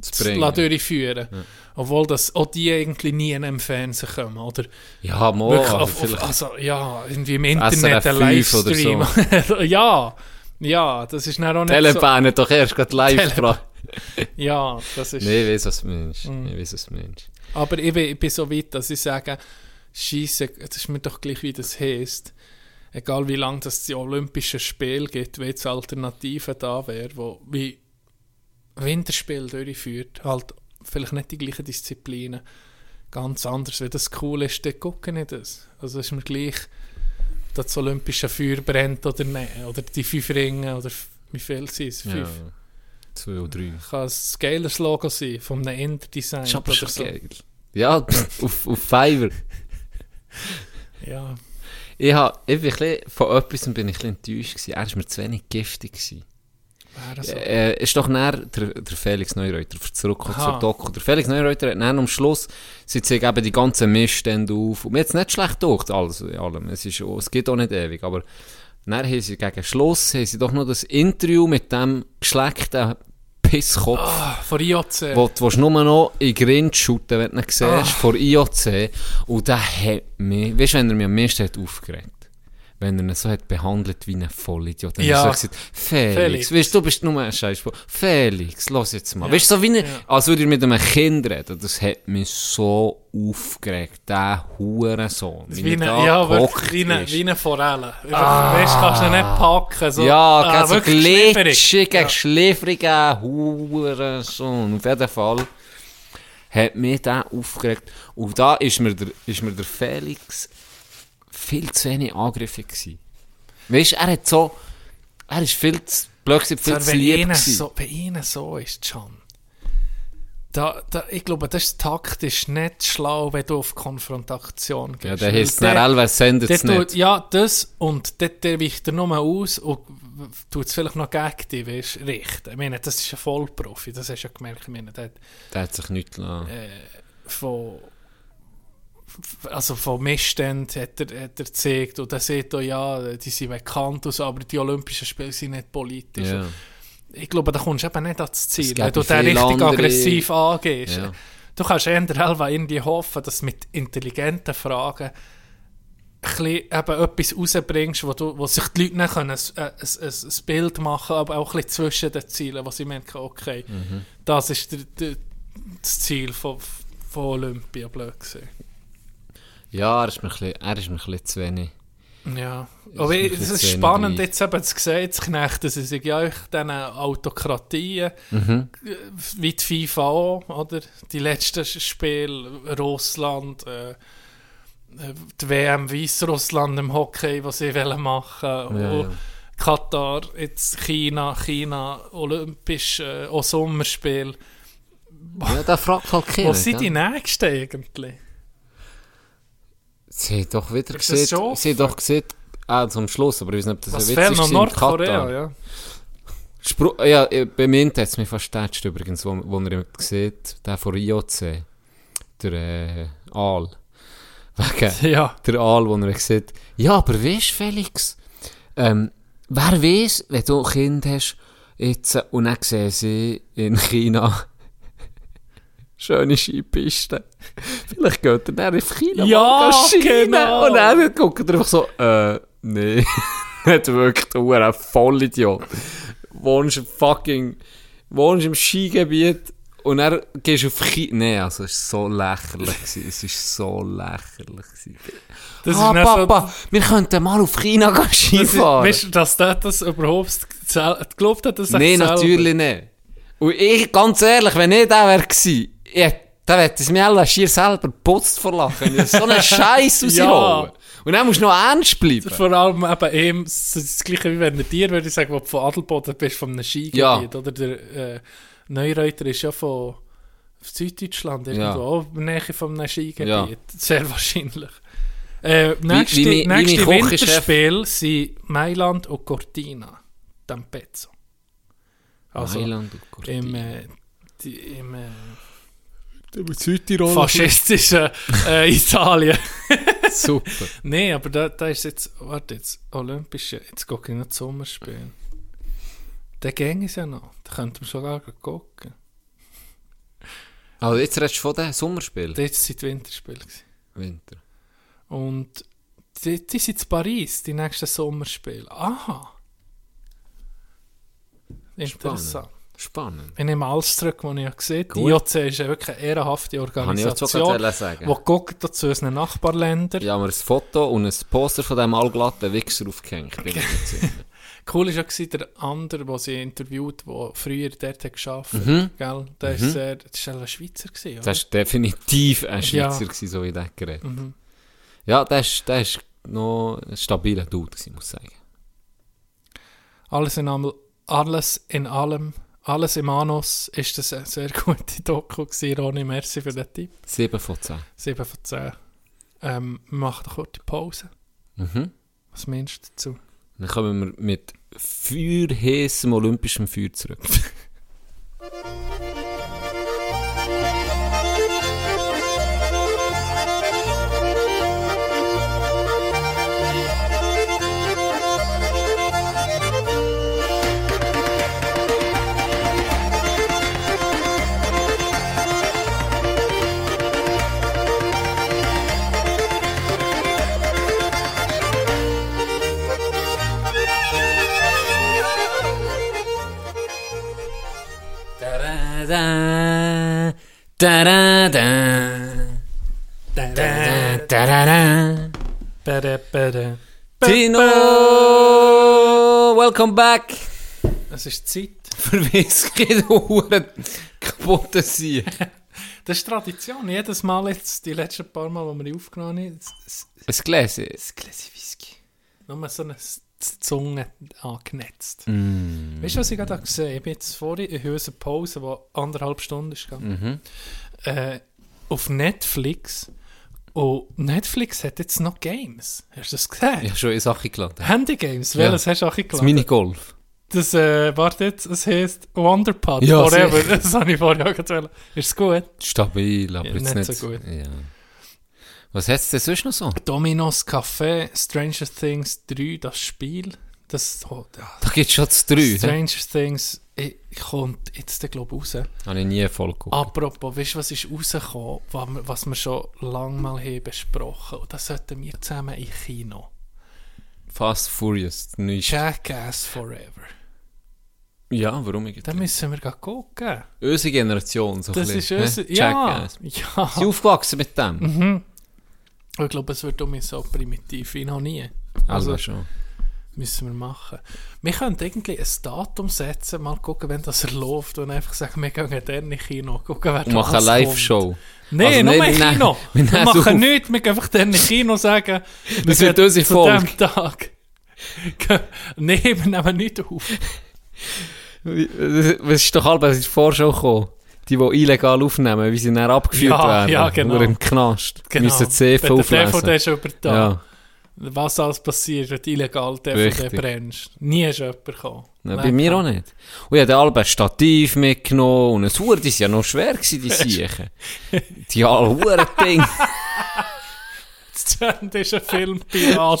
[SPEAKER 5] zu
[SPEAKER 4] bringen.
[SPEAKER 5] lassen durchführen. Obwohl das auch die irgendwie nie in einem Fernsehen kommen, oder?
[SPEAKER 4] Ja, mal.
[SPEAKER 5] Wirklich
[SPEAKER 4] aber
[SPEAKER 5] auf, auf,
[SPEAKER 4] vielleicht.
[SPEAKER 5] also, ja, irgendwie im Internet
[SPEAKER 4] SRF
[SPEAKER 5] ein
[SPEAKER 4] 5 oder
[SPEAKER 5] Livestream. ja, Ja, das ist dann auch nicht so...
[SPEAKER 4] Telebahn hat doch erst gerade live
[SPEAKER 5] Telebahn.
[SPEAKER 4] gebracht.
[SPEAKER 5] Ja, das ist...
[SPEAKER 4] Nein, ich weiß, was du meinst. Ich weiß, was du meinst.
[SPEAKER 5] Aber ich bin, ich bin so weit, dass ich sage, Scheisse, das ist mir doch gleich, wie das heisst. Egal wie lange es die Olympischen Spiele gibt, wenn jetzt Alternativen da wäre, wo wie Winterspiel durchführt, halt vielleicht nicht die gleichen Disziplinen, ganz anders. Wenn das cool ist, dann gucke ich das. Also ist mir gleich, dass das Olympische Feuer brennt oder nicht. Oder die fünf Ringe, oder f- wie viel sind es? Fünf.
[SPEAKER 4] Ja. Zwei oder drei.
[SPEAKER 5] Kann ein geiles Logo sein, von einem Inter-Design
[SPEAKER 4] Ist aber
[SPEAKER 5] oder
[SPEAKER 4] schon
[SPEAKER 5] so.
[SPEAKER 4] geil. Ja, pff, auf, auf Fiverr.
[SPEAKER 5] Ja.
[SPEAKER 4] Ich hab, ich bin ein bisschen, von etwas bin ich ein bisschen enttäuscht gewesen. Er war mir zu wenig giftig. Gewesen.
[SPEAKER 5] Wäre so.
[SPEAKER 4] Äh, ist doch näher der, der Felix Neureuter zurückgekommen
[SPEAKER 5] Aha.
[SPEAKER 4] zur Doku. Der Felix Neureuter hat dann am Schluss, sie zeigen eben die ganzen Missstände auf. Und mir hat es nicht schlecht gedacht, alles in allem. Es, ist, auch- es geht auch nicht ewig, aber dann haben sie gegen Schluss, haben sie doch noch das Interview mit dem geschleckten Pisskopf
[SPEAKER 5] Ah, Von IOC.
[SPEAKER 4] wo du willst nur noch in Grind shooten, wenn du ihn siehst,
[SPEAKER 5] Ah.
[SPEAKER 4] vor IOC. Und der hat mich, weißt du, wenn er mich am meisten hat aufgeregt wenn er ihn so hat behandelt wie einen Vollidiot. Dann
[SPEAKER 5] Ja.
[SPEAKER 4] hat er so gesagt, Felix,
[SPEAKER 5] Felix.
[SPEAKER 4] weißt du, du bist nur ein Scheiß. Felix, lass jetzt mal. Weißt du, so wie ein, als würde er mit einem Kind reden. Das hat mich so aufgeregt. Der Hurensohn.
[SPEAKER 5] Wie
[SPEAKER 4] er
[SPEAKER 5] eine,
[SPEAKER 4] da
[SPEAKER 5] ja,
[SPEAKER 4] gehockt
[SPEAKER 5] wirklich, wie eine,
[SPEAKER 4] ist. Ah.
[SPEAKER 5] wie eine Forelle. Weißt du, kannst du nicht packen. So,
[SPEAKER 4] Ja,
[SPEAKER 5] Ah,
[SPEAKER 4] gerade so
[SPEAKER 5] wirklich schlieferig.
[SPEAKER 4] glitschig, ja. schläfriger Hurensohn. Auf jeden Fall hat mich der aufgeregt. Und da ist mir der, ist mir der Felix viel zu wenig angriffig gewesen. Weißt du, er hat so, er ist viel zu, blöd gesagt, viel
[SPEAKER 5] Aber
[SPEAKER 4] zu
[SPEAKER 5] wenn
[SPEAKER 4] lieb
[SPEAKER 5] ihnen
[SPEAKER 4] gewesen.
[SPEAKER 5] so, Bei ihnen so ist schon. Da, da, ich glaube, das ist taktisch nicht schlau, wenn du auf Konfrontation gehst.
[SPEAKER 4] ja, der
[SPEAKER 5] Weil
[SPEAKER 4] heisst dann Elva sendet
[SPEAKER 5] der
[SPEAKER 4] es
[SPEAKER 5] tut,
[SPEAKER 4] nicht.
[SPEAKER 5] ja, das und dort der weicht er nur aus und tut es vielleicht noch gegen dich, weißt du, richten. Ich meine, das ist ein Vollprofi, das hast du ja gemerkt. Ich meine, der hat
[SPEAKER 4] Der hat sich nichts gelassen.
[SPEAKER 5] von f- also von Missständen hat er, hat er gezeigt und er sieht auch, ja, die sind bekannt und so, aber die Olympischen Spiele sind nicht politisch.
[SPEAKER 4] Ja.
[SPEAKER 5] Ich glaube, da kommst du eben nicht ans
[SPEAKER 4] Es
[SPEAKER 5] Ziel,
[SPEAKER 4] gäbe
[SPEAKER 5] wenn du den
[SPEAKER 4] viele
[SPEAKER 5] richtig
[SPEAKER 4] andere-
[SPEAKER 5] aggressiv angehst.
[SPEAKER 4] Ja.
[SPEAKER 5] Du kannst eher halber irgendwie hoffen, dass du mit intelligenten Fragen ein bisschen eben etwas rausbringst, wo, du, wo sich die Leute dann können, äh, ein, ein, ein, ein Bild machen können, aber auch ein bisschen zwischen den Zielen, wo sie merken, okay,
[SPEAKER 4] Mhm.
[SPEAKER 5] das ist der, der, das Ziel von, von Olympia, blöd gesehen.
[SPEAKER 4] ja, er ist mir ein bisschen, er ist mir ein bisschen zu wenig.
[SPEAKER 5] Ja, aber
[SPEAKER 4] ist
[SPEAKER 5] ich-
[SPEAKER 4] ein
[SPEAKER 5] es ist
[SPEAKER 4] bisschen
[SPEAKER 5] spannend,
[SPEAKER 4] dabei.
[SPEAKER 5] jetzt eben zu sehen, zu knechten sie sich ja euch diesen Autokratien,
[SPEAKER 4] Mhm.
[SPEAKER 5] äh, wie die FIFA auch, oder? Die letzten Sch- Spiele, Russland, äh, äh, die WM Weißrussland im Hockey, was sie wollen machen und
[SPEAKER 4] ja.
[SPEAKER 5] Katar, jetzt China, China, Olympisch, äh, auch Sommerspiel.
[SPEAKER 4] Ja, der fragt halt keiner.
[SPEAKER 5] Wo sind die
[SPEAKER 4] gell?
[SPEAKER 5] Nächsten eigentlich?
[SPEAKER 4] Sie haben doch wieder
[SPEAKER 5] Ist das schon
[SPEAKER 4] gesehen, sie haben doch gesehen, ah, zum Schluss, aber ich weiß nicht, ob das
[SPEAKER 5] Was
[SPEAKER 4] ein Witz
[SPEAKER 5] fehlt
[SPEAKER 4] ist,
[SPEAKER 5] noch
[SPEAKER 4] in
[SPEAKER 5] Nordkorea,
[SPEAKER 4] Katar.
[SPEAKER 5] ja?
[SPEAKER 4] Spru ja, äh, bei mir hat es mich fast tätscht übrigens, wo, wo ihr ihn sieht, der von IOC, der äh, Aal. Wegen
[SPEAKER 5] Ja.
[SPEAKER 4] der Aal, wo ihr sieht. Ja, aber weißt du, Felix, ähm, wer weiß, wenn du ein Kind hast, jetzt, äh, und dann sehen sie in China schöne Skipisten. Vielleicht geht er dann in China Oh, nou,
[SPEAKER 5] Ja,
[SPEAKER 4] mal Ski rein.
[SPEAKER 5] genau.
[SPEAKER 4] und dann guckt er einfach so, äh, nee, nicht wirklich, du ein Vollidiot wohnst im fucking, wohnst im Skigebiet und dann gehst du auf Ki... Nein, also es war so lächerlich. gewesen. es war so lächerlich. gewesen.
[SPEAKER 5] Das
[SPEAKER 4] ah,
[SPEAKER 5] ist nicht so-
[SPEAKER 4] Papa, wir könnten mal auf China gehen
[SPEAKER 5] Das ist,
[SPEAKER 4] Skifahren.
[SPEAKER 5] weißt du, dass der das überhaupt gzel- geglaubt hat, dass er
[SPEAKER 4] Nein,
[SPEAKER 5] selber-
[SPEAKER 4] natürlich nicht. Und ich, ganz ehrlich, wenn ich da wäre gewesen, ich, dann hätte es mir alle schier selber putzt verlachen. Ich so einen Scheiß rausholen.
[SPEAKER 5] Ja.
[SPEAKER 4] Und dann musst du noch ernst bleiben.
[SPEAKER 5] Vor allem eben eben das ist das gleiche wie wenn er dir, würde ich sagen, wo du von Adelboden bist, von einem Skigebiet.
[SPEAKER 4] Ja.
[SPEAKER 5] Oder der äh, Neureuter ist ja von Süddeutschland
[SPEAKER 4] Ja.
[SPEAKER 5] irgendwo, Oh, auch in der Nähe von einem Skigebiet.
[SPEAKER 4] Ja.
[SPEAKER 5] Sehr wahrscheinlich. Äh, nächste
[SPEAKER 4] wie mein- wie mein
[SPEAKER 5] nächste
[SPEAKER 4] Kochchef-
[SPEAKER 5] Winterspiel sind Mailand und Cortina. D'Ampezzo. Also
[SPEAKER 4] Mailand und Cortina.
[SPEAKER 5] im... Äh, die, im äh,
[SPEAKER 4] Südtirol.
[SPEAKER 5] faschistischen äh, Italien.
[SPEAKER 4] Super.
[SPEAKER 5] nee, aber da, da ist jetzt, warte jetzt, Olympische, jetzt gucke ich noch das Sommerspiel. Da ging es ja noch, da könnten wir sogar gleich gucken.
[SPEAKER 4] Also jetzt redest du von dem Sommerspiel.
[SPEAKER 5] Da ist es Winterspiel. gewesen.
[SPEAKER 4] Winter.
[SPEAKER 5] Und die, die sind in Paris, die nächsten Sommerspiele. Aha. Interessant.
[SPEAKER 4] Spannend.
[SPEAKER 5] Ich nehme alles zurück, was ich ja gesehen habe. Die
[SPEAKER 4] Gut.
[SPEAKER 5] IOC ist ja wirklich eine ehrenhafte
[SPEAKER 4] auch
[SPEAKER 5] Organisation,
[SPEAKER 4] gerade sagen.
[SPEAKER 5] die guckt zu unseren Nachbarländern.
[SPEAKER 4] Ich habe mir ein Foto und ein Poster von diesem allglatten Wichser aufgehängt. Bin ich mir nicht sicher.
[SPEAKER 5] Cool war ja der andere, den sie interviewt, der früher dort hat gearbeitet hat. Gell? Der ist sehr, das war ein Schweizer, gewesen, oder?
[SPEAKER 4] Mhm. Das war definitiv ein
[SPEAKER 5] Ja. Mhm.
[SPEAKER 4] Schweizer, gewesen, so wie der geredet Ja, der ist, der ist noch ein stabiler Dude, gewesen, muss ich sagen.
[SPEAKER 5] Alles in, allem, alles in allem, alles im Anus, ist das eine sehr gute Doku gewesen. Ronny, merci für den Tipp.
[SPEAKER 4] 7 von 10.
[SPEAKER 5] 7 von 10. Ähm, wir machen eine kurze Pause.
[SPEAKER 4] Mhm.
[SPEAKER 5] Was meinst du dazu?
[SPEAKER 4] Dann kommen wir mit feuerhässem olympischem Feuer zurück. Da-da-da, da-da-da, da-da, da-da-da.
[SPEAKER 5] Bäde, bäde.
[SPEAKER 4] Tino, welcome back.
[SPEAKER 5] Es ist Zeit.
[SPEAKER 4] Verwiss keine Uhren kaputt sein.
[SPEAKER 5] Das ist Tradition. Jedes Mal jetzt, die letzten paar Mal, die wir aufgenommen haben, s- s-
[SPEAKER 4] Ein Gläschen.
[SPEAKER 5] Gläschen Whisky. Nur so eine S- Z- Zunge angenetzt.
[SPEAKER 4] Mm.
[SPEAKER 5] Weißt du, was ich gerade gesehen habe? Ich bin jetzt vorhin in unserer Pause, die anderthalb Stunden ist. gegangen.
[SPEAKER 4] Mhm.
[SPEAKER 5] Äh, auf Netflix. Und Netflix hat jetzt noch Games. Hast du das gesehen?
[SPEAKER 4] Ich habe schon eine Sache geladen.
[SPEAKER 5] Handygames.
[SPEAKER 4] Ja.
[SPEAKER 5] Welches hast du auch
[SPEAKER 4] Das
[SPEAKER 5] geladen?
[SPEAKER 4] Minigolf.
[SPEAKER 5] Das, äh, warte jetzt, es heisst Wonderpad
[SPEAKER 4] Ja,
[SPEAKER 5] Forever.
[SPEAKER 4] sicher.
[SPEAKER 5] Das habe ich vorher auch gesagt. Ist es gut?
[SPEAKER 4] Stabil, aber
[SPEAKER 5] Ja,
[SPEAKER 4] jetzt
[SPEAKER 5] nicht
[SPEAKER 4] nicht.
[SPEAKER 5] so gut.
[SPEAKER 4] Ja. Was hast du denn sonst noch so?
[SPEAKER 5] Domino's Café, Stranger Things 3, das Spiel. Das, oh, ja,
[SPEAKER 4] Da gibt es schon zu drei. hä?
[SPEAKER 5] Stranger Things eh, kommt jetzt, glaube ich, raus.
[SPEAKER 4] Habe ich nie voll geguckt.
[SPEAKER 5] Apropos, weißt du, was ist rausgekommen, was wir, was wir schon lange mal haben besprochen Und das sollten wir zusammen im Kino.
[SPEAKER 4] Fast Furious. das Neueste.
[SPEAKER 5] Jackass Forever.
[SPEAKER 4] Ja, warum ich
[SPEAKER 5] Da müssen wir gleich gucken.
[SPEAKER 4] Unsere Generation so
[SPEAKER 5] Das
[SPEAKER 4] ein
[SPEAKER 5] ist
[SPEAKER 4] bisschen.
[SPEAKER 5] unser...
[SPEAKER 4] hä?
[SPEAKER 5] Ja,
[SPEAKER 4] Jackass.
[SPEAKER 5] ja.
[SPEAKER 4] Sie aufgewachsen mit dem?
[SPEAKER 5] Ich glaube, es wird um mich so primitiv wie noch nie.
[SPEAKER 4] Also,
[SPEAKER 5] Also,
[SPEAKER 4] schon.
[SPEAKER 5] müssen wir machen. Wir können irgendwie ein Datum setzen, mal gucken, wenn das erläuft und einfach sagen, wir gehen dann in Kino, gucken, wer
[SPEAKER 4] Und machen eine Live-Show.
[SPEAKER 5] Nein,
[SPEAKER 4] Also
[SPEAKER 5] nur
[SPEAKER 4] nicht,
[SPEAKER 5] in
[SPEAKER 4] wir nehmen-
[SPEAKER 5] Kino.
[SPEAKER 4] wir
[SPEAKER 5] Wir,
[SPEAKER 4] nehmen es
[SPEAKER 5] machen
[SPEAKER 4] auf.
[SPEAKER 5] nichts, wir gehen einfach dann in Kino sagen,
[SPEAKER 4] Das
[SPEAKER 5] wir
[SPEAKER 4] wird
[SPEAKER 5] gehen
[SPEAKER 4] unsere
[SPEAKER 5] zu
[SPEAKER 4] Folge.
[SPEAKER 5] diesem Dus Tag. Gehen- Nein, wir nehmen nichts auf.
[SPEAKER 4] äh, Es ist doch halb, es ist Vorschau gekommen. Die, die illegal aufnehmen, wie sie dann abgeführt
[SPEAKER 5] Ja,
[SPEAKER 4] werden.
[SPEAKER 5] ja, genau.
[SPEAKER 4] Oder im Knast.
[SPEAKER 5] Genau.
[SPEAKER 4] Müssen die CV
[SPEAKER 5] Wenn der DVD
[SPEAKER 4] auflesen.
[SPEAKER 5] ist über da.
[SPEAKER 4] Ja,
[SPEAKER 5] Was alles passiert, wenn du illegal DVD
[SPEAKER 4] Richtig.
[SPEAKER 5] brennst. Nie ist jemand gekommen.
[SPEAKER 4] Nein, bei
[SPEAKER 5] Nein,
[SPEAKER 4] mir
[SPEAKER 5] komm.
[SPEAKER 4] auch nicht. Und ich habe alle ein Stativ mitgenommen und ein Uhr, die waren ja noch schwer, gewesen, die Siechen. Die alle Uhren-Ding.
[SPEAKER 5] Das ist ein Filmpirat.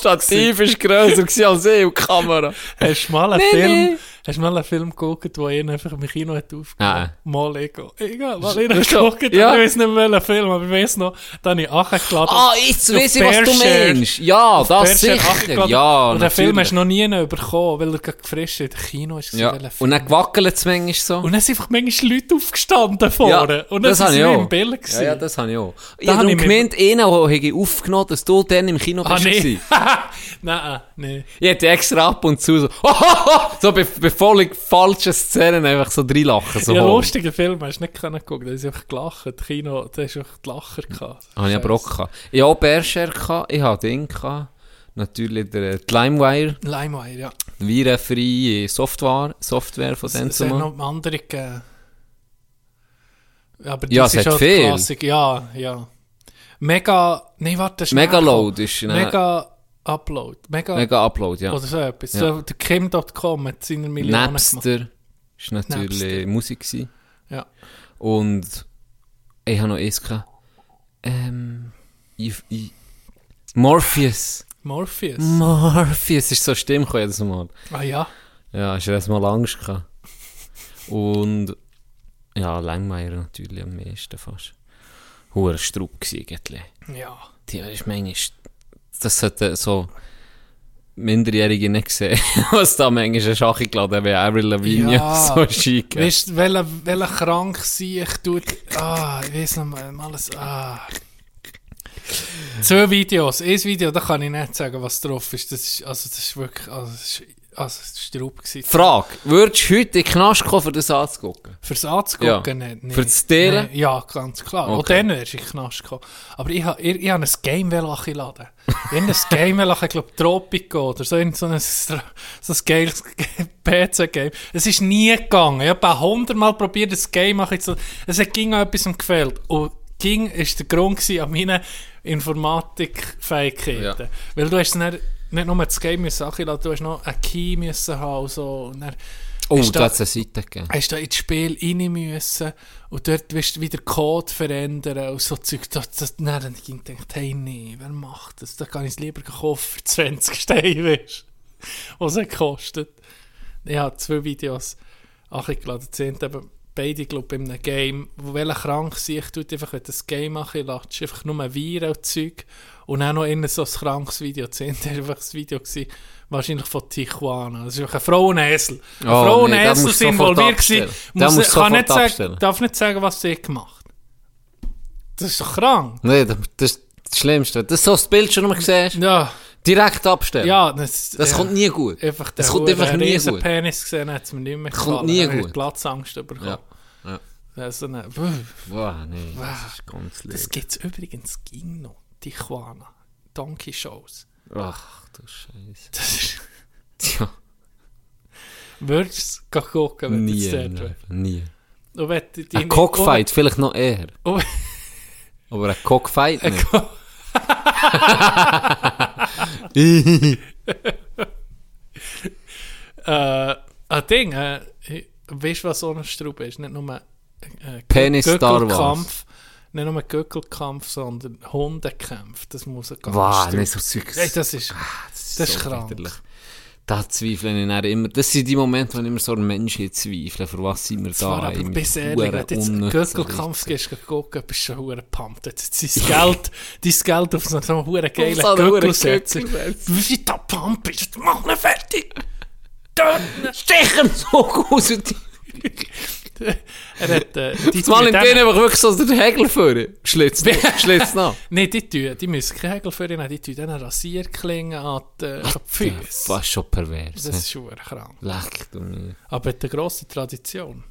[SPEAKER 4] Stativ war grösser gewesen als ich und die Kamera.
[SPEAKER 5] Hast du mal einen
[SPEAKER 4] Nee,
[SPEAKER 5] Film,
[SPEAKER 4] nee.
[SPEAKER 5] hast du mal einen Film geguckt, wo ihn einfach im Kino hat aufgenommen?
[SPEAKER 4] Nein.
[SPEAKER 5] Mal Ego. Egal, mal ihn
[SPEAKER 4] ist so-
[SPEAKER 5] geguckt,
[SPEAKER 4] Ah. ja.
[SPEAKER 5] ich weiß nicht mehr welchen Film, aber ich weiß noch, da habe ich angeklärt.
[SPEAKER 4] Ah, jetzt
[SPEAKER 5] Auf
[SPEAKER 4] weiss ich, was du
[SPEAKER 5] Bershare.
[SPEAKER 4] meinst. Ja, das sicher. Ja,
[SPEAKER 5] Und den Film hast
[SPEAKER 4] natürlich.
[SPEAKER 5] du noch nie bekommen, weil er gerade gefrischt in Kino ist.
[SPEAKER 4] ja.
[SPEAKER 5] welcher Film.
[SPEAKER 4] Und dann gewackelt es manchmal so.
[SPEAKER 5] und dann sind einfach manchmal Leute aufgestanden vorne. und dann
[SPEAKER 4] das
[SPEAKER 5] sind
[SPEAKER 4] habe
[SPEAKER 5] sie
[SPEAKER 4] ich
[SPEAKER 5] wie
[SPEAKER 4] auch.
[SPEAKER 5] im Bild
[SPEAKER 4] Ja,
[SPEAKER 5] gewesen.
[SPEAKER 4] ja, das habe ich auch. Ich
[SPEAKER 5] Da
[SPEAKER 4] habe
[SPEAKER 5] habe
[SPEAKER 4] darum
[SPEAKER 5] ich mir-
[SPEAKER 4] gemeint, einen habe ich aufgenommen, dass du dann im Kino
[SPEAKER 5] Ah,
[SPEAKER 4] bist.
[SPEAKER 5] nee. Nou, ah,
[SPEAKER 4] gewesen.
[SPEAKER 5] Nein, nein.
[SPEAKER 4] Ich hätte extra ab und zu so, so be bevor ich falsche Szenen einfach so reinlachen. So
[SPEAKER 5] So ja,
[SPEAKER 4] hoch.
[SPEAKER 5] lustige Filme hast du nicht können gucken, da ist einfach gelacht. Kino, da ist einfach die Lacher gehabt.
[SPEAKER 4] Habe ich aber auch gehabt. Ich habe auch Bershare gehabt, ich habe Ding gehabt. Natürlich der äh, die Limewire,
[SPEAKER 5] Limewire, ja.
[SPEAKER 4] virenfreie Software, Software von
[SPEAKER 5] Es hat
[SPEAKER 4] Denzuma.
[SPEAKER 5] noch andere eh, gegeben. Aber
[SPEAKER 4] Ja,
[SPEAKER 5] das
[SPEAKER 4] es
[SPEAKER 5] ist
[SPEAKER 4] hat
[SPEAKER 5] auch
[SPEAKER 4] viel.
[SPEAKER 5] Klassik. Ja, ja. Mega. Nein, warte, das ist
[SPEAKER 4] Megaload
[SPEAKER 5] nachher-
[SPEAKER 4] ist ein-
[SPEAKER 5] Mega Upload. Mega.
[SPEAKER 4] Mega Upload, ja.
[SPEAKER 5] Oder so etwas.
[SPEAKER 4] Ja.
[SPEAKER 5] So, der Kim.com hat seine Millionen gemacht.
[SPEAKER 4] Napster ist natürlich
[SPEAKER 5] Napster.
[SPEAKER 4] Musik gewesen.
[SPEAKER 5] Ja.
[SPEAKER 4] Und ich habe noch eins gehabt. Ähm, ich, ich, Morpheus.
[SPEAKER 5] Morpheus.
[SPEAKER 4] Morpheus ist so eine Stimme gekommen jedes Mal.
[SPEAKER 5] Ah ja.
[SPEAKER 4] Ja, ich hatte jedes Mal Angst. Gehabt. Und ja, Langmeier natürlich am meisten fast. Hoher Strupp gewesen, eigentlich.
[SPEAKER 5] Ja.
[SPEAKER 4] Die ist meine, das sollte so Minderjährige nicht gesehen, was da manchmal eine Schach geladen wie Avril Lavigne
[SPEAKER 5] Ja.
[SPEAKER 4] so schick.
[SPEAKER 5] Weißt du, welcher, welcher krank sie ich tut. Ah, ich weiß noch mal, mal alles. Ah. Zwei Videos. Ein Video, da kann ich nicht sagen, was drauf ist. Das ist, also, das ist wirklich. Also, das ist, also, das ist Raub gewesen.
[SPEAKER 4] Frage, würdest du heute in den Knast kommen, um das anzugucken?
[SPEAKER 5] Fürs Anzugucken
[SPEAKER 4] Ja.
[SPEAKER 5] nicht. nee.
[SPEAKER 4] Fürs Teilen?
[SPEAKER 5] Nee, Ja, ganz klar. Und
[SPEAKER 4] Okay.
[SPEAKER 5] dann wärst du in den Knast gekommen. Aber ich habe ich, ich hab ein Game geladen. Ich habe ein Game geladen, ich glaube Tropico oder so, irgend so ein, so ein geiles PC-Game. Es ist nie gegangen. Ich habe hundertmal probiert, das Game machen. zu- Es hat ging auch etwas gefällt. Und ging ist der Grund gewesen an meinen Informatikfähigkeiten.
[SPEAKER 4] Ja.
[SPEAKER 5] Weil du hast dann nicht nur das Game müssen anladen, du hast noch einen Key müssen haben und so. Und dann
[SPEAKER 4] Oh,
[SPEAKER 5] hast du-
[SPEAKER 4] da hat es eine Seite gegeben.
[SPEAKER 5] hast du da ins Spiel rein müssen und dort wirst du wieder Code verändern und so Zeug. Da, da, dann habe ich gedacht, hey, nee, wer macht das? Da kann ich es lieber kaufen für 20 Steine, weißt du, was es kostet. Ich habe zwei Videos angeladen, die sind eben beide, glaube ich, in einem Game, wo welcher krank sind, ich tue einfach, wenn du das Game anlatscht, einfach nur Viren und Zeug und dann noch irgendein so ein krankes Video, das sind einfach das Video gewesen, wahrscheinlich von Tijuana, das ist einfach ein Frauenhäsel. Ein
[SPEAKER 4] Oh, nee, das
[SPEAKER 5] Frauenhäsel
[SPEAKER 4] musst
[SPEAKER 5] sind
[SPEAKER 4] du sofort
[SPEAKER 5] involviert gewesen,
[SPEAKER 4] abstellen. Das
[SPEAKER 5] muss,
[SPEAKER 4] musst du
[SPEAKER 5] kann nicht
[SPEAKER 4] sofort
[SPEAKER 5] sagen,
[SPEAKER 4] abstellen.
[SPEAKER 5] darf nicht sagen, was sie gemacht Das ist doch krank.
[SPEAKER 4] Nein, das- das ist das Schlimmste. Das ist so das Bild schon mal gesehen.
[SPEAKER 5] Ja,
[SPEAKER 4] Direkt abstellen.
[SPEAKER 5] ja, das,
[SPEAKER 4] Das
[SPEAKER 5] ja.
[SPEAKER 4] kommt nie gut.
[SPEAKER 5] Einfach
[SPEAKER 4] das kommt einfach nie gut.
[SPEAKER 5] Penis gesehen hat es mir nicht mehr
[SPEAKER 4] kommt
[SPEAKER 5] gefallen.
[SPEAKER 4] nie
[SPEAKER 5] Dann hab ich
[SPEAKER 4] gut.
[SPEAKER 5] Platzangst bekommen.
[SPEAKER 4] Ja. Ja.
[SPEAKER 5] Also, ne, buh.
[SPEAKER 4] Wow, nee, das ist ganz
[SPEAKER 5] Das
[SPEAKER 4] leer.
[SPEAKER 5] gibt es übrigens ging noch. Tijuana. Donkey Shows.
[SPEAKER 4] Ach, du Scheiße.
[SPEAKER 5] Das ist,
[SPEAKER 4] Tja,
[SPEAKER 5] würdest du es gucken, wenn
[SPEAKER 4] nie.
[SPEAKER 5] du es dort
[SPEAKER 4] im
[SPEAKER 5] wärst?
[SPEAKER 4] Leben, Nie.
[SPEAKER 5] Und wenn du deine-
[SPEAKER 4] Ein Cockfight vielleicht noch eher.
[SPEAKER 5] Und, und,
[SPEAKER 4] Aber ein Cockfight nicht.
[SPEAKER 5] äh, ein Ding, äh, weißt du, was so ein Straub ist? Nicht nur äh,
[SPEAKER 4] Penis
[SPEAKER 5] Gürtel-
[SPEAKER 4] Star Wars.
[SPEAKER 5] Gürtelkampf, Nicht nur Gürtelkampf, sondern Hundekampf. Das muss ein ganz
[SPEAKER 4] Wow,
[SPEAKER 5] Straub-
[SPEAKER 4] nicht so Ah, Zeugs.
[SPEAKER 5] Ey, das ist... Das ist krank.
[SPEAKER 4] widerlich. Da zweifle ich dann immer. Das sind die Momente, wo ich immer so ein Mensch hier zweifle. Für was sind wir
[SPEAKER 5] Das war
[SPEAKER 4] da?
[SPEAKER 5] aber
[SPEAKER 4] Ey,
[SPEAKER 5] bis
[SPEAKER 4] mit
[SPEAKER 5] ehrlich, wenn
[SPEAKER 4] Huren
[SPEAKER 5] du jetzt einen
[SPEAKER 4] unnützen
[SPEAKER 5] Gürtelkampf gehst, geh gucken, bist du schon hure pumped. Jetzt jetzt dein Geld, dein Geld auf so einen hure geilen
[SPEAKER 4] so einen
[SPEAKER 5] Gürtel
[SPEAKER 4] huren
[SPEAKER 5] setzen.
[SPEAKER 4] Gürtel
[SPEAKER 5] Wie da pump bist, mach ihn fertig! Dort!
[SPEAKER 4] Stechen so aus. und die-
[SPEAKER 5] er hat, äh, die
[SPEAKER 4] Jetzt mal
[SPEAKER 5] tun
[SPEAKER 4] in
[SPEAKER 5] dem-
[SPEAKER 4] denen einfach wirklich so den Hegel führen. Schlitz noch. Schlitz noch.
[SPEAKER 5] Nee, die tun, die müssen keinen Hägel für ihn haben, die tun dann Rasierklingen an die äh, an die Füße.
[SPEAKER 4] Fast schon pervers.
[SPEAKER 5] Das
[SPEAKER 4] Das
[SPEAKER 5] ist hure krank.
[SPEAKER 4] Leck du mir.
[SPEAKER 5] Aber eine grosse Tradition.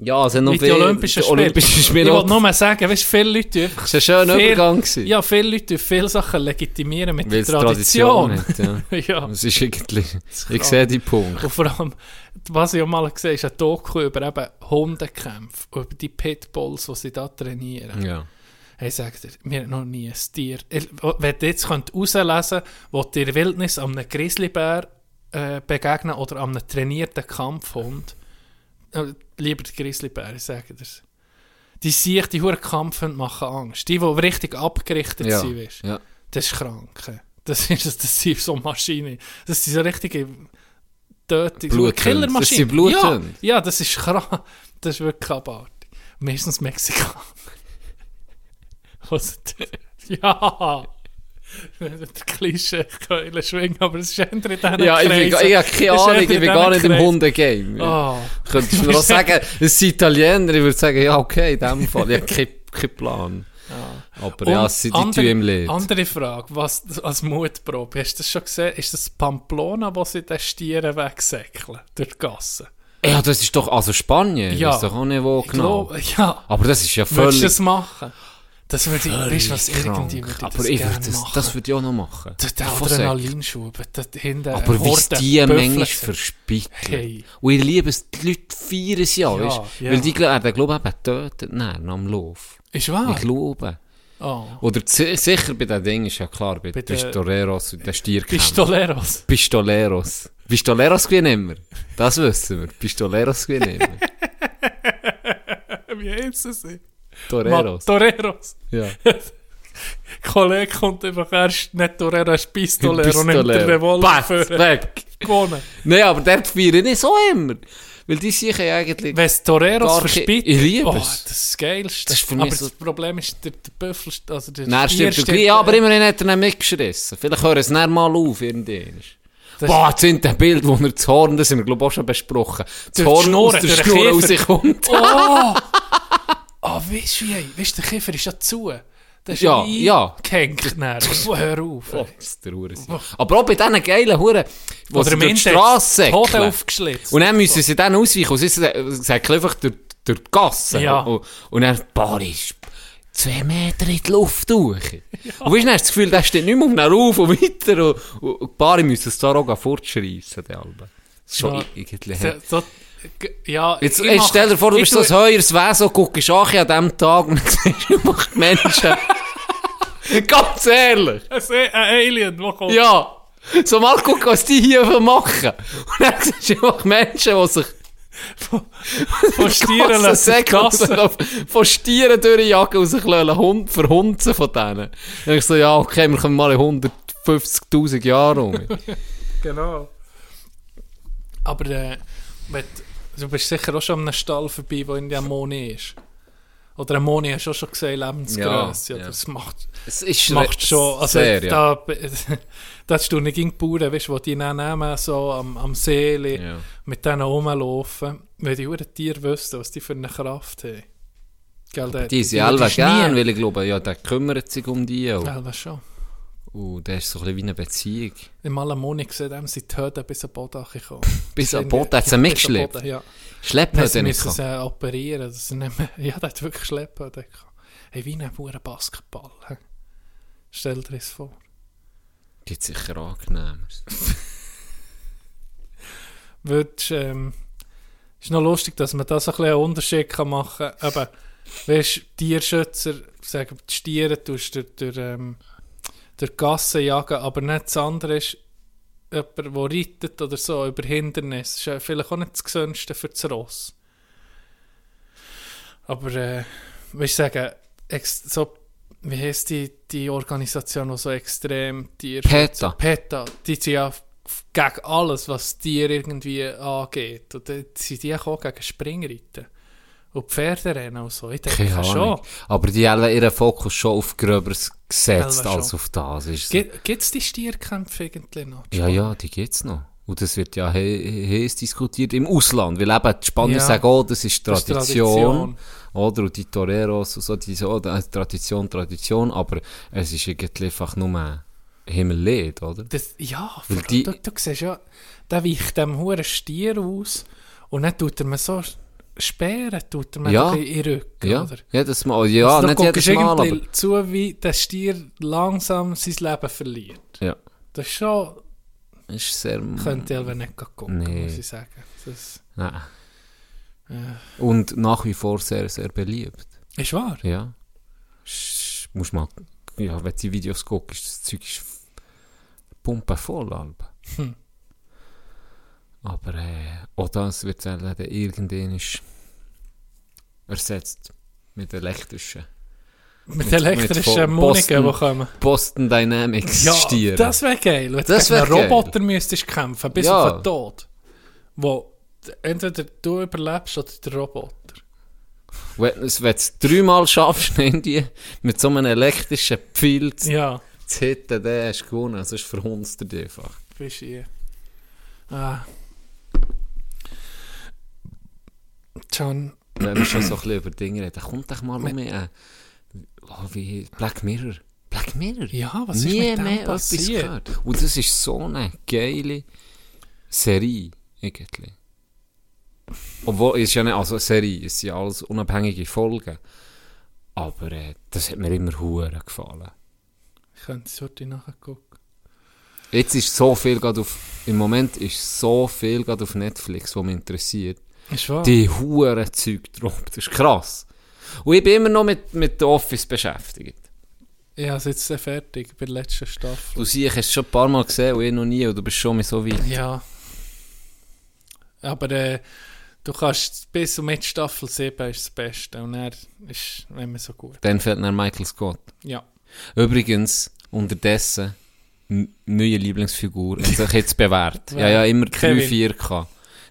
[SPEAKER 4] Ja, es sind noch
[SPEAKER 5] Mit den Olympischen Spielen.
[SPEAKER 4] Olympischen
[SPEAKER 5] Ich
[SPEAKER 4] Spiele.
[SPEAKER 5] wollte nur mal sagen, weißt, viele Leute tun einfach
[SPEAKER 4] Es war ein schöner
[SPEAKER 5] Viel-
[SPEAKER 4] Übergang. gewesen.
[SPEAKER 5] Ja, viele Leute tun viele Sachen legitimieren mit
[SPEAKER 4] Weil es
[SPEAKER 5] der Tradition.
[SPEAKER 4] Tradition hat,
[SPEAKER 5] ja.
[SPEAKER 4] Es ist irgendwie... Ich sehe die Punkte.
[SPEAKER 5] Und vor allem, was ich auch mal gesehen habe, ist ein Doku über eben Hundekämpfe, und über die Pitbulls, die sie da trainieren.
[SPEAKER 4] Ja.
[SPEAKER 5] Hey, sagt er, wir haben noch nie ein Tier. Ich- Wenn ihr jetzt könnt herauslesen könnt, wo ihr in der Wildnis an einem Grizzlybär äh, begegnen oder an einem trainierten Kampfhund, äh, lieber den Grizzlybär, ich sage das. dus. Die sich, die hohen Kampfhunde machen Angst. Die, die richtig abgerichtet
[SPEAKER 4] Ja.
[SPEAKER 5] sind, weißt du.
[SPEAKER 4] ja.
[SPEAKER 5] Das ist krank. hä. Das ist das sind so Maschine. Das sind so richtige Tötung. so
[SPEAKER 4] Bluthunde.
[SPEAKER 5] eine Killermaschine.
[SPEAKER 4] Das sind Bluthunde.
[SPEAKER 5] Ja, ja, das ist krank. Das ist wirklich abartig. Meistens Mexikaner. Was? Ja. Der Klischee Keule schwingen, aber es ist eher in diesen
[SPEAKER 4] Ja, ich, bin,
[SPEAKER 5] Kreisen.
[SPEAKER 4] ich habe keine
[SPEAKER 5] Es ist eher
[SPEAKER 4] Ahnung,
[SPEAKER 5] in
[SPEAKER 4] ich bin
[SPEAKER 5] diesen
[SPEAKER 4] gar nicht im
[SPEAKER 5] Kreisen.
[SPEAKER 4] Hundegame.
[SPEAKER 5] Ah.
[SPEAKER 4] Könntest du mir auch sagen, es sind Italiener, ich würde sagen, ja okay, in dem Fall, ich habe keinen keinen Plan. Aber ja,
[SPEAKER 5] Und
[SPEAKER 4] es sind die Tür im Lied.
[SPEAKER 5] Andere Frage, was als Mutprobe, hast du das schon gesehen? Ist das Pamplona, wo sie den Stieren wegsäckeln? Durch die Gassen?
[SPEAKER 4] Ja, das ist doch, also Spanien,
[SPEAKER 5] Ja.
[SPEAKER 4] das ist doch auch nicht wo
[SPEAKER 5] Ich
[SPEAKER 4] genau.
[SPEAKER 5] glaube, ja.
[SPEAKER 4] Aber das ist ja
[SPEAKER 5] Würdest
[SPEAKER 4] völlig
[SPEAKER 5] du das machen? Das würde ich, weißt du was, irgendwie
[SPEAKER 4] krank.
[SPEAKER 5] würde
[SPEAKER 4] Aber ich würde
[SPEAKER 5] ich das gerne
[SPEAKER 4] das,
[SPEAKER 5] machen.
[SPEAKER 4] das würde ich auch noch machen.
[SPEAKER 5] Der- der
[SPEAKER 4] Von Säck.
[SPEAKER 5] Adrenalinschub, da hinten
[SPEAKER 4] Aber
[SPEAKER 5] eine
[SPEAKER 4] wie es
[SPEAKER 5] Horde
[SPEAKER 4] die
[SPEAKER 5] Büffel
[SPEAKER 4] manchmal
[SPEAKER 5] sind.
[SPEAKER 4] verspitteln.
[SPEAKER 5] Hey.
[SPEAKER 4] Und ich liebe es, die Leute feiern es ja,
[SPEAKER 5] Ja,
[SPEAKER 4] weißt du?
[SPEAKER 5] ja.
[SPEAKER 4] Weil die werden, glaube ich, eben tötet dann am Lauf.
[SPEAKER 5] Ist
[SPEAKER 4] Ich
[SPEAKER 5] wahr?
[SPEAKER 4] glaube.
[SPEAKER 5] Oh.
[SPEAKER 4] Oder zi- sicher bei den Dingen ist ja klar, bei,
[SPEAKER 5] Bei den-
[SPEAKER 4] Pistoleros und den Stierkämpfen.
[SPEAKER 5] Pistoleros.
[SPEAKER 4] Pistoleros. Pistoleros gewinnen immer. Das wissen wir. Pistoleros gewinnen immer.
[SPEAKER 5] Wie heißt sie?
[SPEAKER 4] Toreros.
[SPEAKER 5] Toreros.
[SPEAKER 4] Ja.
[SPEAKER 5] Kollege kommt einfach erst nicht Torero, er ist Pistolero und nimmt den
[SPEAKER 4] Pistolero.
[SPEAKER 5] Revolver
[SPEAKER 4] Pass,
[SPEAKER 5] für
[SPEAKER 4] weg.
[SPEAKER 5] gewonnen.
[SPEAKER 4] Nein, aber dort feiern ich so immer. Weil die sich ja eigentlich...
[SPEAKER 5] Wenn es Toreros
[SPEAKER 4] Gar kein-
[SPEAKER 5] verspittet,
[SPEAKER 4] Ich liebe
[SPEAKER 5] oh,
[SPEAKER 4] es.
[SPEAKER 5] das ist das Geilste.
[SPEAKER 4] Das ist für mich
[SPEAKER 5] aber
[SPEAKER 4] so-
[SPEAKER 5] das Problem ist, der, der Büffel, also der
[SPEAKER 4] Nein,
[SPEAKER 5] Stier
[SPEAKER 4] stimmt. du- Ja, aber immerhin hat er nicht mitgeschissen. Vielleicht hören sie dann mal auf, irgendwann.
[SPEAKER 5] Das-
[SPEAKER 4] Boah, das sind ein Bild, wo er das Horn, das haben wir, glaube ich, auch schon besprochen. Das
[SPEAKER 5] die
[SPEAKER 4] Horn
[SPEAKER 5] Schnur,
[SPEAKER 4] aus der
[SPEAKER 5] durch den
[SPEAKER 4] Schnur
[SPEAKER 5] Kiefer.
[SPEAKER 4] rauskommt.
[SPEAKER 5] Oh! Ah, weißt du, wie, weißt, du, der Kiefer ist ja zu. Das ist
[SPEAKER 4] Ja, ja.
[SPEAKER 5] eingehängt nachher. Hör auf.
[SPEAKER 4] Oh, das ist der Hurensohn. Aber auch bei diesen geilen Huren, die
[SPEAKER 5] Oder
[SPEAKER 4] sie durch
[SPEAKER 5] im
[SPEAKER 4] die
[SPEAKER 5] Index
[SPEAKER 4] Straße
[SPEAKER 5] die Hoden
[SPEAKER 4] säckeln.
[SPEAKER 5] aufgeschlitzt.
[SPEAKER 4] Und dann müssen sie dann ausweichen und sie äh, säckeln einfach durch, durch die Gasse.
[SPEAKER 5] Ja.
[SPEAKER 4] Und, und dann, boah, die ist zwei Meter in die Luft durch. Und weißt du, dann hast du das Gefühl, der steht nicht mehr auf, dann rauf und weiter. Und, und, und die Paare müssen es da auch fortschreissen, die Alben. Das ist schon
[SPEAKER 5] Ja.
[SPEAKER 4] irgendwie...
[SPEAKER 5] So, so, ja,
[SPEAKER 4] Jetzt,
[SPEAKER 5] ich
[SPEAKER 4] jetzt
[SPEAKER 5] mach-
[SPEAKER 4] stell dir vor, du
[SPEAKER 5] ich
[SPEAKER 4] bist so ein
[SPEAKER 5] tu-
[SPEAKER 4] heueres Wesen und guckst auch an diesem Tag und dann siehst du einfach die Menschen. Ganz ehrlich.
[SPEAKER 5] Ein Se- ein eh, Alien, der kommt.
[SPEAKER 4] Ja. So mal gucken, was die hier machen. Und dann siehst du einfach Menschen, die sich
[SPEAKER 5] Von Stieren
[SPEAKER 4] Gassen
[SPEAKER 5] lassen
[SPEAKER 4] säckeln und
[SPEAKER 5] Gassen.
[SPEAKER 4] sich auf- von Stieren durchjagen und sich lassen Hund, verhunzen von denen. Dann ich so, ja, okay, wir kommen mal in 150'000 Jahren um.
[SPEAKER 5] Genau. Aber äh, wenn, du bist sicher auch schon an einem Stall vorbei, wo in der Moni ist. Oder eine Moni hast du auch schon gesehen, Lebensgröße.
[SPEAKER 4] Ja,
[SPEAKER 5] Ja,
[SPEAKER 4] ja.
[SPEAKER 5] Das macht,
[SPEAKER 4] Es ist
[SPEAKER 5] macht schon. Also,
[SPEAKER 4] sehr, ja.
[SPEAKER 5] da, da hast du nicht gegen die Bauern, weißt du, die die dann nehmen, so am, am Seele,
[SPEAKER 4] Ja.
[SPEAKER 5] mit denen rumlaufen. Wenn die Huren Tiere wüssten, was die für eine Kraft haben. Gell, der,
[SPEAKER 4] Die sind alle gern, weil ich glaube, ja, der kümmert sich um die. Und,
[SPEAKER 5] Ja, das schon.
[SPEAKER 4] und der ist so ein bisschen wie eine Beziehung.
[SPEAKER 5] Im Alamoni gesehen haben sie die Hürde bis an den Boden gekommen.
[SPEAKER 4] Bis an den
[SPEAKER 5] Irgendwie-
[SPEAKER 4] Boden, hat sie
[SPEAKER 5] Ja, bis an den
[SPEAKER 4] mitgeschleppt.
[SPEAKER 5] Boden, Ja.
[SPEAKER 4] Schleppen
[SPEAKER 5] Nein,
[SPEAKER 4] hat
[SPEAKER 5] sie
[SPEAKER 4] er nicht
[SPEAKER 5] müssen
[SPEAKER 4] gehabt.
[SPEAKER 5] sie operieren. Das sind nicht mehr, ja, der hat wirklich schleppen. Der kann. Hey, wie ein verdammter Basketball. hä? Stell dir das vor.
[SPEAKER 4] Gibt sicher angenehmer.
[SPEAKER 5] Würdest, ähm, ist noch lustig, dass man da so ein bisschen einen Unterschied kann machen kann. Aber, weißt du, Tierschützer, sagen die Stiere, tust du durch, durch, ähm, durch Gassen jagen, aber nicht das andere ist, jemand, der reitet oder so, über Hindernisse, ist ja vielleicht auch nicht das Gesündeste für das Ross. Aber, äh, wie ich sagen, ex so, wie heisst die, die Organisation, die so extrem Tier...
[SPEAKER 4] PETA.
[SPEAKER 5] PETA. Die sind ja f- gegen alles, was Tier irgendwie angeht. Und dann sind die auch gegen Springreiten. Und Pferderennen und so. Ich denke
[SPEAKER 4] Keine
[SPEAKER 5] schon.
[SPEAKER 4] Ahnung. Aber die haben ihren Fokus schon auf Gröbers gesetzt
[SPEAKER 5] Elva
[SPEAKER 4] als
[SPEAKER 5] schon.
[SPEAKER 4] auf das. Ist so.
[SPEAKER 5] Gibt es die Stierkämpfe irgendwie noch?
[SPEAKER 4] Ja, ja, die gibt's noch. Und das wird ja he- he- heiß diskutiert im Ausland, weil eben die Spanier
[SPEAKER 5] Ja.
[SPEAKER 4] sagen, oh, das ist
[SPEAKER 5] Das ist
[SPEAKER 4] Tradition.
[SPEAKER 5] Tradition.
[SPEAKER 4] Oder, und die Toreros und so, die so, oh, das ist Tradition, Tradition, aber es ist irgendwie einfach nur Himmellied, oder?
[SPEAKER 5] Das, ja,
[SPEAKER 4] Weil
[SPEAKER 5] verdammt,
[SPEAKER 4] die-
[SPEAKER 5] du, du siehst ja, der weicht dem huren Stier aus und dann tut er mir so Speeren, tut er mir
[SPEAKER 4] Ja.
[SPEAKER 5] ja. in den Rücken,
[SPEAKER 4] Ja,
[SPEAKER 5] oder?
[SPEAKER 4] jedes Mal, ja,
[SPEAKER 5] Also da
[SPEAKER 4] nicht
[SPEAKER 5] guckst
[SPEAKER 4] jedes
[SPEAKER 5] du
[SPEAKER 4] Mal, aber,
[SPEAKER 5] irgendwie zu, wie der Stier langsam sein Leben verliert.
[SPEAKER 4] ja,
[SPEAKER 5] Das ist schon,
[SPEAKER 4] ist sehr,
[SPEAKER 5] könnte ich aber nicht gucken,
[SPEAKER 4] Nee.
[SPEAKER 5] muss ich sagen. Das
[SPEAKER 4] nein. Und nach wie vor sehr, sehr beliebt.
[SPEAKER 5] ist wahr.
[SPEAKER 4] Ja. Sch- Muss mal, ja, wenn du die Videos guckst, das Zeug ist f- pumpenvoll, Alba.
[SPEAKER 5] Hm.
[SPEAKER 4] Aber äh, auch das wird dann dann irgendwann ist ersetzt mit elektrischen
[SPEAKER 5] Mit,
[SPEAKER 4] mit voll-
[SPEAKER 5] elektrischen Moniken, die
[SPEAKER 4] Posten-
[SPEAKER 5] kommen.
[SPEAKER 4] Boston Dynamics
[SPEAKER 5] Ja,
[SPEAKER 4] Stieren.
[SPEAKER 5] das wäre geil. Wenn
[SPEAKER 4] Das
[SPEAKER 5] du gegen einen
[SPEAKER 4] wär geil.
[SPEAKER 5] Roboter müsstest kämpfen, bis
[SPEAKER 4] Ja.
[SPEAKER 5] auf den Tod. Wo entweder du überlebst oder der Roboter.
[SPEAKER 4] Wenn du es wenn du es dreimal schaffst, in Indien, mit so einem elektrischen Pfeil zu,
[SPEAKER 5] Ja.
[SPEAKER 4] zu hitten, dann hast du gewonnen. Sonst verhunzt er dich einfach.
[SPEAKER 5] Bist hier. Ah. John,
[SPEAKER 4] wenn wir schon so ein bisschen über Dinge reden, kommt doch mal um äh, oh, wie Black Mirror. Black Mirror?
[SPEAKER 5] Ja, was ist
[SPEAKER 4] Nie
[SPEAKER 5] mit dem
[SPEAKER 4] mehr etwas
[SPEAKER 5] passiert?
[SPEAKER 4] gehört. Und das ist so eine geile Serie, irgendwie. Obwohl, es ist ja nicht, also eine Serie, es sind ja alles unabhängige Folgen. Aber äh, das hat mir immer hure gefallen.
[SPEAKER 5] ich könnte es heute nachgucken.
[SPEAKER 4] Jetzt ist so viel gerade auf, im Moment ist so viel gerade auf Netflix, was mich interessiert.
[SPEAKER 5] Ist wahr?
[SPEAKER 4] die hure Zeug drauf. Das ist krass. Und ich bin immer noch mit, mit The Office beschäftigt.
[SPEAKER 5] Ich habe es jetzt dann fertig bei der letzten Staffel.
[SPEAKER 4] Du siehst, ich habe es schon ein paar Mal gesehen und ich noch nie und du bist schon mal so weit.
[SPEAKER 5] Ja. Aber äh, du kannst bis und mit Staffel 7 ist das Beste. Und er ist nicht mehr so gut.
[SPEAKER 4] Dann fällt nach Michael Scott.
[SPEAKER 5] Ja.
[SPEAKER 4] Übrigens, unterdessen, n- neue Lieblingsfigur, hat sich jetzt bewährt. ja, ja, immer 3,
[SPEAKER 5] Kevin.
[SPEAKER 4] 4 k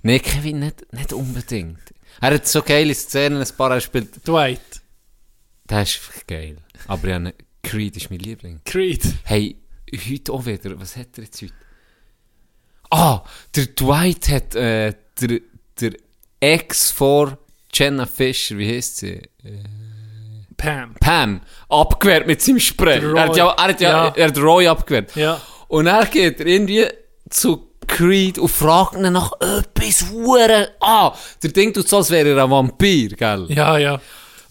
[SPEAKER 4] Nein, Kevin, nicht, nicht unbedingt. Er hat so geile Szenen, ein paar er spielt.
[SPEAKER 5] Dwight.
[SPEAKER 4] Das ist geil. Aber ja, ne- Creed ist mein Liebling.
[SPEAKER 5] Creed.
[SPEAKER 4] Hey, heute auch wieder, was hat er jetzt heute? Ah, der Dwight hat äh, der, der Ex vor Jenna Fischer, wie heißt sie?
[SPEAKER 5] Pam.
[SPEAKER 4] Pam abgewehrt mit seinem Spray.
[SPEAKER 5] Der Roy.
[SPEAKER 4] Er hat ja, er hat ja,
[SPEAKER 5] Ja.
[SPEAKER 4] Er hat Roy abgewehrt.
[SPEAKER 5] Ja.
[SPEAKER 4] Und er geht er irgendwie zu Creed und fragt ihn nach etwas Huren an. Der Ding tut so, als wäre er ein Vampir, gell?
[SPEAKER 5] Ja, ja.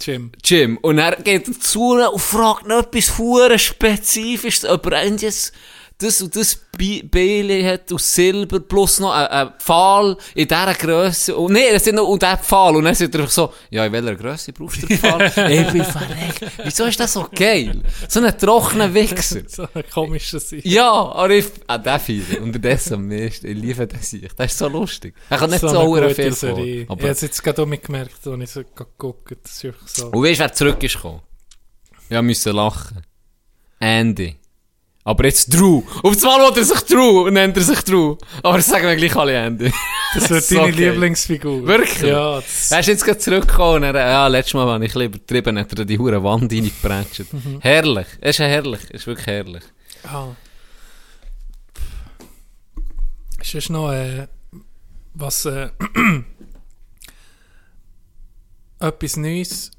[SPEAKER 5] Jim.
[SPEAKER 4] Jim. Und er geht er zu ihm und fragt ihn etwas Huren Spezifisches, ob er irgendwie s- das und das Bi- Beile hat aus Silber plus noch ein, ein Pfahl in dieser Größe. Und nee, das sind noch, und der Pfahl. Und dann sagt er einfach so, ja, in welcher Größe brauchst du den Pfahl? ich bin verreckt. Wieso ist das so geil? So ein trockener Wichser.
[SPEAKER 5] So ein komischer Sieg.
[SPEAKER 4] Ja, aber ich, ah, der Feier, unterdessen am meisten, ich liebe den Sieg, der ist so lustig. Er kann nicht so,
[SPEAKER 5] eine
[SPEAKER 4] so
[SPEAKER 5] gute
[SPEAKER 4] viel
[SPEAKER 5] Serie.
[SPEAKER 4] vor,
[SPEAKER 5] Ich
[SPEAKER 4] aber
[SPEAKER 5] habe es jetzt gerade auch mitgemerkt, als ich so geguckt Das ist wirklich so.
[SPEAKER 4] Und weißt du, wer zurück ist gekommen? Ja, müssen lachen. Andy. Aber jetzt Drew. Auf einmal will er sich Drew und nennt er sich Drew. Aber das sagen wir gleich alle Andy.
[SPEAKER 5] Das wird
[SPEAKER 4] so
[SPEAKER 5] deine
[SPEAKER 4] geil.
[SPEAKER 5] Lieblingsfigur.
[SPEAKER 4] Wirklich?
[SPEAKER 5] Ja, das
[SPEAKER 4] Er ist jetzt gerade zurückgekommen und er, ja, letztes Mal, wenn ich ein bisschen übertrieben hat er die hure Wand reingeprätscht. herrlich. Es ist ja herrlich. Es ist wirklich herrlich.
[SPEAKER 5] Ah. Ist das noch äh, was äh, etwas Neues?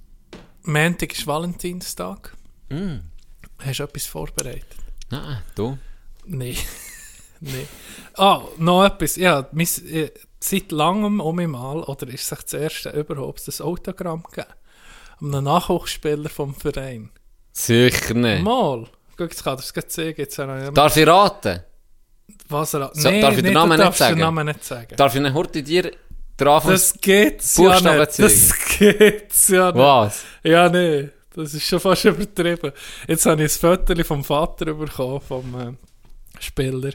[SPEAKER 5] Montag ist Valentinstag. Hast du etwas vorbereitet?
[SPEAKER 4] Ah, du?
[SPEAKER 5] Nein. nee. Ah, noch etwas. Ja, mein, äh, seit langem um mich mal, oder ist sich das erste überhaupt das Autogramm gegeben? Einem Nachwuchsspieler vom Verein.
[SPEAKER 4] Sicher nicht.
[SPEAKER 5] Mal. Guck, jetzt kann ich es gerade sehen. Jetzt habe ich-
[SPEAKER 4] Darf ich raten?
[SPEAKER 5] Was er...
[SPEAKER 4] So,
[SPEAKER 5] nee,
[SPEAKER 4] darf ich den
[SPEAKER 5] nee,
[SPEAKER 4] Namen
[SPEAKER 5] du
[SPEAKER 4] nicht
[SPEAKER 5] darfst
[SPEAKER 4] sagen?
[SPEAKER 5] den Namen nicht sagen.
[SPEAKER 4] Darf ich nicht heute dir drauf
[SPEAKER 5] das geht's ja
[SPEAKER 4] Buchstaben
[SPEAKER 5] nicht.
[SPEAKER 4] zeigen.
[SPEAKER 5] Das geht's ja nicht.
[SPEAKER 4] Was?
[SPEAKER 5] Ja, nee. Das ist schon fast übertrieben. Jetzt habe ich ein Foto vom Vater bekommen, vom äh, Spieler.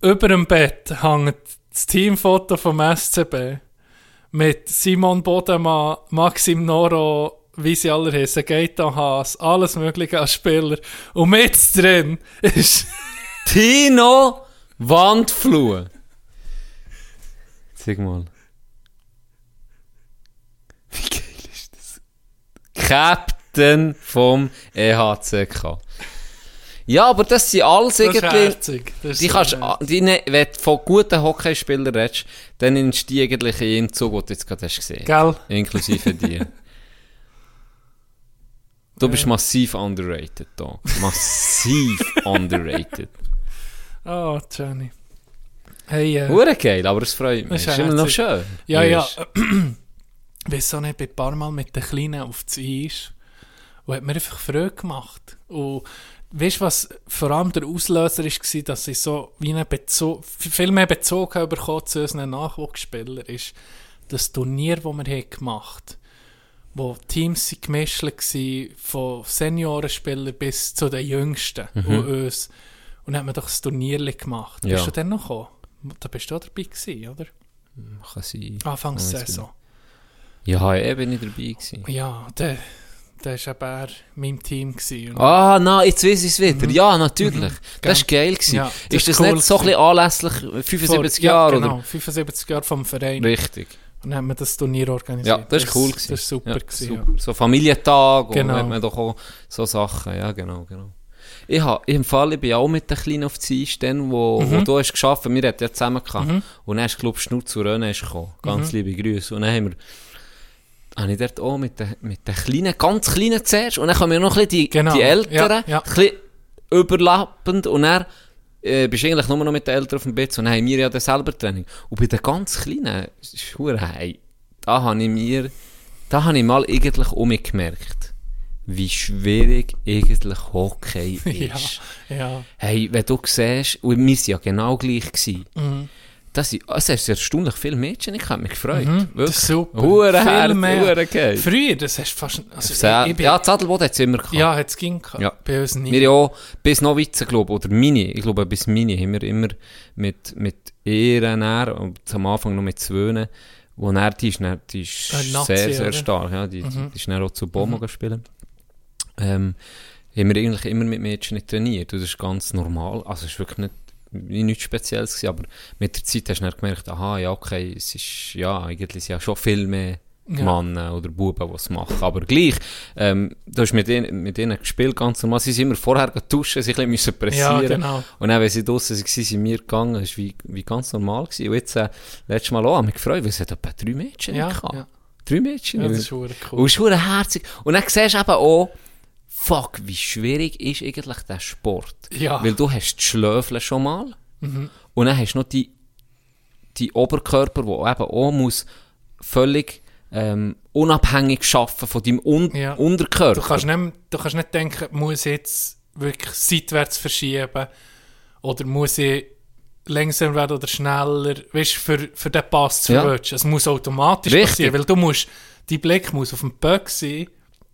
[SPEAKER 5] Über dem Bett hängt das Teamfoto vom SCB mit Simon Bodemann, Maxim Noro, wie sie alle heißen, Gaeta Haas, alles mögliche als Spieler. Und mit drin ist...
[SPEAKER 4] Tino Wandflur. Zeig mal. Wie geil ist das? Captain vom E EHCK. Ja, aber das sind alles
[SPEAKER 5] Das ist
[SPEAKER 4] irgendwie...
[SPEAKER 5] herzig. Das ist
[SPEAKER 4] Die
[SPEAKER 5] so
[SPEAKER 4] kannst,
[SPEAKER 5] herzig.
[SPEAKER 4] a- die, ne- wenn du von guten Hockeyspielern redest, dann nimmst du die eigentlich in den Zug, den du jetzt gerade hast gesehen.
[SPEAKER 5] Gell?
[SPEAKER 4] Inklusive dir. Du
[SPEAKER 5] Äh.
[SPEAKER 4] bist massiv underrated, da. Massiv underrated.
[SPEAKER 5] Oh, Johnny. Hey, äh,
[SPEAKER 4] Hure geil, aber es freut mich.
[SPEAKER 5] Das
[SPEAKER 4] Ist,
[SPEAKER 5] ist
[SPEAKER 4] immer noch
[SPEAKER 5] herzig.
[SPEAKER 4] schön.
[SPEAKER 5] ja, ja.
[SPEAKER 4] Weisst.
[SPEAKER 5] Wieso nicht, ich bin ein paar Mal mit den Kleinen auf das Eis und hat mir einfach Freude gemacht. Und weißt du, was vor allem der Auslöser war, dass ich so wie einen Bezug, viel mehr Bezug habe bekommen zu unseren Nachwuchsspielern, ist das Turnier, das wir haben gemacht wo die Teams sind gemischt waren, von Seniorenspielern bis zu den Jüngsten und uns. Und dann hat man doch ein Turnier gemacht.
[SPEAKER 4] Ja.
[SPEAKER 5] Bist du dann noch gekommen? Da bist du auch dabei gewesen, oder?
[SPEAKER 4] Kann sein.
[SPEAKER 5] Ah. Anfangssaison.
[SPEAKER 4] Ja, eh bin ich dabei gewesen.
[SPEAKER 5] Ja, der, der ist eben er meinem Team gewesen. Und
[SPEAKER 4] Ah, na, jetzt weiß ich es wieder. Ja, natürlich. Das war geil. Gewesen.
[SPEAKER 5] Mhm. Ja, das
[SPEAKER 4] ist das
[SPEAKER 5] ist cool
[SPEAKER 4] nicht so ein bisschen anlässlich 75
[SPEAKER 5] vor-
[SPEAKER 4] Jahre?
[SPEAKER 5] Ja, genau,
[SPEAKER 4] oder?
[SPEAKER 5] 75 Jahre vom Verein.
[SPEAKER 4] Richtig.
[SPEAKER 5] Und dann haben wir das Turnier organisiert.
[SPEAKER 4] Ja, das ist cool. Gewesen.
[SPEAKER 5] Das ist super.
[SPEAKER 4] ja,
[SPEAKER 5] gewesen,
[SPEAKER 4] super. So Familientag
[SPEAKER 5] Genau.
[SPEAKER 4] und hat man doch auch so Sachen. Ja, genau, genau. Ich, hab, im Fall, ich bin auch mit den Kleinen auf die Eis, dann, wo,
[SPEAKER 5] Mhm.
[SPEAKER 4] wo du hast geschafft wir hatten ja zusammen gehabt. Und dann ist, glaube ich, Schnur zu Röne ist gekommen. Ganz
[SPEAKER 5] Mhm.
[SPEAKER 4] liebe Grüße. Und dann haben wir, habe ich dort auch mit den, mit den Kleinen, ganz Kleinen zuerst, und dann kommen ja noch ein bisschen die,
[SPEAKER 5] Genau.
[SPEAKER 4] die Älteren,
[SPEAKER 5] Ja, ja.
[SPEAKER 4] ein bisschen überlappend, und dann äh, bist du eigentlich nur noch mit den Eltern auf dem Bett, und dann haben wir ja dann selber Training. Und bei den ganz Kleinen, es ist hure- hey, da habe ich mir, da habe ich mal eigentlich umgemerkt, wie schwierig eigentlich Hockey ist.
[SPEAKER 5] Ja. ja. ja.
[SPEAKER 4] Hey, wenn du siehst, und wir waren ja genau gleich. Gewesen,
[SPEAKER 5] Mhm.
[SPEAKER 4] das ist, es ist erstaunlich viele Mädchen, ich habe mich gefreut. Wirklich.
[SPEAKER 5] Das ist Mhm. super.
[SPEAKER 4] Hure
[SPEAKER 5] Viel
[SPEAKER 4] Herz,
[SPEAKER 5] mehr.
[SPEAKER 4] hure geil.
[SPEAKER 5] Früher, das hast du fast... Also, ich,
[SPEAKER 4] Sehr-
[SPEAKER 5] ich bin,
[SPEAKER 4] Ja, Zadelboden hat es immer gehabt.
[SPEAKER 5] alltså, ja, hat es ging. gehabt.
[SPEAKER 4] Ja.
[SPEAKER 5] Bei uns nicht.
[SPEAKER 4] Wir ja auch bis Novizen, glaube oder Mini, ich glaube bis Mini haben wir immer mit, mit Ehren, er, und am Anfang noch mit Zwöhnen, wo er, die ist, dann, die ist
[SPEAKER 5] Äh, Nazi,
[SPEAKER 4] sehr, sehr
[SPEAKER 5] oder? Mhm.
[SPEAKER 4] stark, ja, die, die, die ist dann auch zu Bomo gespielt. Ähm, haben wir eigentlich immer mit Mädchen nicht trainiert, und das ist ganz normal, also es ist wirklich nicht wie nichts Spezielles gewesen, aber mit der Zeit hast du dann gemerkt, aha, ja, okay, es ist, ja, eigentlich sind ja schon viel mehr
[SPEAKER 5] Ja.
[SPEAKER 4] Mann äh, oder Buben, die es machen. Aber gleich, ähm, du hast mit, ihnen- mit ihnen gespielt, ganz normal. Sie sind immer vorher duschen, sich ein bisschen pressieren.
[SPEAKER 5] Ja, genau.
[SPEAKER 4] Und dann, wenn sie draußen waren, sind wir gegangen. Das war wie, wie ganz normal. Gewesen. Und jetzt, äh, letztes Mal auch, habe mich gefreut, weil es hat etwa drei Mädchen
[SPEAKER 5] Ja,
[SPEAKER 4] gehabt.
[SPEAKER 5] ja.
[SPEAKER 4] Drei Mädchen.
[SPEAKER 5] Ja, das ist verdammt cool.
[SPEAKER 4] Und es ist verdammt herzig. Und dann siehst du eben auch, fuck, wie schwierig ist eigentlich der Sport.
[SPEAKER 5] Ja. Mhm.
[SPEAKER 4] Weil du hast die Schlöfle schon mal. Und dann hast du noch die, die Oberkörper, die eben auch muss völlig ähm, unabhängig schaffen von deinem Un
[SPEAKER 5] Ja.
[SPEAKER 4] Unterkörper.
[SPEAKER 5] Du kannst, nicht, du kannst nicht denken, muss ich jetzt wirklich seitwärts verschieben oder muss ich langsamer werden oder schneller, weißt du, für, für den Pass zu
[SPEAKER 4] Ja.
[SPEAKER 5] verwirrschen. Es muss automatisch
[SPEAKER 4] Richtig.
[SPEAKER 5] passieren, weil du musst, dein Blick muss auf den Böck sein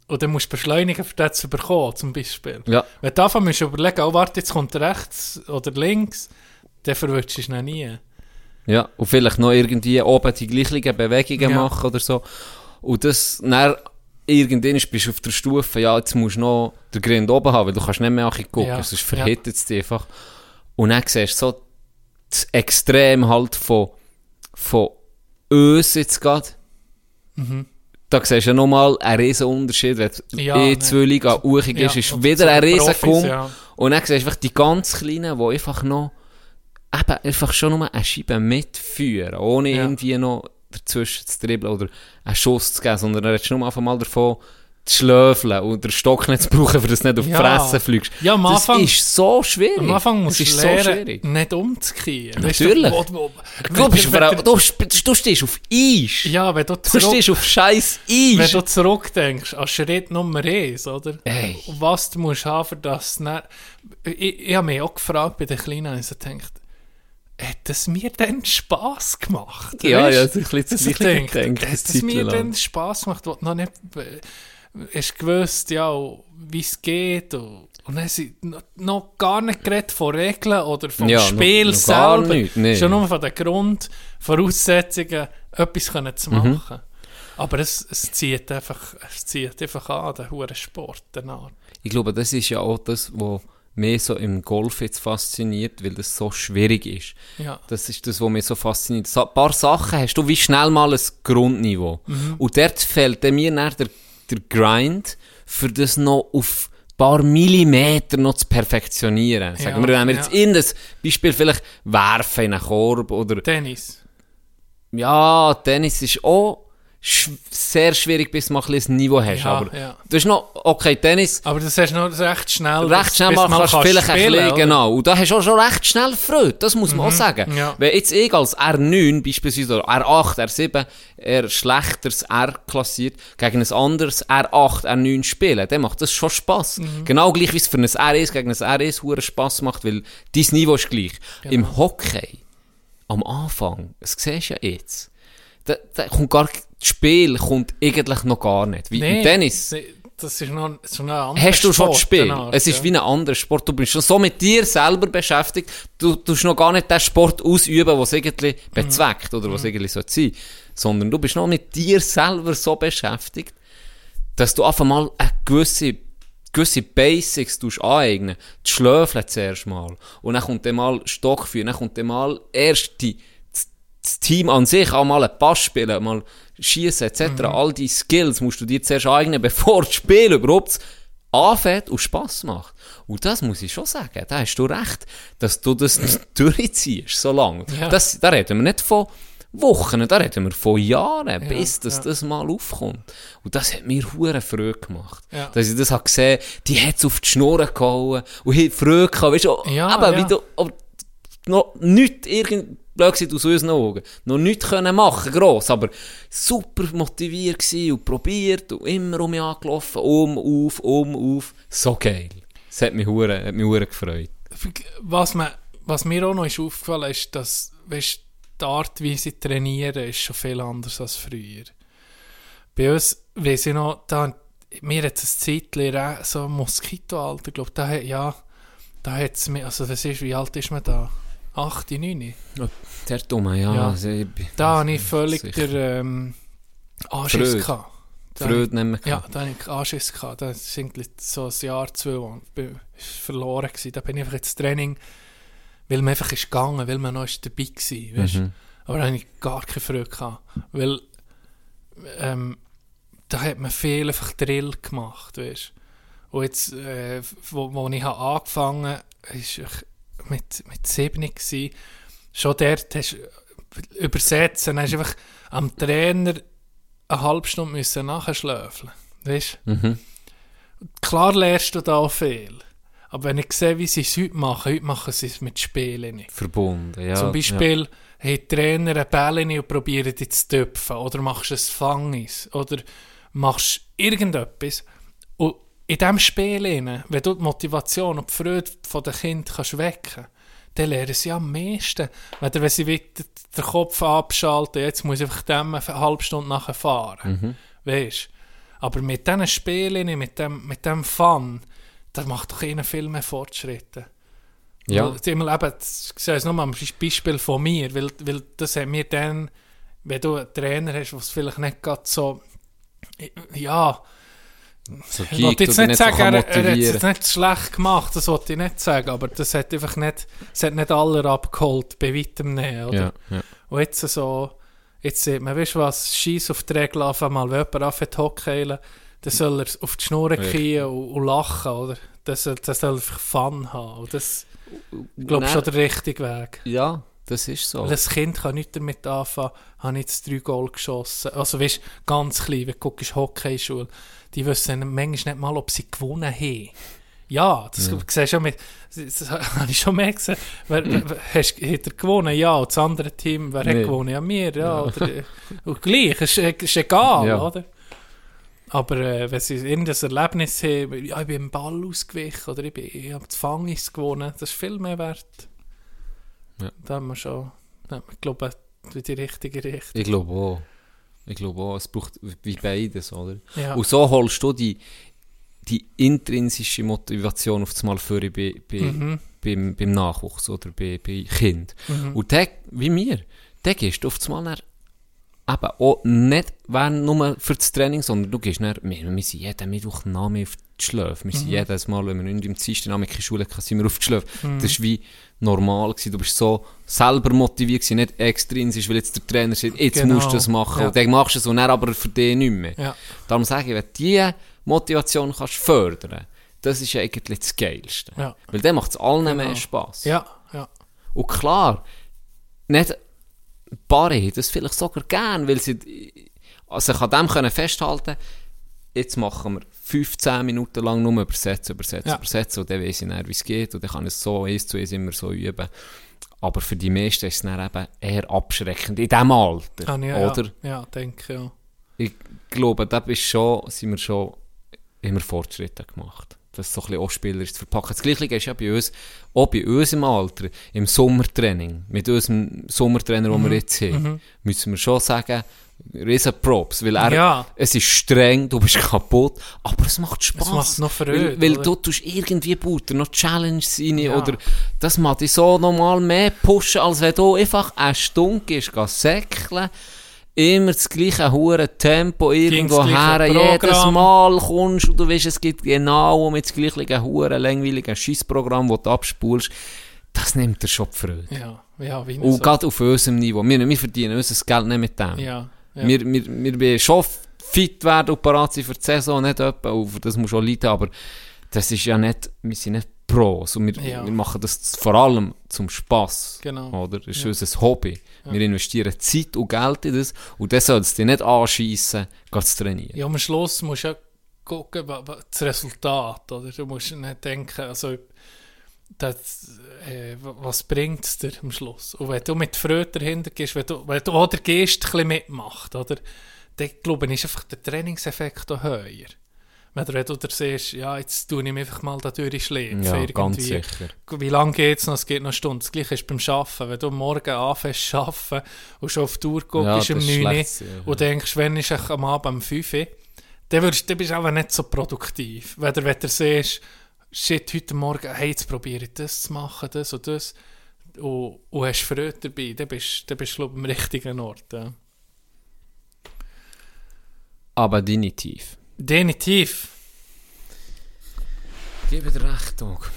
[SPEAKER 5] und dann musst du beschleunigen, für den zu bekommen, zum Beispiel.
[SPEAKER 4] Ja.
[SPEAKER 5] Wenn du anfangen musst du überlegen, oh warte, jetzt kommt rechts oder links, dann verwirrst du es noch nie.
[SPEAKER 4] Ja, und vielleicht noch irgendwie oben die gleichen Bewegungen
[SPEAKER 5] Ja.
[SPEAKER 4] machen oder so. Und das, dann, irgendwann bist du auf der Stufe, ja, jetzt musst du noch den Grind oben haben, weil du kannst nicht mehr gucken,
[SPEAKER 5] Ja.
[SPEAKER 4] sonst verhittet es dich einfach. Und dann siehst du so das Extrem halt von, von uns jetzt gerade. Da siehst du ja nochmal einen riesen Unterschied, wenn
[SPEAKER 5] Mhm.
[SPEAKER 4] ja,
[SPEAKER 5] Ja, nein.
[SPEAKER 4] E-Zwilling an Uchig ist,
[SPEAKER 5] Ja,
[SPEAKER 4] ist
[SPEAKER 5] und
[SPEAKER 4] wieder
[SPEAKER 5] zu
[SPEAKER 4] ein
[SPEAKER 5] den
[SPEAKER 4] riesen
[SPEAKER 5] Profis,
[SPEAKER 4] Kump.
[SPEAKER 5] ja.
[SPEAKER 4] Und dann siehst du einfach die ganz Kleinen, die einfach noch eben einfach schon nur eine Scheibe mitführen, ohne
[SPEAKER 5] Ja.
[SPEAKER 4] irgendwie noch dazwischen zu dribbeln oder einen Schuss zu geben, sondern er redest nur einfach mal davon, zu schlöfeln und den Stock nicht zu brauchen, für das nicht auf die
[SPEAKER 5] Ja.
[SPEAKER 4] Fresse fliegst.
[SPEAKER 5] Ja, am
[SPEAKER 4] das
[SPEAKER 5] Anfang-
[SPEAKER 4] ist so schwierig.
[SPEAKER 5] Am Anfang musst
[SPEAKER 4] das ist
[SPEAKER 5] du
[SPEAKER 4] so
[SPEAKER 5] lernen,
[SPEAKER 4] schwierig.
[SPEAKER 5] nicht umzukehren.
[SPEAKER 4] Natürlich.
[SPEAKER 5] Weißt du, wo- wo-
[SPEAKER 4] Du, bist
[SPEAKER 5] wenn-
[SPEAKER 4] vor allem,
[SPEAKER 5] wenn-
[SPEAKER 4] du, sp- du stehst auf Eis.
[SPEAKER 5] Ja, wenn du
[SPEAKER 4] Du
[SPEAKER 5] zurück...
[SPEAKER 4] stehst auf scheiß
[SPEAKER 5] Wenn
[SPEAKER 4] Eis.
[SPEAKER 5] du zurückdenkst an Schritt Nummer 1, oder?
[SPEAKER 4] Ey.
[SPEAKER 5] Was du musst haben, für das nicht... Ich, ich habe mich auch gefragt bei den Kleinen, und ich so gedacht, hat das mir denn Spass gemacht?
[SPEAKER 4] Ja,
[SPEAKER 5] Weisst
[SPEAKER 4] ja,
[SPEAKER 5] du?
[SPEAKER 4] das ist ein bisschen das
[SPEAKER 5] Dass ich
[SPEAKER 4] Gleiche
[SPEAKER 5] denke,
[SPEAKER 4] gedacht, eine
[SPEAKER 5] Hat das
[SPEAKER 4] Zeit
[SPEAKER 5] mir
[SPEAKER 4] lang.
[SPEAKER 5] denn Spass gemacht? Wo du noch nicht... äh, Hast gewusst, ja, wie es geht und... Und dann sind noch- noch gar nicht geredet von Regeln oder vom
[SPEAKER 4] Ja, noch-
[SPEAKER 5] Spiel
[SPEAKER 4] noch gar
[SPEAKER 5] selber.
[SPEAKER 4] nicht, nee.
[SPEAKER 5] Schon nur von den Grundvoraussetzungen, etwas können zu
[SPEAKER 4] Mhm.
[SPEAKER 5] machen. Aber es, es, zieht einfach, es zieht einfach an, den hohen Sport. Den Art.
[SPEAKER 4] Ich glaube, das ist ja auch das, was mich so im Golf jetzt fasziniert, weil das so schwierig ist.
[SPEAKER 5] Ja.
[SPEAKER 4] Das ist das, was mich so fasziniert. So, ein paar Sachen hast du wie schnell mal ein Grundniveau.
[SPEAKER 5] Mhm.
[SPEAKER 4] Und dort fehlt dann mir dann der, der Grind, für das noch auf ein paar Millimeter noch zu perfektionieren. Sagen
[SPEAKER 5] Ja,
[SPEAKER 4] wir, wenn wir jetzt
[SPEAKER 5] ja.
[SPEAKER 4] in das Beispiel vielleicht werfen in einen Korb oder
[SPEAKER 5] Tennis.
[SPEAKER 4] ja, Tennis ist auch sch sehr schwierig, bis du mal ein bisschen ein Niveau hast.
[SPEAKER 5] Ja,
[SPEAKER 4] aber
[SPEAKER 5] ja.
[SPEAKER 4] das ist noch, okay, Tennis,
[SPEAKER 5] Aber das hast du noch recht schnell.
[SPEAKER 4] recht schnell mal kannst vielleicht ein bisschen,
[SPEAKER 5] genau.
[SPEAKER 4] genau. Und da hast du auch schon recht schnell Freude, das muss man auch sagen.
[SPEAKER 5] ja.
[SPEAKER 4] Wenn jetzt ich als R9 beispielsweise, oder R8, R7, eher schlechteres R klassiert, gegen ein anderes R8, R9 spiele, dann macht das schon Spass. Genau gleich, wie es für ein R1 gegen ein R1 hure Spass macht, weil dein Niveau ist gleich. Im Hockey, am Anfang, das siehst du ja jetzt, da, da kommt gar, das Spiel kommt eigentlich noch gar nicht. Wie im Tennis.
[SPEAKER 5] Das ist noch, das ist noch ein anderer
[SPEAKER 4] Hast du schon
[SPEAKER 5] Sport,
[SPEAKER 4] gespielt?
[SPEAKER 5] den Art,
[SPEAKER 4] Es ist
[SPEAKER 5] ja.
[SPEAKER 4] wie ein anderer Sport. Du bist schon so mit dir selber beschäftigt. Du tust noch gar nicht den Sport ausüben, was irgendwie bezweckt oder
[SPEAKER 5] Mhm.
[SPEAKER 4] was irgendwie so sein Sondern du bist noch mit dir selber so beschäftigt, dass du einfach mal eine gewisse, gewisse Basics tust aneignen. Die Schlöfle zuerst mal. Und dann kommt dann mal Stock führen. Dann kommt dann mal erst die, das- das Team an sich, auch mal einen Pass spielen, mal schießen etc.
[SPEAKER 5] Mhm.
[SPEAKER 4] All diese Skills musst du dir zuerst aneignen, bevor das Spiel überhaupt anfängt und Spass macht. Und das muss ich schon sagen, da hast du recht, dass du das durchziehst, so lange.
[SPEAKER 5] Ja.
[SPEAKER 4] Das, da reden wir nicht von Wochen, da reden wir von Jahren, bis das,
[SPEAKER 5] ja.
[SPEAKER 4] das mal aufkommt. Und das hat mir hure Freude gemacht.
[SPEAKER 5] Ja.
[SPEAKER 4] Dass ich das habe gesehen, die hat es auf die Schnurren gehauen und hat Freude gehabt, weißt du,
[SPEAKER 5] Ja,
[SPEAKER 4] aber wie
[SPEAKER 5] ja.
[SPEAKER 4] du, aber noch nichts, irgend, blöd gesagt, aus unseren Augen, noch nichts können machen, gross, aber super motiviert gewesen und probiert und immer um mich angelaufen, um, auf, um, auf. So geil. Das hat mich hure, hat mich hure gefreut.
[SPEAKER 5] was, man, was mir auch noch ist aufgefallen ist, dass weißt, die Art, wie sie trainieren, ist schon viel anders als früher. Bei uns, weiss ich noch, da, mir hat es ein Zeitchen re- so Moskitoalter, glaube da hat, ja, da hat es mir, also das ist, wie alt ist man da? 8, 9?
[SPEAKER 4] Der Dumme, ja.
[SPEAKER 5] Ja.
[SPEAKER 4] Also, ich bin-
[SPEAKER 5] Da habe ich völlig
[SPEAKER 4] sicher.
[SPEAKER 5] der ähm, Anschiss
[SPEAKER 4] Freude.
[SPEAKER 5] gehabt. Da habe ich-
[SPEAKER 4] Freude nehmen
[SPEAKER 5] Ja, da hatte ich Anschiss. Gehabt. Da sind so ein Jahr, zwei, wo ich bin- ist verloren war. Da bin ich einfach ins Training, weil man einfach ist
[SPEAKER 4] Mhm.
[SPEAKER 5] gegangen, weil man noch ist dabei war. Weißt? Aber da hatte ich gar keine Freude. Gehabt, weil ähm, da hat man viel einfach Drill gemacht, weißt Und jetzt, äh, wo, wo ich habe angefangen habe, ich mit, mit 7 gsi. Schon dort hast du übersetzen, hast du einfach am Trainer eine halbe Stunde müssen nachschläfeln weißt Klar lernst du da viel. Aber wenn ich sehe, wie sie es heute machen, heute machen sie es mit Spielen nicht.
[SPEAKER 4] Verbunden, ja.
[SPEAKER 5] Zum Beispiel haben die Trainer einen Ball in und probieren dich zu töpfen. Oder machst ein Fangis. Oder machst irgendetwas. Und in diesem Spiel, rein, wenn du die Motivation und die Freude der Kind kannst wecken dann lernen sie am meisten. Weder wenn sie wieder den Kopf abschalten, jetzt muss ich einfach dem eine halbe Stunde nachher fahren.
[SPEAKER 4] Mhm.
[SPEAKER 5] Weisst Aber mit diesen Spielen, mit dem, mit dem Fun, da macht doch ihnen viel mehr Fortschritte.
[SPEAKER 4] ja.
[SPEAKER 5] Weil, Simmel, eben, das- ich sage es nochmal, das ist ein Beispiel von mir, weil, weil das hat mir dann, wenn du einen Trainer hast, was vielleicht nicht gerade so, ja,
[SPEAKER 4] so
[SPEAKER 5] ich wollte jetzt
[SPEAKER 4] oder
[SPEAKER 5] nicht sagen, er, er hat es
[SPEAKER 4] motivieren.
[SPEAKER 5] jetzt nicht schlecht gemacht, das wollte ich nicht sagen, aber das hat einfach nicht, das hat nicht alle abgeholt, bei weitem nicht, oder?
[SPEAKER 4] ja, ja.
[SPEAKER 5] Und jetzt so, jetzt sieht man, weißt du was, Scheiß auf die Regel anfangen, mal, wenn jemand anfängt zu hockeilen, dann soll er auf die Schnur gehen und, und lachen, oder? Das soll, das soll einfach Fun haben, und das, ich glaube,
[SPEAKER 4] Nein.
[SPEAKER 5] schon der richtige Weg.
[SPEAKER 4] ja, das ist so.
[SPEAKER 5] Weil ein Kind kann nichts damit anfangen, habe jetzt drei Goal geschossen. Also weißt du, ganz klein, wenn du guckst, Hockeyschule, die wissen manchmal nicht mal, ob sie gewonnen haben. Ja, das ja. siehst du ja mit, das, das habe ich schon mehr gesehen. Wer, wer, wer- hast, hat er gewonnen? Ja, und das andere Team, wer
[SPEAKER 4] Nee.
[SPEAKER 5] hat gewonnen? Ja, wir, ja. Oder, äh, und gleich, ist, äh, ist egal,
[SPEAKER 4] Ja.
[SPEAKER 5] oder? Aber äh, wenn sie irgendein Erlebnis haben, ja, ich bin im Ball ausgewichen oder ich, bin, ich habe das Fangis gewonnen, das ist viel mehr wert.
[SPEAKER 4] Ja.
[SPEAKER 5] Da haben wir schon, da haben wir, glaube ich, in die richtige Richtung.
[SPEAKER 4] Ich glaube auch. Ich glaube auch, es braucht wie beides, oder?
[SPEAKER 5] Ja.
[SPEAKER 4] Und so holst du die, die intrinsische Motivation auf das Mal für bei, bei, beim, beim Nachwuchs oder bei, bei Kind. Und der, wie mir, der gehst du auf das Mal dann eben auch nicht während nur für das Training, sondern du gehst dann, wir, wir sind jeden Mittwoch Name auf die Schläfe. Wir sind
[SPEAKER 5] Mhm.
[SPEAKER 4] jedes Mal, wenn wir nicht im Dienstag Name in die Schule gehen, sind wir auf die Schläfe.
[SPEAKER 5] Mhm.
[SPEAKER 4] Das war wie normal. Gewesen. Du bist so selber motiviert gewesen, nicht extrinsisch, weil jetzt der Trainer sagt, jetzt
[SPEAKER 5] Genau.
[SPEAKER 4] musst du das machen.
[SPEAKER 5] Ja.
[SPEAKER 4] Und dann machst du es und dann aber für dich nicht mehr.
[SPEAKER 5] Ja.
[SPEAKER 4] Darum sage ich, wenn du diese Motivation kannst fördern das ist eigentlich das Geilste.
[SPEAKER 5] Ja.
[SPEAKER 4] Weil dann macht es allen
[SPEAKER 5] Genau.
[SPEAKER 4] mehr Spass.
[SPEAKER 5] Ja, ja.
[SPEAKER 4] Und klar, nicht Paare haben das vielleicht sogar gern, weil sie also ich an dem können festhalten jetzt machen wir 15 Minuten lang nur übersetzen, übersetzen,
[SPEAKER 5] Ja.
[SPEAKER 4] übersetzen und dann weiss ich dann, wie es geht und dann kann ich es so eins zu eins immer so üben. Aber für die meisten ist es dann eben eher abschreckend in diesem Alter,
[SPEAKER 5] Kann ich,
[SPEAKER 4] oder?
[SPEAKER 5] Ja, ja, denke ja.
[SPEAKER 4] Ich glaube, da bist schon, sind wir schon immer Fortschritte gemacht. Das ist so ein bisschen auch spielerisch zu verpacken. Das Gleiche ist ja bei uns, auch bei uns im Alter, im Sommertraining, mit unserem Sommertrainer, den
[SPEAKER 5] Mhm.
[SPEAKER 4] wir jetzt haben, müssen wir schon sagen, riesen Props, weil er,
[SPEAKER 5] Ja.
[SPEAKER 4] es ist streng, du bist kaputt, aber es macht Spaß.
[SPEAKER 5] macht noch
[SPEAKER 4] Weil,
[SPEAKER 5] verrückt,
[SPEAKER 4] weil
[SPEAKER 5] oder?
[SPEAKER 4] du tust irgendwie Butter, noch Challenge rein, oder das macht dich so nochmal mehr pushen, als wenn du einfach eine Stunde gehst, gehst säckeln, immer das gleiche hure Tempo irgendwo
[SPEAKER 5] das
[SPEAKER 4] her,
[SPEAKER 5] gleiche
[SPEAKER 4] jedes
[SPEAKER 5] Programm.
[SPEAKER 4] Mal kommst und du weißt, es gibt genau um das gleiche hure langweilige Schissprogramm, das du abspulst, das nimmt dir schon die Freude.
[SPEAKER 5] Ja, ja, wie
[SPEAKER 4] Und gerade auf unserem Niveau. Wir, wir verdienen unser Geld nicht mit dem.
[SPEAKER 5] Ja, ja.
[SPEAKER 4] Wir, wir, wir wollen schon fit werden und parat sein für die Saison, nicht etwa, und für das muss schon leiden, aber das ist ja nicht, wir sind nicht Pros und wir,
[SPEAKER 5] Ja.
[SPEAKER 4] wir machen das vor allem zum Spass.
[SPEAKER 5] Genau.
[SPEAKER 4] Oder? Das ist unser Hobby. Wir investieren Zeit und Geld in das und das soll es dich nicht anschiessen, geh zu trainieren.
[SPEAKER 5] Ja, am Schluss musst du ja gucken, wa- wa- das Resultat, oder? Du musst nicht denken, also, das, äh, wa- was bringt es dir am Schluss? Und wenn du mit Freude dahinter gehst, wenn du, wenn du auch der Geist ein bisschen mitmacht, oder? Dann, glaube ich, ist einfach der Trainingseffekt auch höher. Wenn du, wenn du dir siehst, ja, jetzt tue ich mich einfach mal da durchschläfen.
[SPEAKER 4] Ja, ganz sicher.
[SPEAKER 5] Wie lange geht es noch? Es geht noch eine Stunde. Das Gleiche ist beim Arbeiten. Wenn du morgen anfängst zu arbeiten und schon auf die Uhr
[SPEAKER 4] Ja,
[SPEAKER 5] guckst
[SPEAKER 4] das
[SPEAKER 5] um
[SPEAKER 4] ist
[SPEAKER 5] 9 Uhr
[SPEAKER 4] schlecht, ja.
[SPEAKER 5] und denkst, wenn ist ich am Abend um 5 Uhr, dann, würdest, dann bist du auch nicht so produktiv. Wenn du, wenn du siehst, shit, heute Morgen, hey, jetzt probiere ich das zu machen, das und das, und, und hast Freude dabei, dann bist dann bist du, glaube ich, am richtigen Ort. Ja.
[SPEAKER 4] Aber deine Tief.
[SPEAKER 5] Definitiv.
[SPEAKER 4] Gib dir recht, Dog.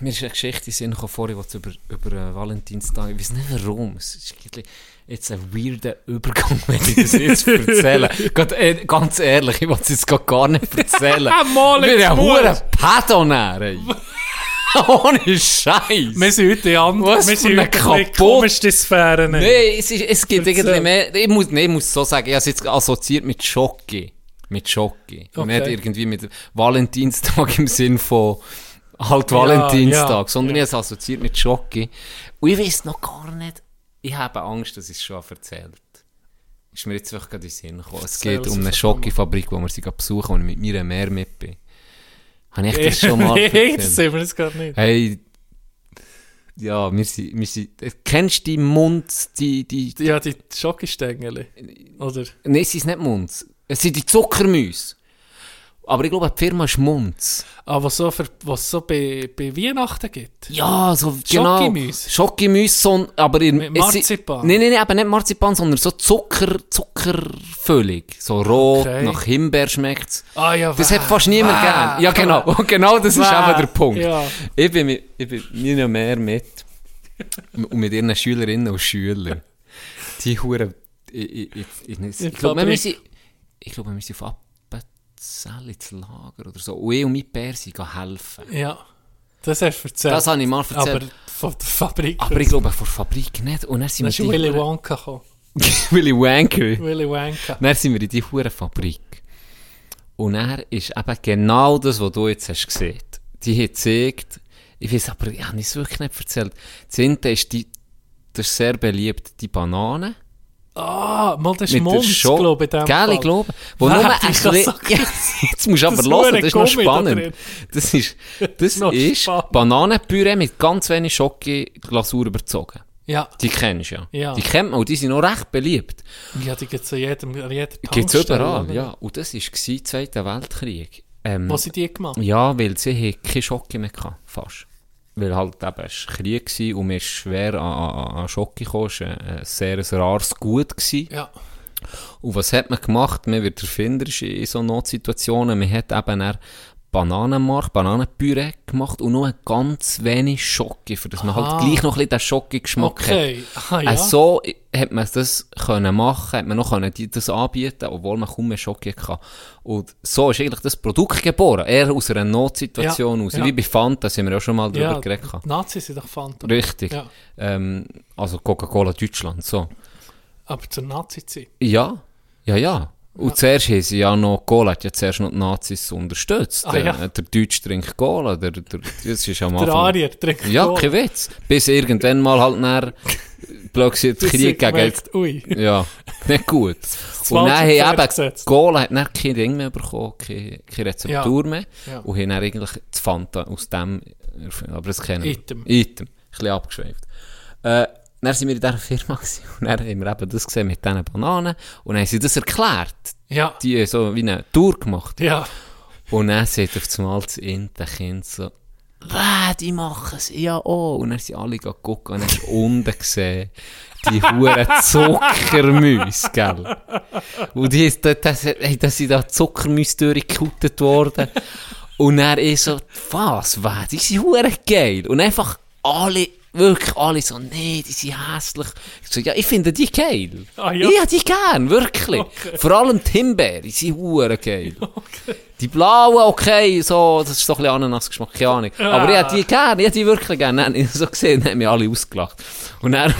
[SPEAKER 4] mir ist eine Geschichte in den Sinn gekommen, vorhin, was über, über äh, Valentinstag, ich weiß nicht warum, es ist irgendwie jetzt ein weirder Übergang, wenn ich das jetzt erzähle. Gerade, eh, ganz ehrlich, ich will es jetzt gerade gar nicht erzählen.
[SPEAKER 5] Mal,
[SPEAKER 4] Wir
[SPEAKER 5] jetzt
[SPEAKER 4] sind
[SPEAKER 5] muss.
[SPEAKER 4] hure Pädonär, ey. Ohne Scheiß.
[SPEAKER 5] Wir sind heute in anderen,
[SPEAKER 4] Was
[SPEAKER 5] wir
[SPEAKER 4] für
[SPEAKER 5] sind
[SPEAKER 4] eine
[SPEAKER 5] heute in
[SPEAKER 4] kaputte-
[SPEAKER 5] komischsten Sphären.
[SPEAKER 4] Nein, es, ist, es gibt
[SPEAKER 5] Erzähl.
[SPEAKER 4] irgendwie mehr. Ich muss, nee, ich muss so sagen, ich habe es jetzt assoziiert mit Schocke. Mit Schocke. Und
[SPEAKER 5] Okay.
[SPEAKER 4] nicht irgendwie mit Valentinstag im Sinn von halt Valentinstag,
[SPEAKER 5] ja,
[SPEAKER 4] sondern ich habe es assoziiert mit Schocke. Und ich weiß noch gar nicht, ich habe Angst, dass ich es schon erzählt Ist mir jetzt wirklich gerade in den Sinn gekommen. Es
[SPEAKER 5] Erzähl,
[SPEAKER 4] geht
[SPEAKER 5] was
[SPEAKER 4] um
[SPEAKER 5] ist
[SPEAKER 4] eine
[SPEAKER 5] das Thema?
[SPEAKER 4] Schocke-Fabrik, wo wir sie gerade besuchen und mit mir am Meer mit bin. Habe ich das schon mal
[SPEAKER 5] Nein,
[SPEAKER 4] erzählt?
[SPEAKER 5] das sehen wir jetzt gerade nicht.
[SPEAKER 4] Hey, ja, wir sind, wir sind, äh, kennst du die Munz, die, die,
[SPEAKER 5] Ja, die Schokostängel. Oder?
[SPEAKER 4] nein, es ist nicht Munz, es sind die Zuckermäuse. Aber ich glaube, die Firma ist Munz.
[SPEAKER 5] Ah, was so, für, was so bei, bei Weihnachten gibt.
[SPEAKER 4] Ja, so, genau.
[SPEAKER 5] Schokimäuse.
[SPEAKER 4] Schokimäuse, so, aber in,
[SPEAKER 5] Mit
[SPEAKER 4] es sind-
[SPEAKER 5] Marzipan.
[SPEAKER 4] Nein, nein, nein, eben nicht Marzipan, sondern so Zucker, zuckerfüllig. So rot,
[SPEAKER 5] Okay.
[SPEAKER 4] nach Himbeer schmeckt's.
[SPEAKER 5] Ah ja,
[SPEAKER 4] Das
[SPEAKER 5] wah.
[SPEAKER 4] hat fast niemand
[SPEAKER 5] Wah.
[SPEAKER 4] gern. Ja, genau. Und genau das ist
[SPEAKER 5] Wah.
[SPEAKER 4] eben der Punkt.
[SPEAKER 5] Ja.
[SPEAKER 4] Ich bin, mit- ich bin nie mehr mit. Und mit ihren Schülerinnen und Schülern. Die Huren. Ich, ich, ich, ich, ich,
[SPEAKER 5] In
[SPEAKER 4] ich glaube, wir
[SPEAKER 5] Fabrik.
[SPEAKER 4] sind, ich glaube, wir sind auf Appenzell ins Lager oder so. Und ich und mein Pär sind gehen helfen.
[SPEAKER 5] Ja, das hast du erzählt.
[SPEAKER 4] Das habe ich mal erzählt.
[SPEAKER 5] Aber von der Fabrik.
[SPEAKER 4] Aber ich glaube, vor der Fabrik nicht. Und dann sind
[SPEAKER 5] Dann
[SPEAKER 4] wir
[SPEAKER 5] ist
[SPEAKER 4] die
[SPEAKER 5] Willy
[SPEAKER 4] Huren-
[SPEAKER 5] Wonka gekommen.
[SPEAKER 4] Willy Wanker.
[SPEAKER 5] Willy Wonka.
[SPEAKER 4] Dann sind wir in die hure Fabrik. Und er ist eben genau das, was du jetzt hast gesehen. Die hat gezeigt, ich weiß aber, ich habe es wirklich nicht erzählt. Das eine ist die, das ist sehr beliebt, die Banane.
[SPEAKER 5] Ah, mal das ist
[SPEAKER 4] der
[SPEAKER 5] Mons,
[SPEAKER 4] Scho-
[SPEAKER 5] glaube ich, in dem
[SPEAKER 4] Gell, ich
[SPEAKER 5] Fall.
[SPEAKER 4] glaube. Wo
[SPEAKER 5] Nein,
[SPEAKER 4] nur
[SPEAKER 5] das
[SPEAKER 4] ein
[SPEAKER 5] ist doch
[SPEAKER 4] bisschen,
[SPEAKER 5] so-
[SPEAKER 4] ja, jetzt musst du aber
[SPEAKER 5] Das
[SPEAKER 4] hören, das ist noch
[SPEAKER 5] Huren-Gummi da drin.
[SPEAKER 4] spannend. Das ist, das
[SPEAKER 5] noch
[SPEAKER 4] ist
[SPEAKER 5] spannend.
[SPEAKER 4] Bananenpüree mit ganz wenig Schokoglasur überzogen.
[SPEAKER 5] Ja,
[SPEAKER 4] Die kennst du ja.
[SPEAKER 5] Ja.
[SPEAKER 4] Die kennt man und die sind noch recht beliebt.
[SPEAKER 5] ja eh, die gibt es an jedem, an jeder
[SPEAKER 4] Gibt es
[SPEAKER 5] Tankstelle,
[SPEAKER 4] überall,
[SPEAKER 5] oder?
[SPEAKER 4] ja. Und das war der Zweite Weltkrieg. Ähm,
[SPEAKER 5] Was sind die gemacht?
[SPEAKER 4] ja, weil sie hatten keine Schocke mehr gehabt, fast. Weil halt eben es war Krieg gewesen und mir ist schwer an, an, an Schocke gekommen. Es war ein, ein sehr ein rares Gut. Gewesen.
[SPEAKER 5] Ja,
[SPEAKER 4] Und was hat man gemacht? Man wird erfinderisch in in so Notsituationen. Man hat eben dann Bananenmark, Bananenpüree gemacht und nur ganz wenig Schocke, für dass man
[SPEAKER 5] Ah.
[SPEAKER 4] halt gleich noch ein bisschen den Schocke-Geschmack hat.
[SPEAKER 5] okay. Ah, ja.
[SPEAKER 4] Äh, so hat man das können machen, hat man noch können die- das anbieten, obwohl man kaum mehr Schocke kann. Und so ist eigentlich das Produkt geboren, eher aus einer Notsituation
[SPEAKER 5] Ja,
[SPEAKER 4] aus.
[SPEAKER 5] ja.
[SPEAKER 4] Wie bei Fanta sind wir ja schon mal drüber
[SPEAKER 5] ja,
[SPEAKER 4] geredet. haben.
[SPEAKER 5] die Nazis sind doch Phantom.
[SPEAKER 4] Richtig.
[SPEAKER 5] Ja.
[SPEAKER 4] Ähm, also Coca-Cola Deutschland, so.
[SPEAKER 5] Aber zur Nazi-Zeit.
[SPEAKER 4] Ja, ja, ja. Und zuerst haben sie ja noch Cola, hat ja zuerst noch die Nazis unterstützt.
[SPEAKER 5] Ah, ja.
[SPEAKER 4] Äh, Der Deutsch trinkt Cola, der, der, das ist am
[SPEAKER 5] Der
[SPEAKER 4] Anfang...
[SPEAKER 5] Arier trinkt
[SPEAKER 4] Ja,
[SPEAKER 5] Cola.
[SPEAKER 4] kein Witz. Bis irgendwann mal halt nach... Blöd gesagt,
[SPEAKER 5] Bis sie
[SPEAKER 4] Krieg gegen
[SPEAKER 5] gemerkt, Ui.
[SPEAKER 4] Ja, nicht gut. und dann haben
[SPEAKER 5] Falsche Pferd
[SPEAKER 4] eben,
[SPEAKER 5] gesetzt.
[SPEAKER 4] Cola hat dann kein Ding mehr bekommen, keine, keine Rezeptur mehr.
[SPEAKER 5] Ja.
[SPEAKER 4] Und haben dann eigentlich das Fanta aus dem, erf- aber das kennen wir.
[SPEAKER 5] Item.
[SPEAKER 4] Item. Ein bisschen abgeschweift. Äh, dann sind wir in dieser Firma gewesen und dann haben wir eben das gesehen mit diesen Bananen und dann haben sie das erklärt.
[SPEAKER 5] Ja,
[SPEAKER 4] Die haben so wie eine Tour gemacht.
[SPEAKER 5] ja.
[SPEAKER 4] Und dann sieht auf einmal das Inter Kind so, «Wäh, die machen es, ja auch!» Und dann sind alle gegangen gucken und dann hast du unten gesehen, die huren Zuckermäuse, gell? Und die ist, dort- das, hey, das sind da Zuckermäuse durchgekutet worden. Und er ist so, was, was? Die sind huren geil. Und einfach alle, wirklich alle so, nee, die sind hässlich. Ich so, ja, ich finde die geil.
[SPEAKER 5] Ah, ja?
[SPEAKER 4] Ich hab die gern, wirklich. Vor allem die Himbeere, die sind huren geil. Die blauen, okay, so, das ist so ein bisschen Ananasgeschmack, keine Ahnung. Aber ich hätte die gern, ich hätte die wirklich gern. Dann, hab ich so gesehen, dann haben mich alle ausgelacht. Und dann,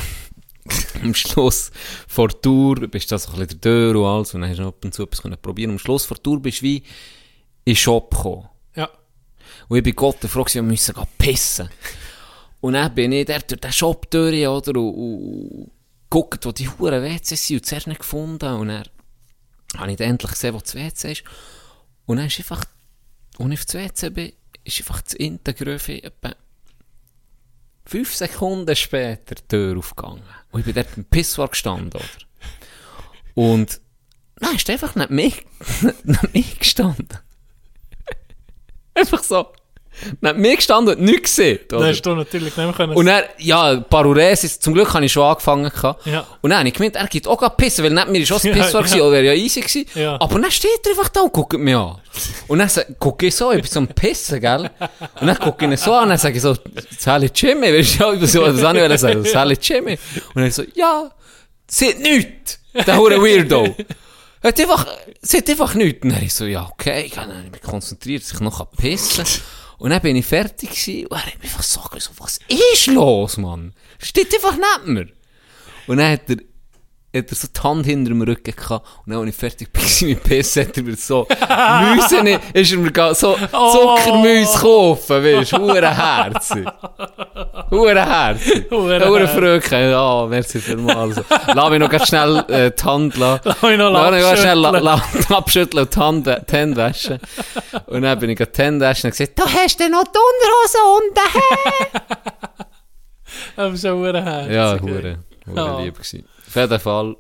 [SPEAKER 4] am Schluss vor der Tour bist du da so ein bisschen der Tür und alles und dann hast du noch ab und zu etwas können probieren. Am Schluss vor der Tour bist du wie in den Shop gekommen.
[SPEAKER 5] Ja.
[SPEAKER 4] Oh, Und ich bin Gott der Frau, gewesen, wir müssen gehen pissen. Und dann bin ich dort durch den Shop durch, oder, und, und guckt, wo die Huren WC sind, und zuerst nicht gefunden. Und dann habe ich dann endlich gesehen, wo das WC ist. Und dann ist einfach, als ich auf das WC bin, ist einfach das Intergröfe etwa fünf Sekunden später die Tür aufgegangen. Und ich bin dort im Pissoir gestanden, oder? Und dann ist einfach nicht mich, nicht mich gestanden. Einfach so. Nein, mir gestanden, nichts gesehen.
[SPEAKER 5] Da
[SPEAKER 4] oder?
[SPEAKER 5] hast du natürlich nicht mehr können.
[SPEAKER 4] Und er, ja, Paruresis, zum Glück habe ich schon angefangen. gehabt.
[SPEAKER 5] Ja.
[SPEAKER 4] Und dann habe ich gemeint, er geht auch gerade pissen, weil nicht mir ist auch das
[SPEAKER 5] Ja,
[SPEAKER 4] Piss war
[SPEAKER 5] ja.
[SPEAKER 4] gewesen, oder ja easy gewesen.
[SPEAKER 5] Ja.
[SPEAKER 4] Aber dann steht er einfach da und guckt mich an. Und dann sa- gucke ich so, ich bin so am Pissen, gell. Und dann gucke ich ihn so an und dann sage ich so, Sally Jimmy, weißt du, ja, über so, das habe ich wollte sagen, Sally Jimmy. Und er so, ja, sieht nichts, der hure Weirdo. Hat einfach, sieht einfach nichts. Und dann ich so, ja, okay, ich habe mich konzentriert, dass ich noch kann pissen Und dann bin ich fertig gewesen und er hat mich einfach so gesagt, so, was ist los, Mann? Steht einfach neben mir. Und dann hat er, hat er so die Hand hinter dem Rücken gehabt und dann, als ich fertig war mit Pissen, hat er mir so Mäuse, ist er mir gegangen, so
[SPEAKER 5] Oh.
[SPEAKER 4] Zuckermäuse kaufen, weißt du, hure herzig. Hure herzig.
[SPEAKER 5] Hure
[SPEAKER 4] Hure
[SPEAKER 5] herzig.
[SPEAKER 4] Fröke, ja, merci vielmals. Lass mich noch ganz schnell äh, die Hand lassen.
[SPEAKER 5] Lass mich noch
[SPEAKER 4] Lass mich ganz schnell la-
[SPEAKER 5] abschütteln.
[SPEAKER 4] la- abschütteln und die Hand, äh, die Hände waschen. Und dann bin ich gerade die Hände waschen und gesagt, da hast du noch die Unterhose unten.
[SPEAKER 5] Aber so hure herzig.
[SPEAKER 4] Ja, hure, hure
[SPEAKER 5] Ja.
[SPEAKER 4] lieb gewesen. Auf jeden Fall,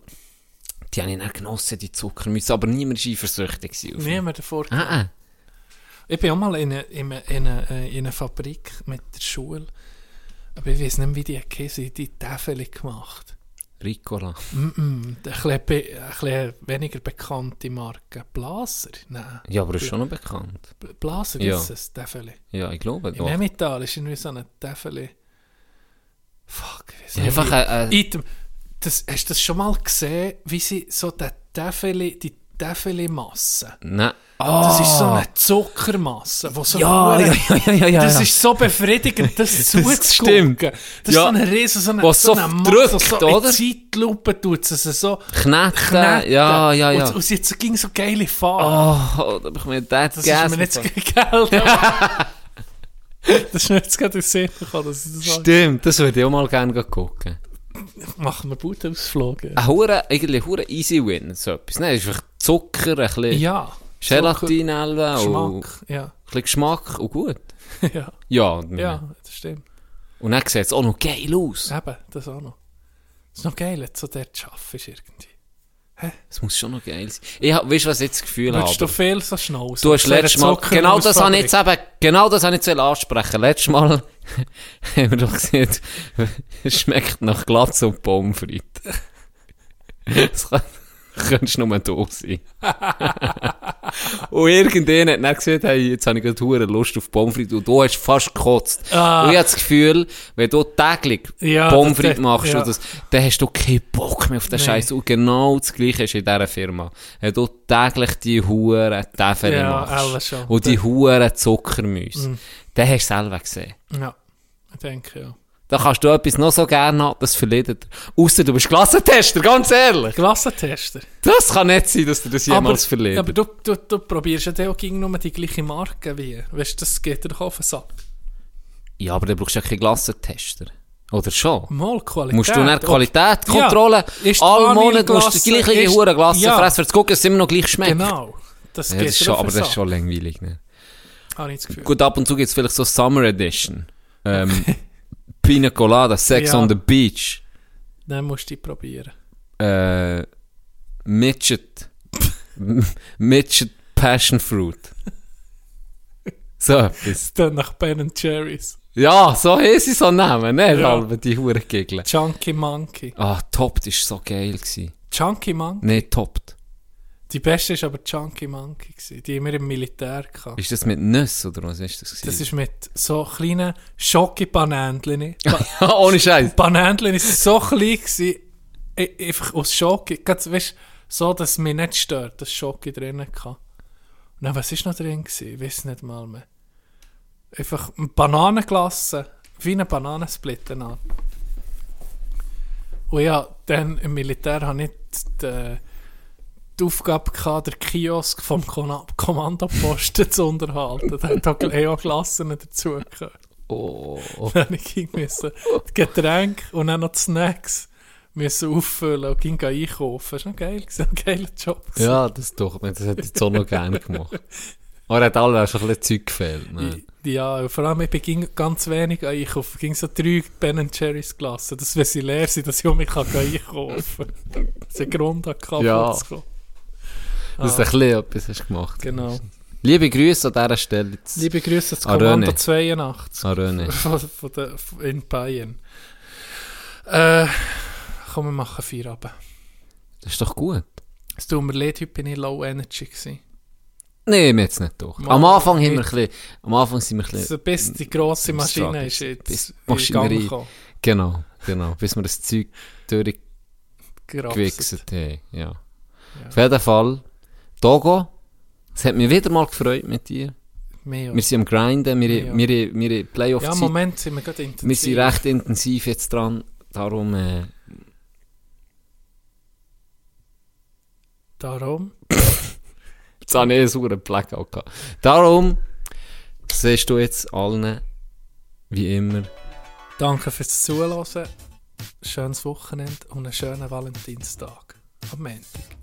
[SPEAKER 4] die habe ich dann genossen, die Zuckermüsse, aber niemand war eifersüchtig. gewesen auf mich.
[SPEAKER 5] Niemand davor.
[SPEAKER 4] Ah, ah.
[SPEAKER 5] Ich bin auch mal in einer in eine, in eine, äh, in eine Fabrik mit der Schule. Aber ich weiß nicht, mehr, wie die Käse, die Tafel gemacht.
[SPEAKER 4] Ricola.
[SPEAKER 5] Mm -mm, ein, bisschen, be- ein bisschen weniger bekannte Marke. Blaser? Nein.
[SPEAKER 4] Ja, aber ist schon noch bekannt.
[SPEAKER 5] B- Blaser
[SPEAKER 4] Ja.
[SPEAKER 5] ist es, Tafel.
[SPEAKER 4] Ja, ich glaube
[SPEAKER 5] Im
[SPEAKER 4] doch.
[SPEAKER 5] Emmental ist irgendwie so eine Tafel. Fuck, ich weiß nicht.
[SPEAKER 4] Einfach
[SPEAKER 5] wie-
[SPEAKER 4] ein... ein
[SPEAKER 5] Item. Das, hast du das schon mal gesehen, wie sie so den Tafel, die Tafel-Masse?
[SPEAKER 4] nein.
[SPEAKER 5] Das ist so eine Zuckermasse, die so
[SPEAKER 4] Ah, Ja,
[SPEAKER 5] hure-
[SPEAKER 4] ja, ja, ja, ja, ja.
[SPEAKER 5] Das ist so befriedigend, das zuzugucken.
[SPEAKER 4] stimmt.
[SPEAKER 5] Das ist
[SPEAKER 4] Ja.
[SPEAKER 5] so eine riesen, so eine,
[SPEAKER 4] Was so
[SPEAKER 5] Masse,
[SPEAKER 4] drückt,
[SPEAKER 5] so
[SPEAKER 4] oder?
[SPEAKER 5] In Zeitlupe tut es es so
[SPEAKER 4] Kneten,
[SPEAKER 5] kneten.
[SPEAKER 4] ja, ja, ja.
[SPEAKER 5] Und, und jetzt ging so geile Fahrt.
[SPEAKER 4] Oh, oh, da habe ich mir das
[SPEAKER 5] das ist mir nicht so geil. das ist mir jetzt gerade in den Sinn gekommen, dass ich das sage.
[SPEAKER 4] Stimmt, das würde ich auch mal gerne gucken.
[SPEAKER 5] Machen wir Bootausflug. Ja.
[SPEAKER 4] Ein hure, eigentlich hure easy win, so etwas. Nein, ist einfach Zucker, ein bisschen
[SPEAKER 5] ja.
[SPEAKER 4] Gelatine, Elbe und ein
[SPEAKER 5] Geschmack, ja.
[SPEAKER 4] bisschen Geschmack und gut.
[SPEAKER 5] ja.
[SPEAKER 4] oh, Ja,
[SPEAKER 5] Ja, das stimmt.
[SPEAKER 4] und dann sieht es auch noch geil aus.
[SPEAKER 5] Eben, das auch noch. Das ist noch geil, jetzt so der zu arbeiten ist irgendwie.
[SPEAKER 4] Es muss schon noch geil sein. Ich hab, weißt du, was ich jetzt das Gefühl
[SPEAKER 5] Würdest du
[SPEAKER 4] habe?
[SPEAKER 5] viel so schnauzen?
[SPEAKER 4] Du hast
[SPEAKER 5] Zu dieser
[SPEAKER 4] letztes Mal,
[SPEAKER 5] Zucker-
[SPEAKER 4] genau das habe ich jetzt
[SPEAKER 5] Ausfabrik.
[SPEAKER 4] eben, genau das habe ich jetzt ansprechen. Letztes Mal haben wir doch gesehen, es schmeckt nach Glatze und Pommes frites. Das kann, könntest nur du sein. und irgendjemand hat dann gesehen, hey, jetzt habe ich gerade hure Lust auf Pommes frites und du hast fast gekotzt.
[SPEAKER 5] Ah.
[SPEAKER 4] Und ich habe das Gefühl, wenn du täglich
[SPEAKER 5] Ja,
[SPEAKER 4] Pommes
[SPEAKER 5] das-
[SPEAKER 4] frites machst,
[SPEAKER 5] ja.
[SPEAKER 4] und das, dann hast du keinen Bock mehr auf den
[SPEAKER 5] Nein.
[SPEAKER 4] Scheiß. Und genau das Gleiche ist in dieser Firma. Wenn du täglich die Huren Tafel
[SPEAKER 5] Ja, alles
[SPEAKER 4] machst
[SPEAKER 5] schon. Mhm.
[SPEAKER 4] und die Huren Zuckermäuse, dann hast du selber gesehen.
[SPEAKER 5] Ja, ich denke, ja.
[SPEAKER 4] Da kannst du etwas noch so gerne haben, das verliert Außer du bist Klassentester, ganz ehrlich.
[SPEAKER 5] Glassentester.
[SPEAKER 4] Das kann nicht sein, dass du das jemals verliert.
[SPEAKER 5] aber du, du, du probierst ja dann auch gegen nur die gleiche Marke wie er. Weißt du, das geht dir doch auf den Sack.
[SPEAKER 4] ja, aber dann brauchst du ja keinen Klassentester. Oder schon?
[SPEAKER 5] Mal Qualität.
[SPEAKER 4] Musst du dann die
[SPEAKER 5] ob-
[SPEAKER 4] Qualität kontrollen?
[SPEAKER 5] Ja. Ist die
[SPEAKER 4] Alle
[SPEAKER 5] Vanille
[SPEAKER 4] Monate musst du
[SPEAKER 5] Glasse-
[SPEAKER 4] die gleiche
[SPEAKER 5] ist-
[SPEAKER 4] Huren Glasse
[SPEAKER 5] Ja.
[SPEAKER 4] fressen, um zu gucken, dass es immer noch gleich schmeckt.
[SPEAKER 5] Genau. Das
[SPEAKER 4] Ja,
[SPEAKER 5] geht
[SPEAKER 4] das ist
[SPEAKER 5] dir
[SPEAKER 4] schon,
[SPEAKER 5] auf
[SPEAKER 4] aber das
[SPEAKER 5] den
[SPEAKER 4] ist
[SPEAKER 5] Sack.
[SPEAKER 4] schon langweilig. Ne?
[SPEAKER 5] Habe ich das Gefühl.
[SPEAKER 4] Gut, ab und zu gibt es vielleicht so Summer Edition. Ähm, Pina Colada, Sex
[SPEAKER 5] Ja.
[SPEAKER 4] on the Beach,
[SPEAKER 5] Dann musst du die probieren.
[SPEAKER 4] äh, Midget, M- Midget Passion Fruit. So etwas.
[SPEAKER 5] Dann nach Ben Jerry's.
[SPEAKER 4] Ja, so heiss ich so Namen, ne?
[SPEAKER 5] Ja.
[SPEAKER 4] Alben, die Hurengegeln.
[SPEAKER 5] Chunky Monkey.
[SPEAKER 4] Ah, Topped ist so geil gewesen.
[SPEAKER 5] Chunky Monkey?
[SPEAKER 4] Nee, Topped.
[SPEAKER 5] Die beste war aber Chunky Monkey. Gewesen. Die haben wir im Militär gehabt.
[SPEAKER 4] Ist das mit Nüsse oder was ist das gewesen?
[SPEAKER 5] Das ist mit so kleinen Schoki-Banändchen. Ba
[SPEAKER 4] Ohne Scheiß.
[SPEAKER 5] Banändchen war so klein, gewesen, e- einfach aus Schoki. Ganz, weißt, so, dass es mich nicht stört, dass Schoki drinnen kann. Na, was war noch drin? Gewesen? Ich weiß nicht mal mehr. Einfach Bananenglasse, wie eine Bananensplit. An. Und ja, dann im Militär habe ich äh, die, die Aufgabe gehabt, den Kiosk vom Kon- Kommandoposten zu unterhalten. Da hat auch Leo Glassen dazugehört.
[SPEAKER 4] Oh.
[SPEAKER 5] Dann ich ging müssen die Getränke und dann noch die Snacks müssen auffüllen und ging einkaufen. Das war noch geil, gewesen, ein geiler Job. gewesen.
[SPEAKER 4] Ja, das doch. Das hätte ich jetzt auch noch gerne gemacht. Aber er hat alle auch schon ein bisschen Zeug gefehlt. Ne?
[SPEAKER 5] Ja, und vor allem ich ging ganz wenig einkaufen. Ich ging so drei Ben Jerry's Glassen, dass wenn sie leer sind, dass ich um mich kann gehen einkaufen kann. Das ist ein Grund, an die Kappe
[SPEAKER 4] Ja.
[SPEAKER 5] zu kommen.
[SPEAKER 4] Dass du ein bisschen etwas hast gemacht.
[SPEAKER 5] Genau.
[SPEAKER 4] Liebe Grüße an dieser Stelle. zu-
[SPEAKER 5] Liebe Grüße zu
[SPEAKER 4] Ah,
[SPEAKER 5] Kommando
[SPEAKER 4] René.
[SPEAKER 5] 82
[SPEAKER 4] An René.
[SPEAKER 5] von, von der, von- eh, in Bayern. Äh, komm, wir machen Feierabend.
[SPEAKER 4] Das ist doch gut.
[SPEAKER 5] Es tut mir leid, heute bin ich low energy gewesen.
[SPEAKER 4] Nee, mir jetzt nicht doch. Am
[SPEAKER 5] Mal-
[SPEAKER 4] Anfang haben wir ein bisschen, am Anfang sind wir ein bisschen,
[SPEAKER 5] So, bis die grosse Maschine
[SPEAKER 4] Struggle.
[SPEAKER 5] ist
[SPEAKER 4] Bis
[SPEAKER 5] jetzt
[SPEAKER 4] die Maschinerie
[SPEAKER 5] gekommen.
[SPEAKER 4] genau, genau, bis wir das Zeug durchgewichst
[SPEAKER 5] Gerapset.
[SPEAKER 4] haben, ja. Auf jeden Fall, Togo, es hat mich wieder mal gefreut mit dir.
[SPEAKER 5] Mehr.
[SPEAKER 4] Wir sind am Grinden, wir,
[SPEAKER 5] Ja.
[SPEAKER 4] wir, wir, wir, wir
[SPEAKER 5] Ja, im
[SPEAKER 4] Playoff-Zeit
[SPEAKER 5] Moment sind wir gerade intensiv.
[SPEAKER 4] Wir sind recht intensiv jetzt dran, darum äh,
[SPEAKER 5] Darum.
[SPEAKER 4] jetzt habe ich eh einen sauren Blackout gehabt. Darum siehst du jetzt allen, wie immer,
[SPEAKER 5] Danke fürs Zuhören. Schönes Wochenende und einen schönen Valentinstag. Am Montag.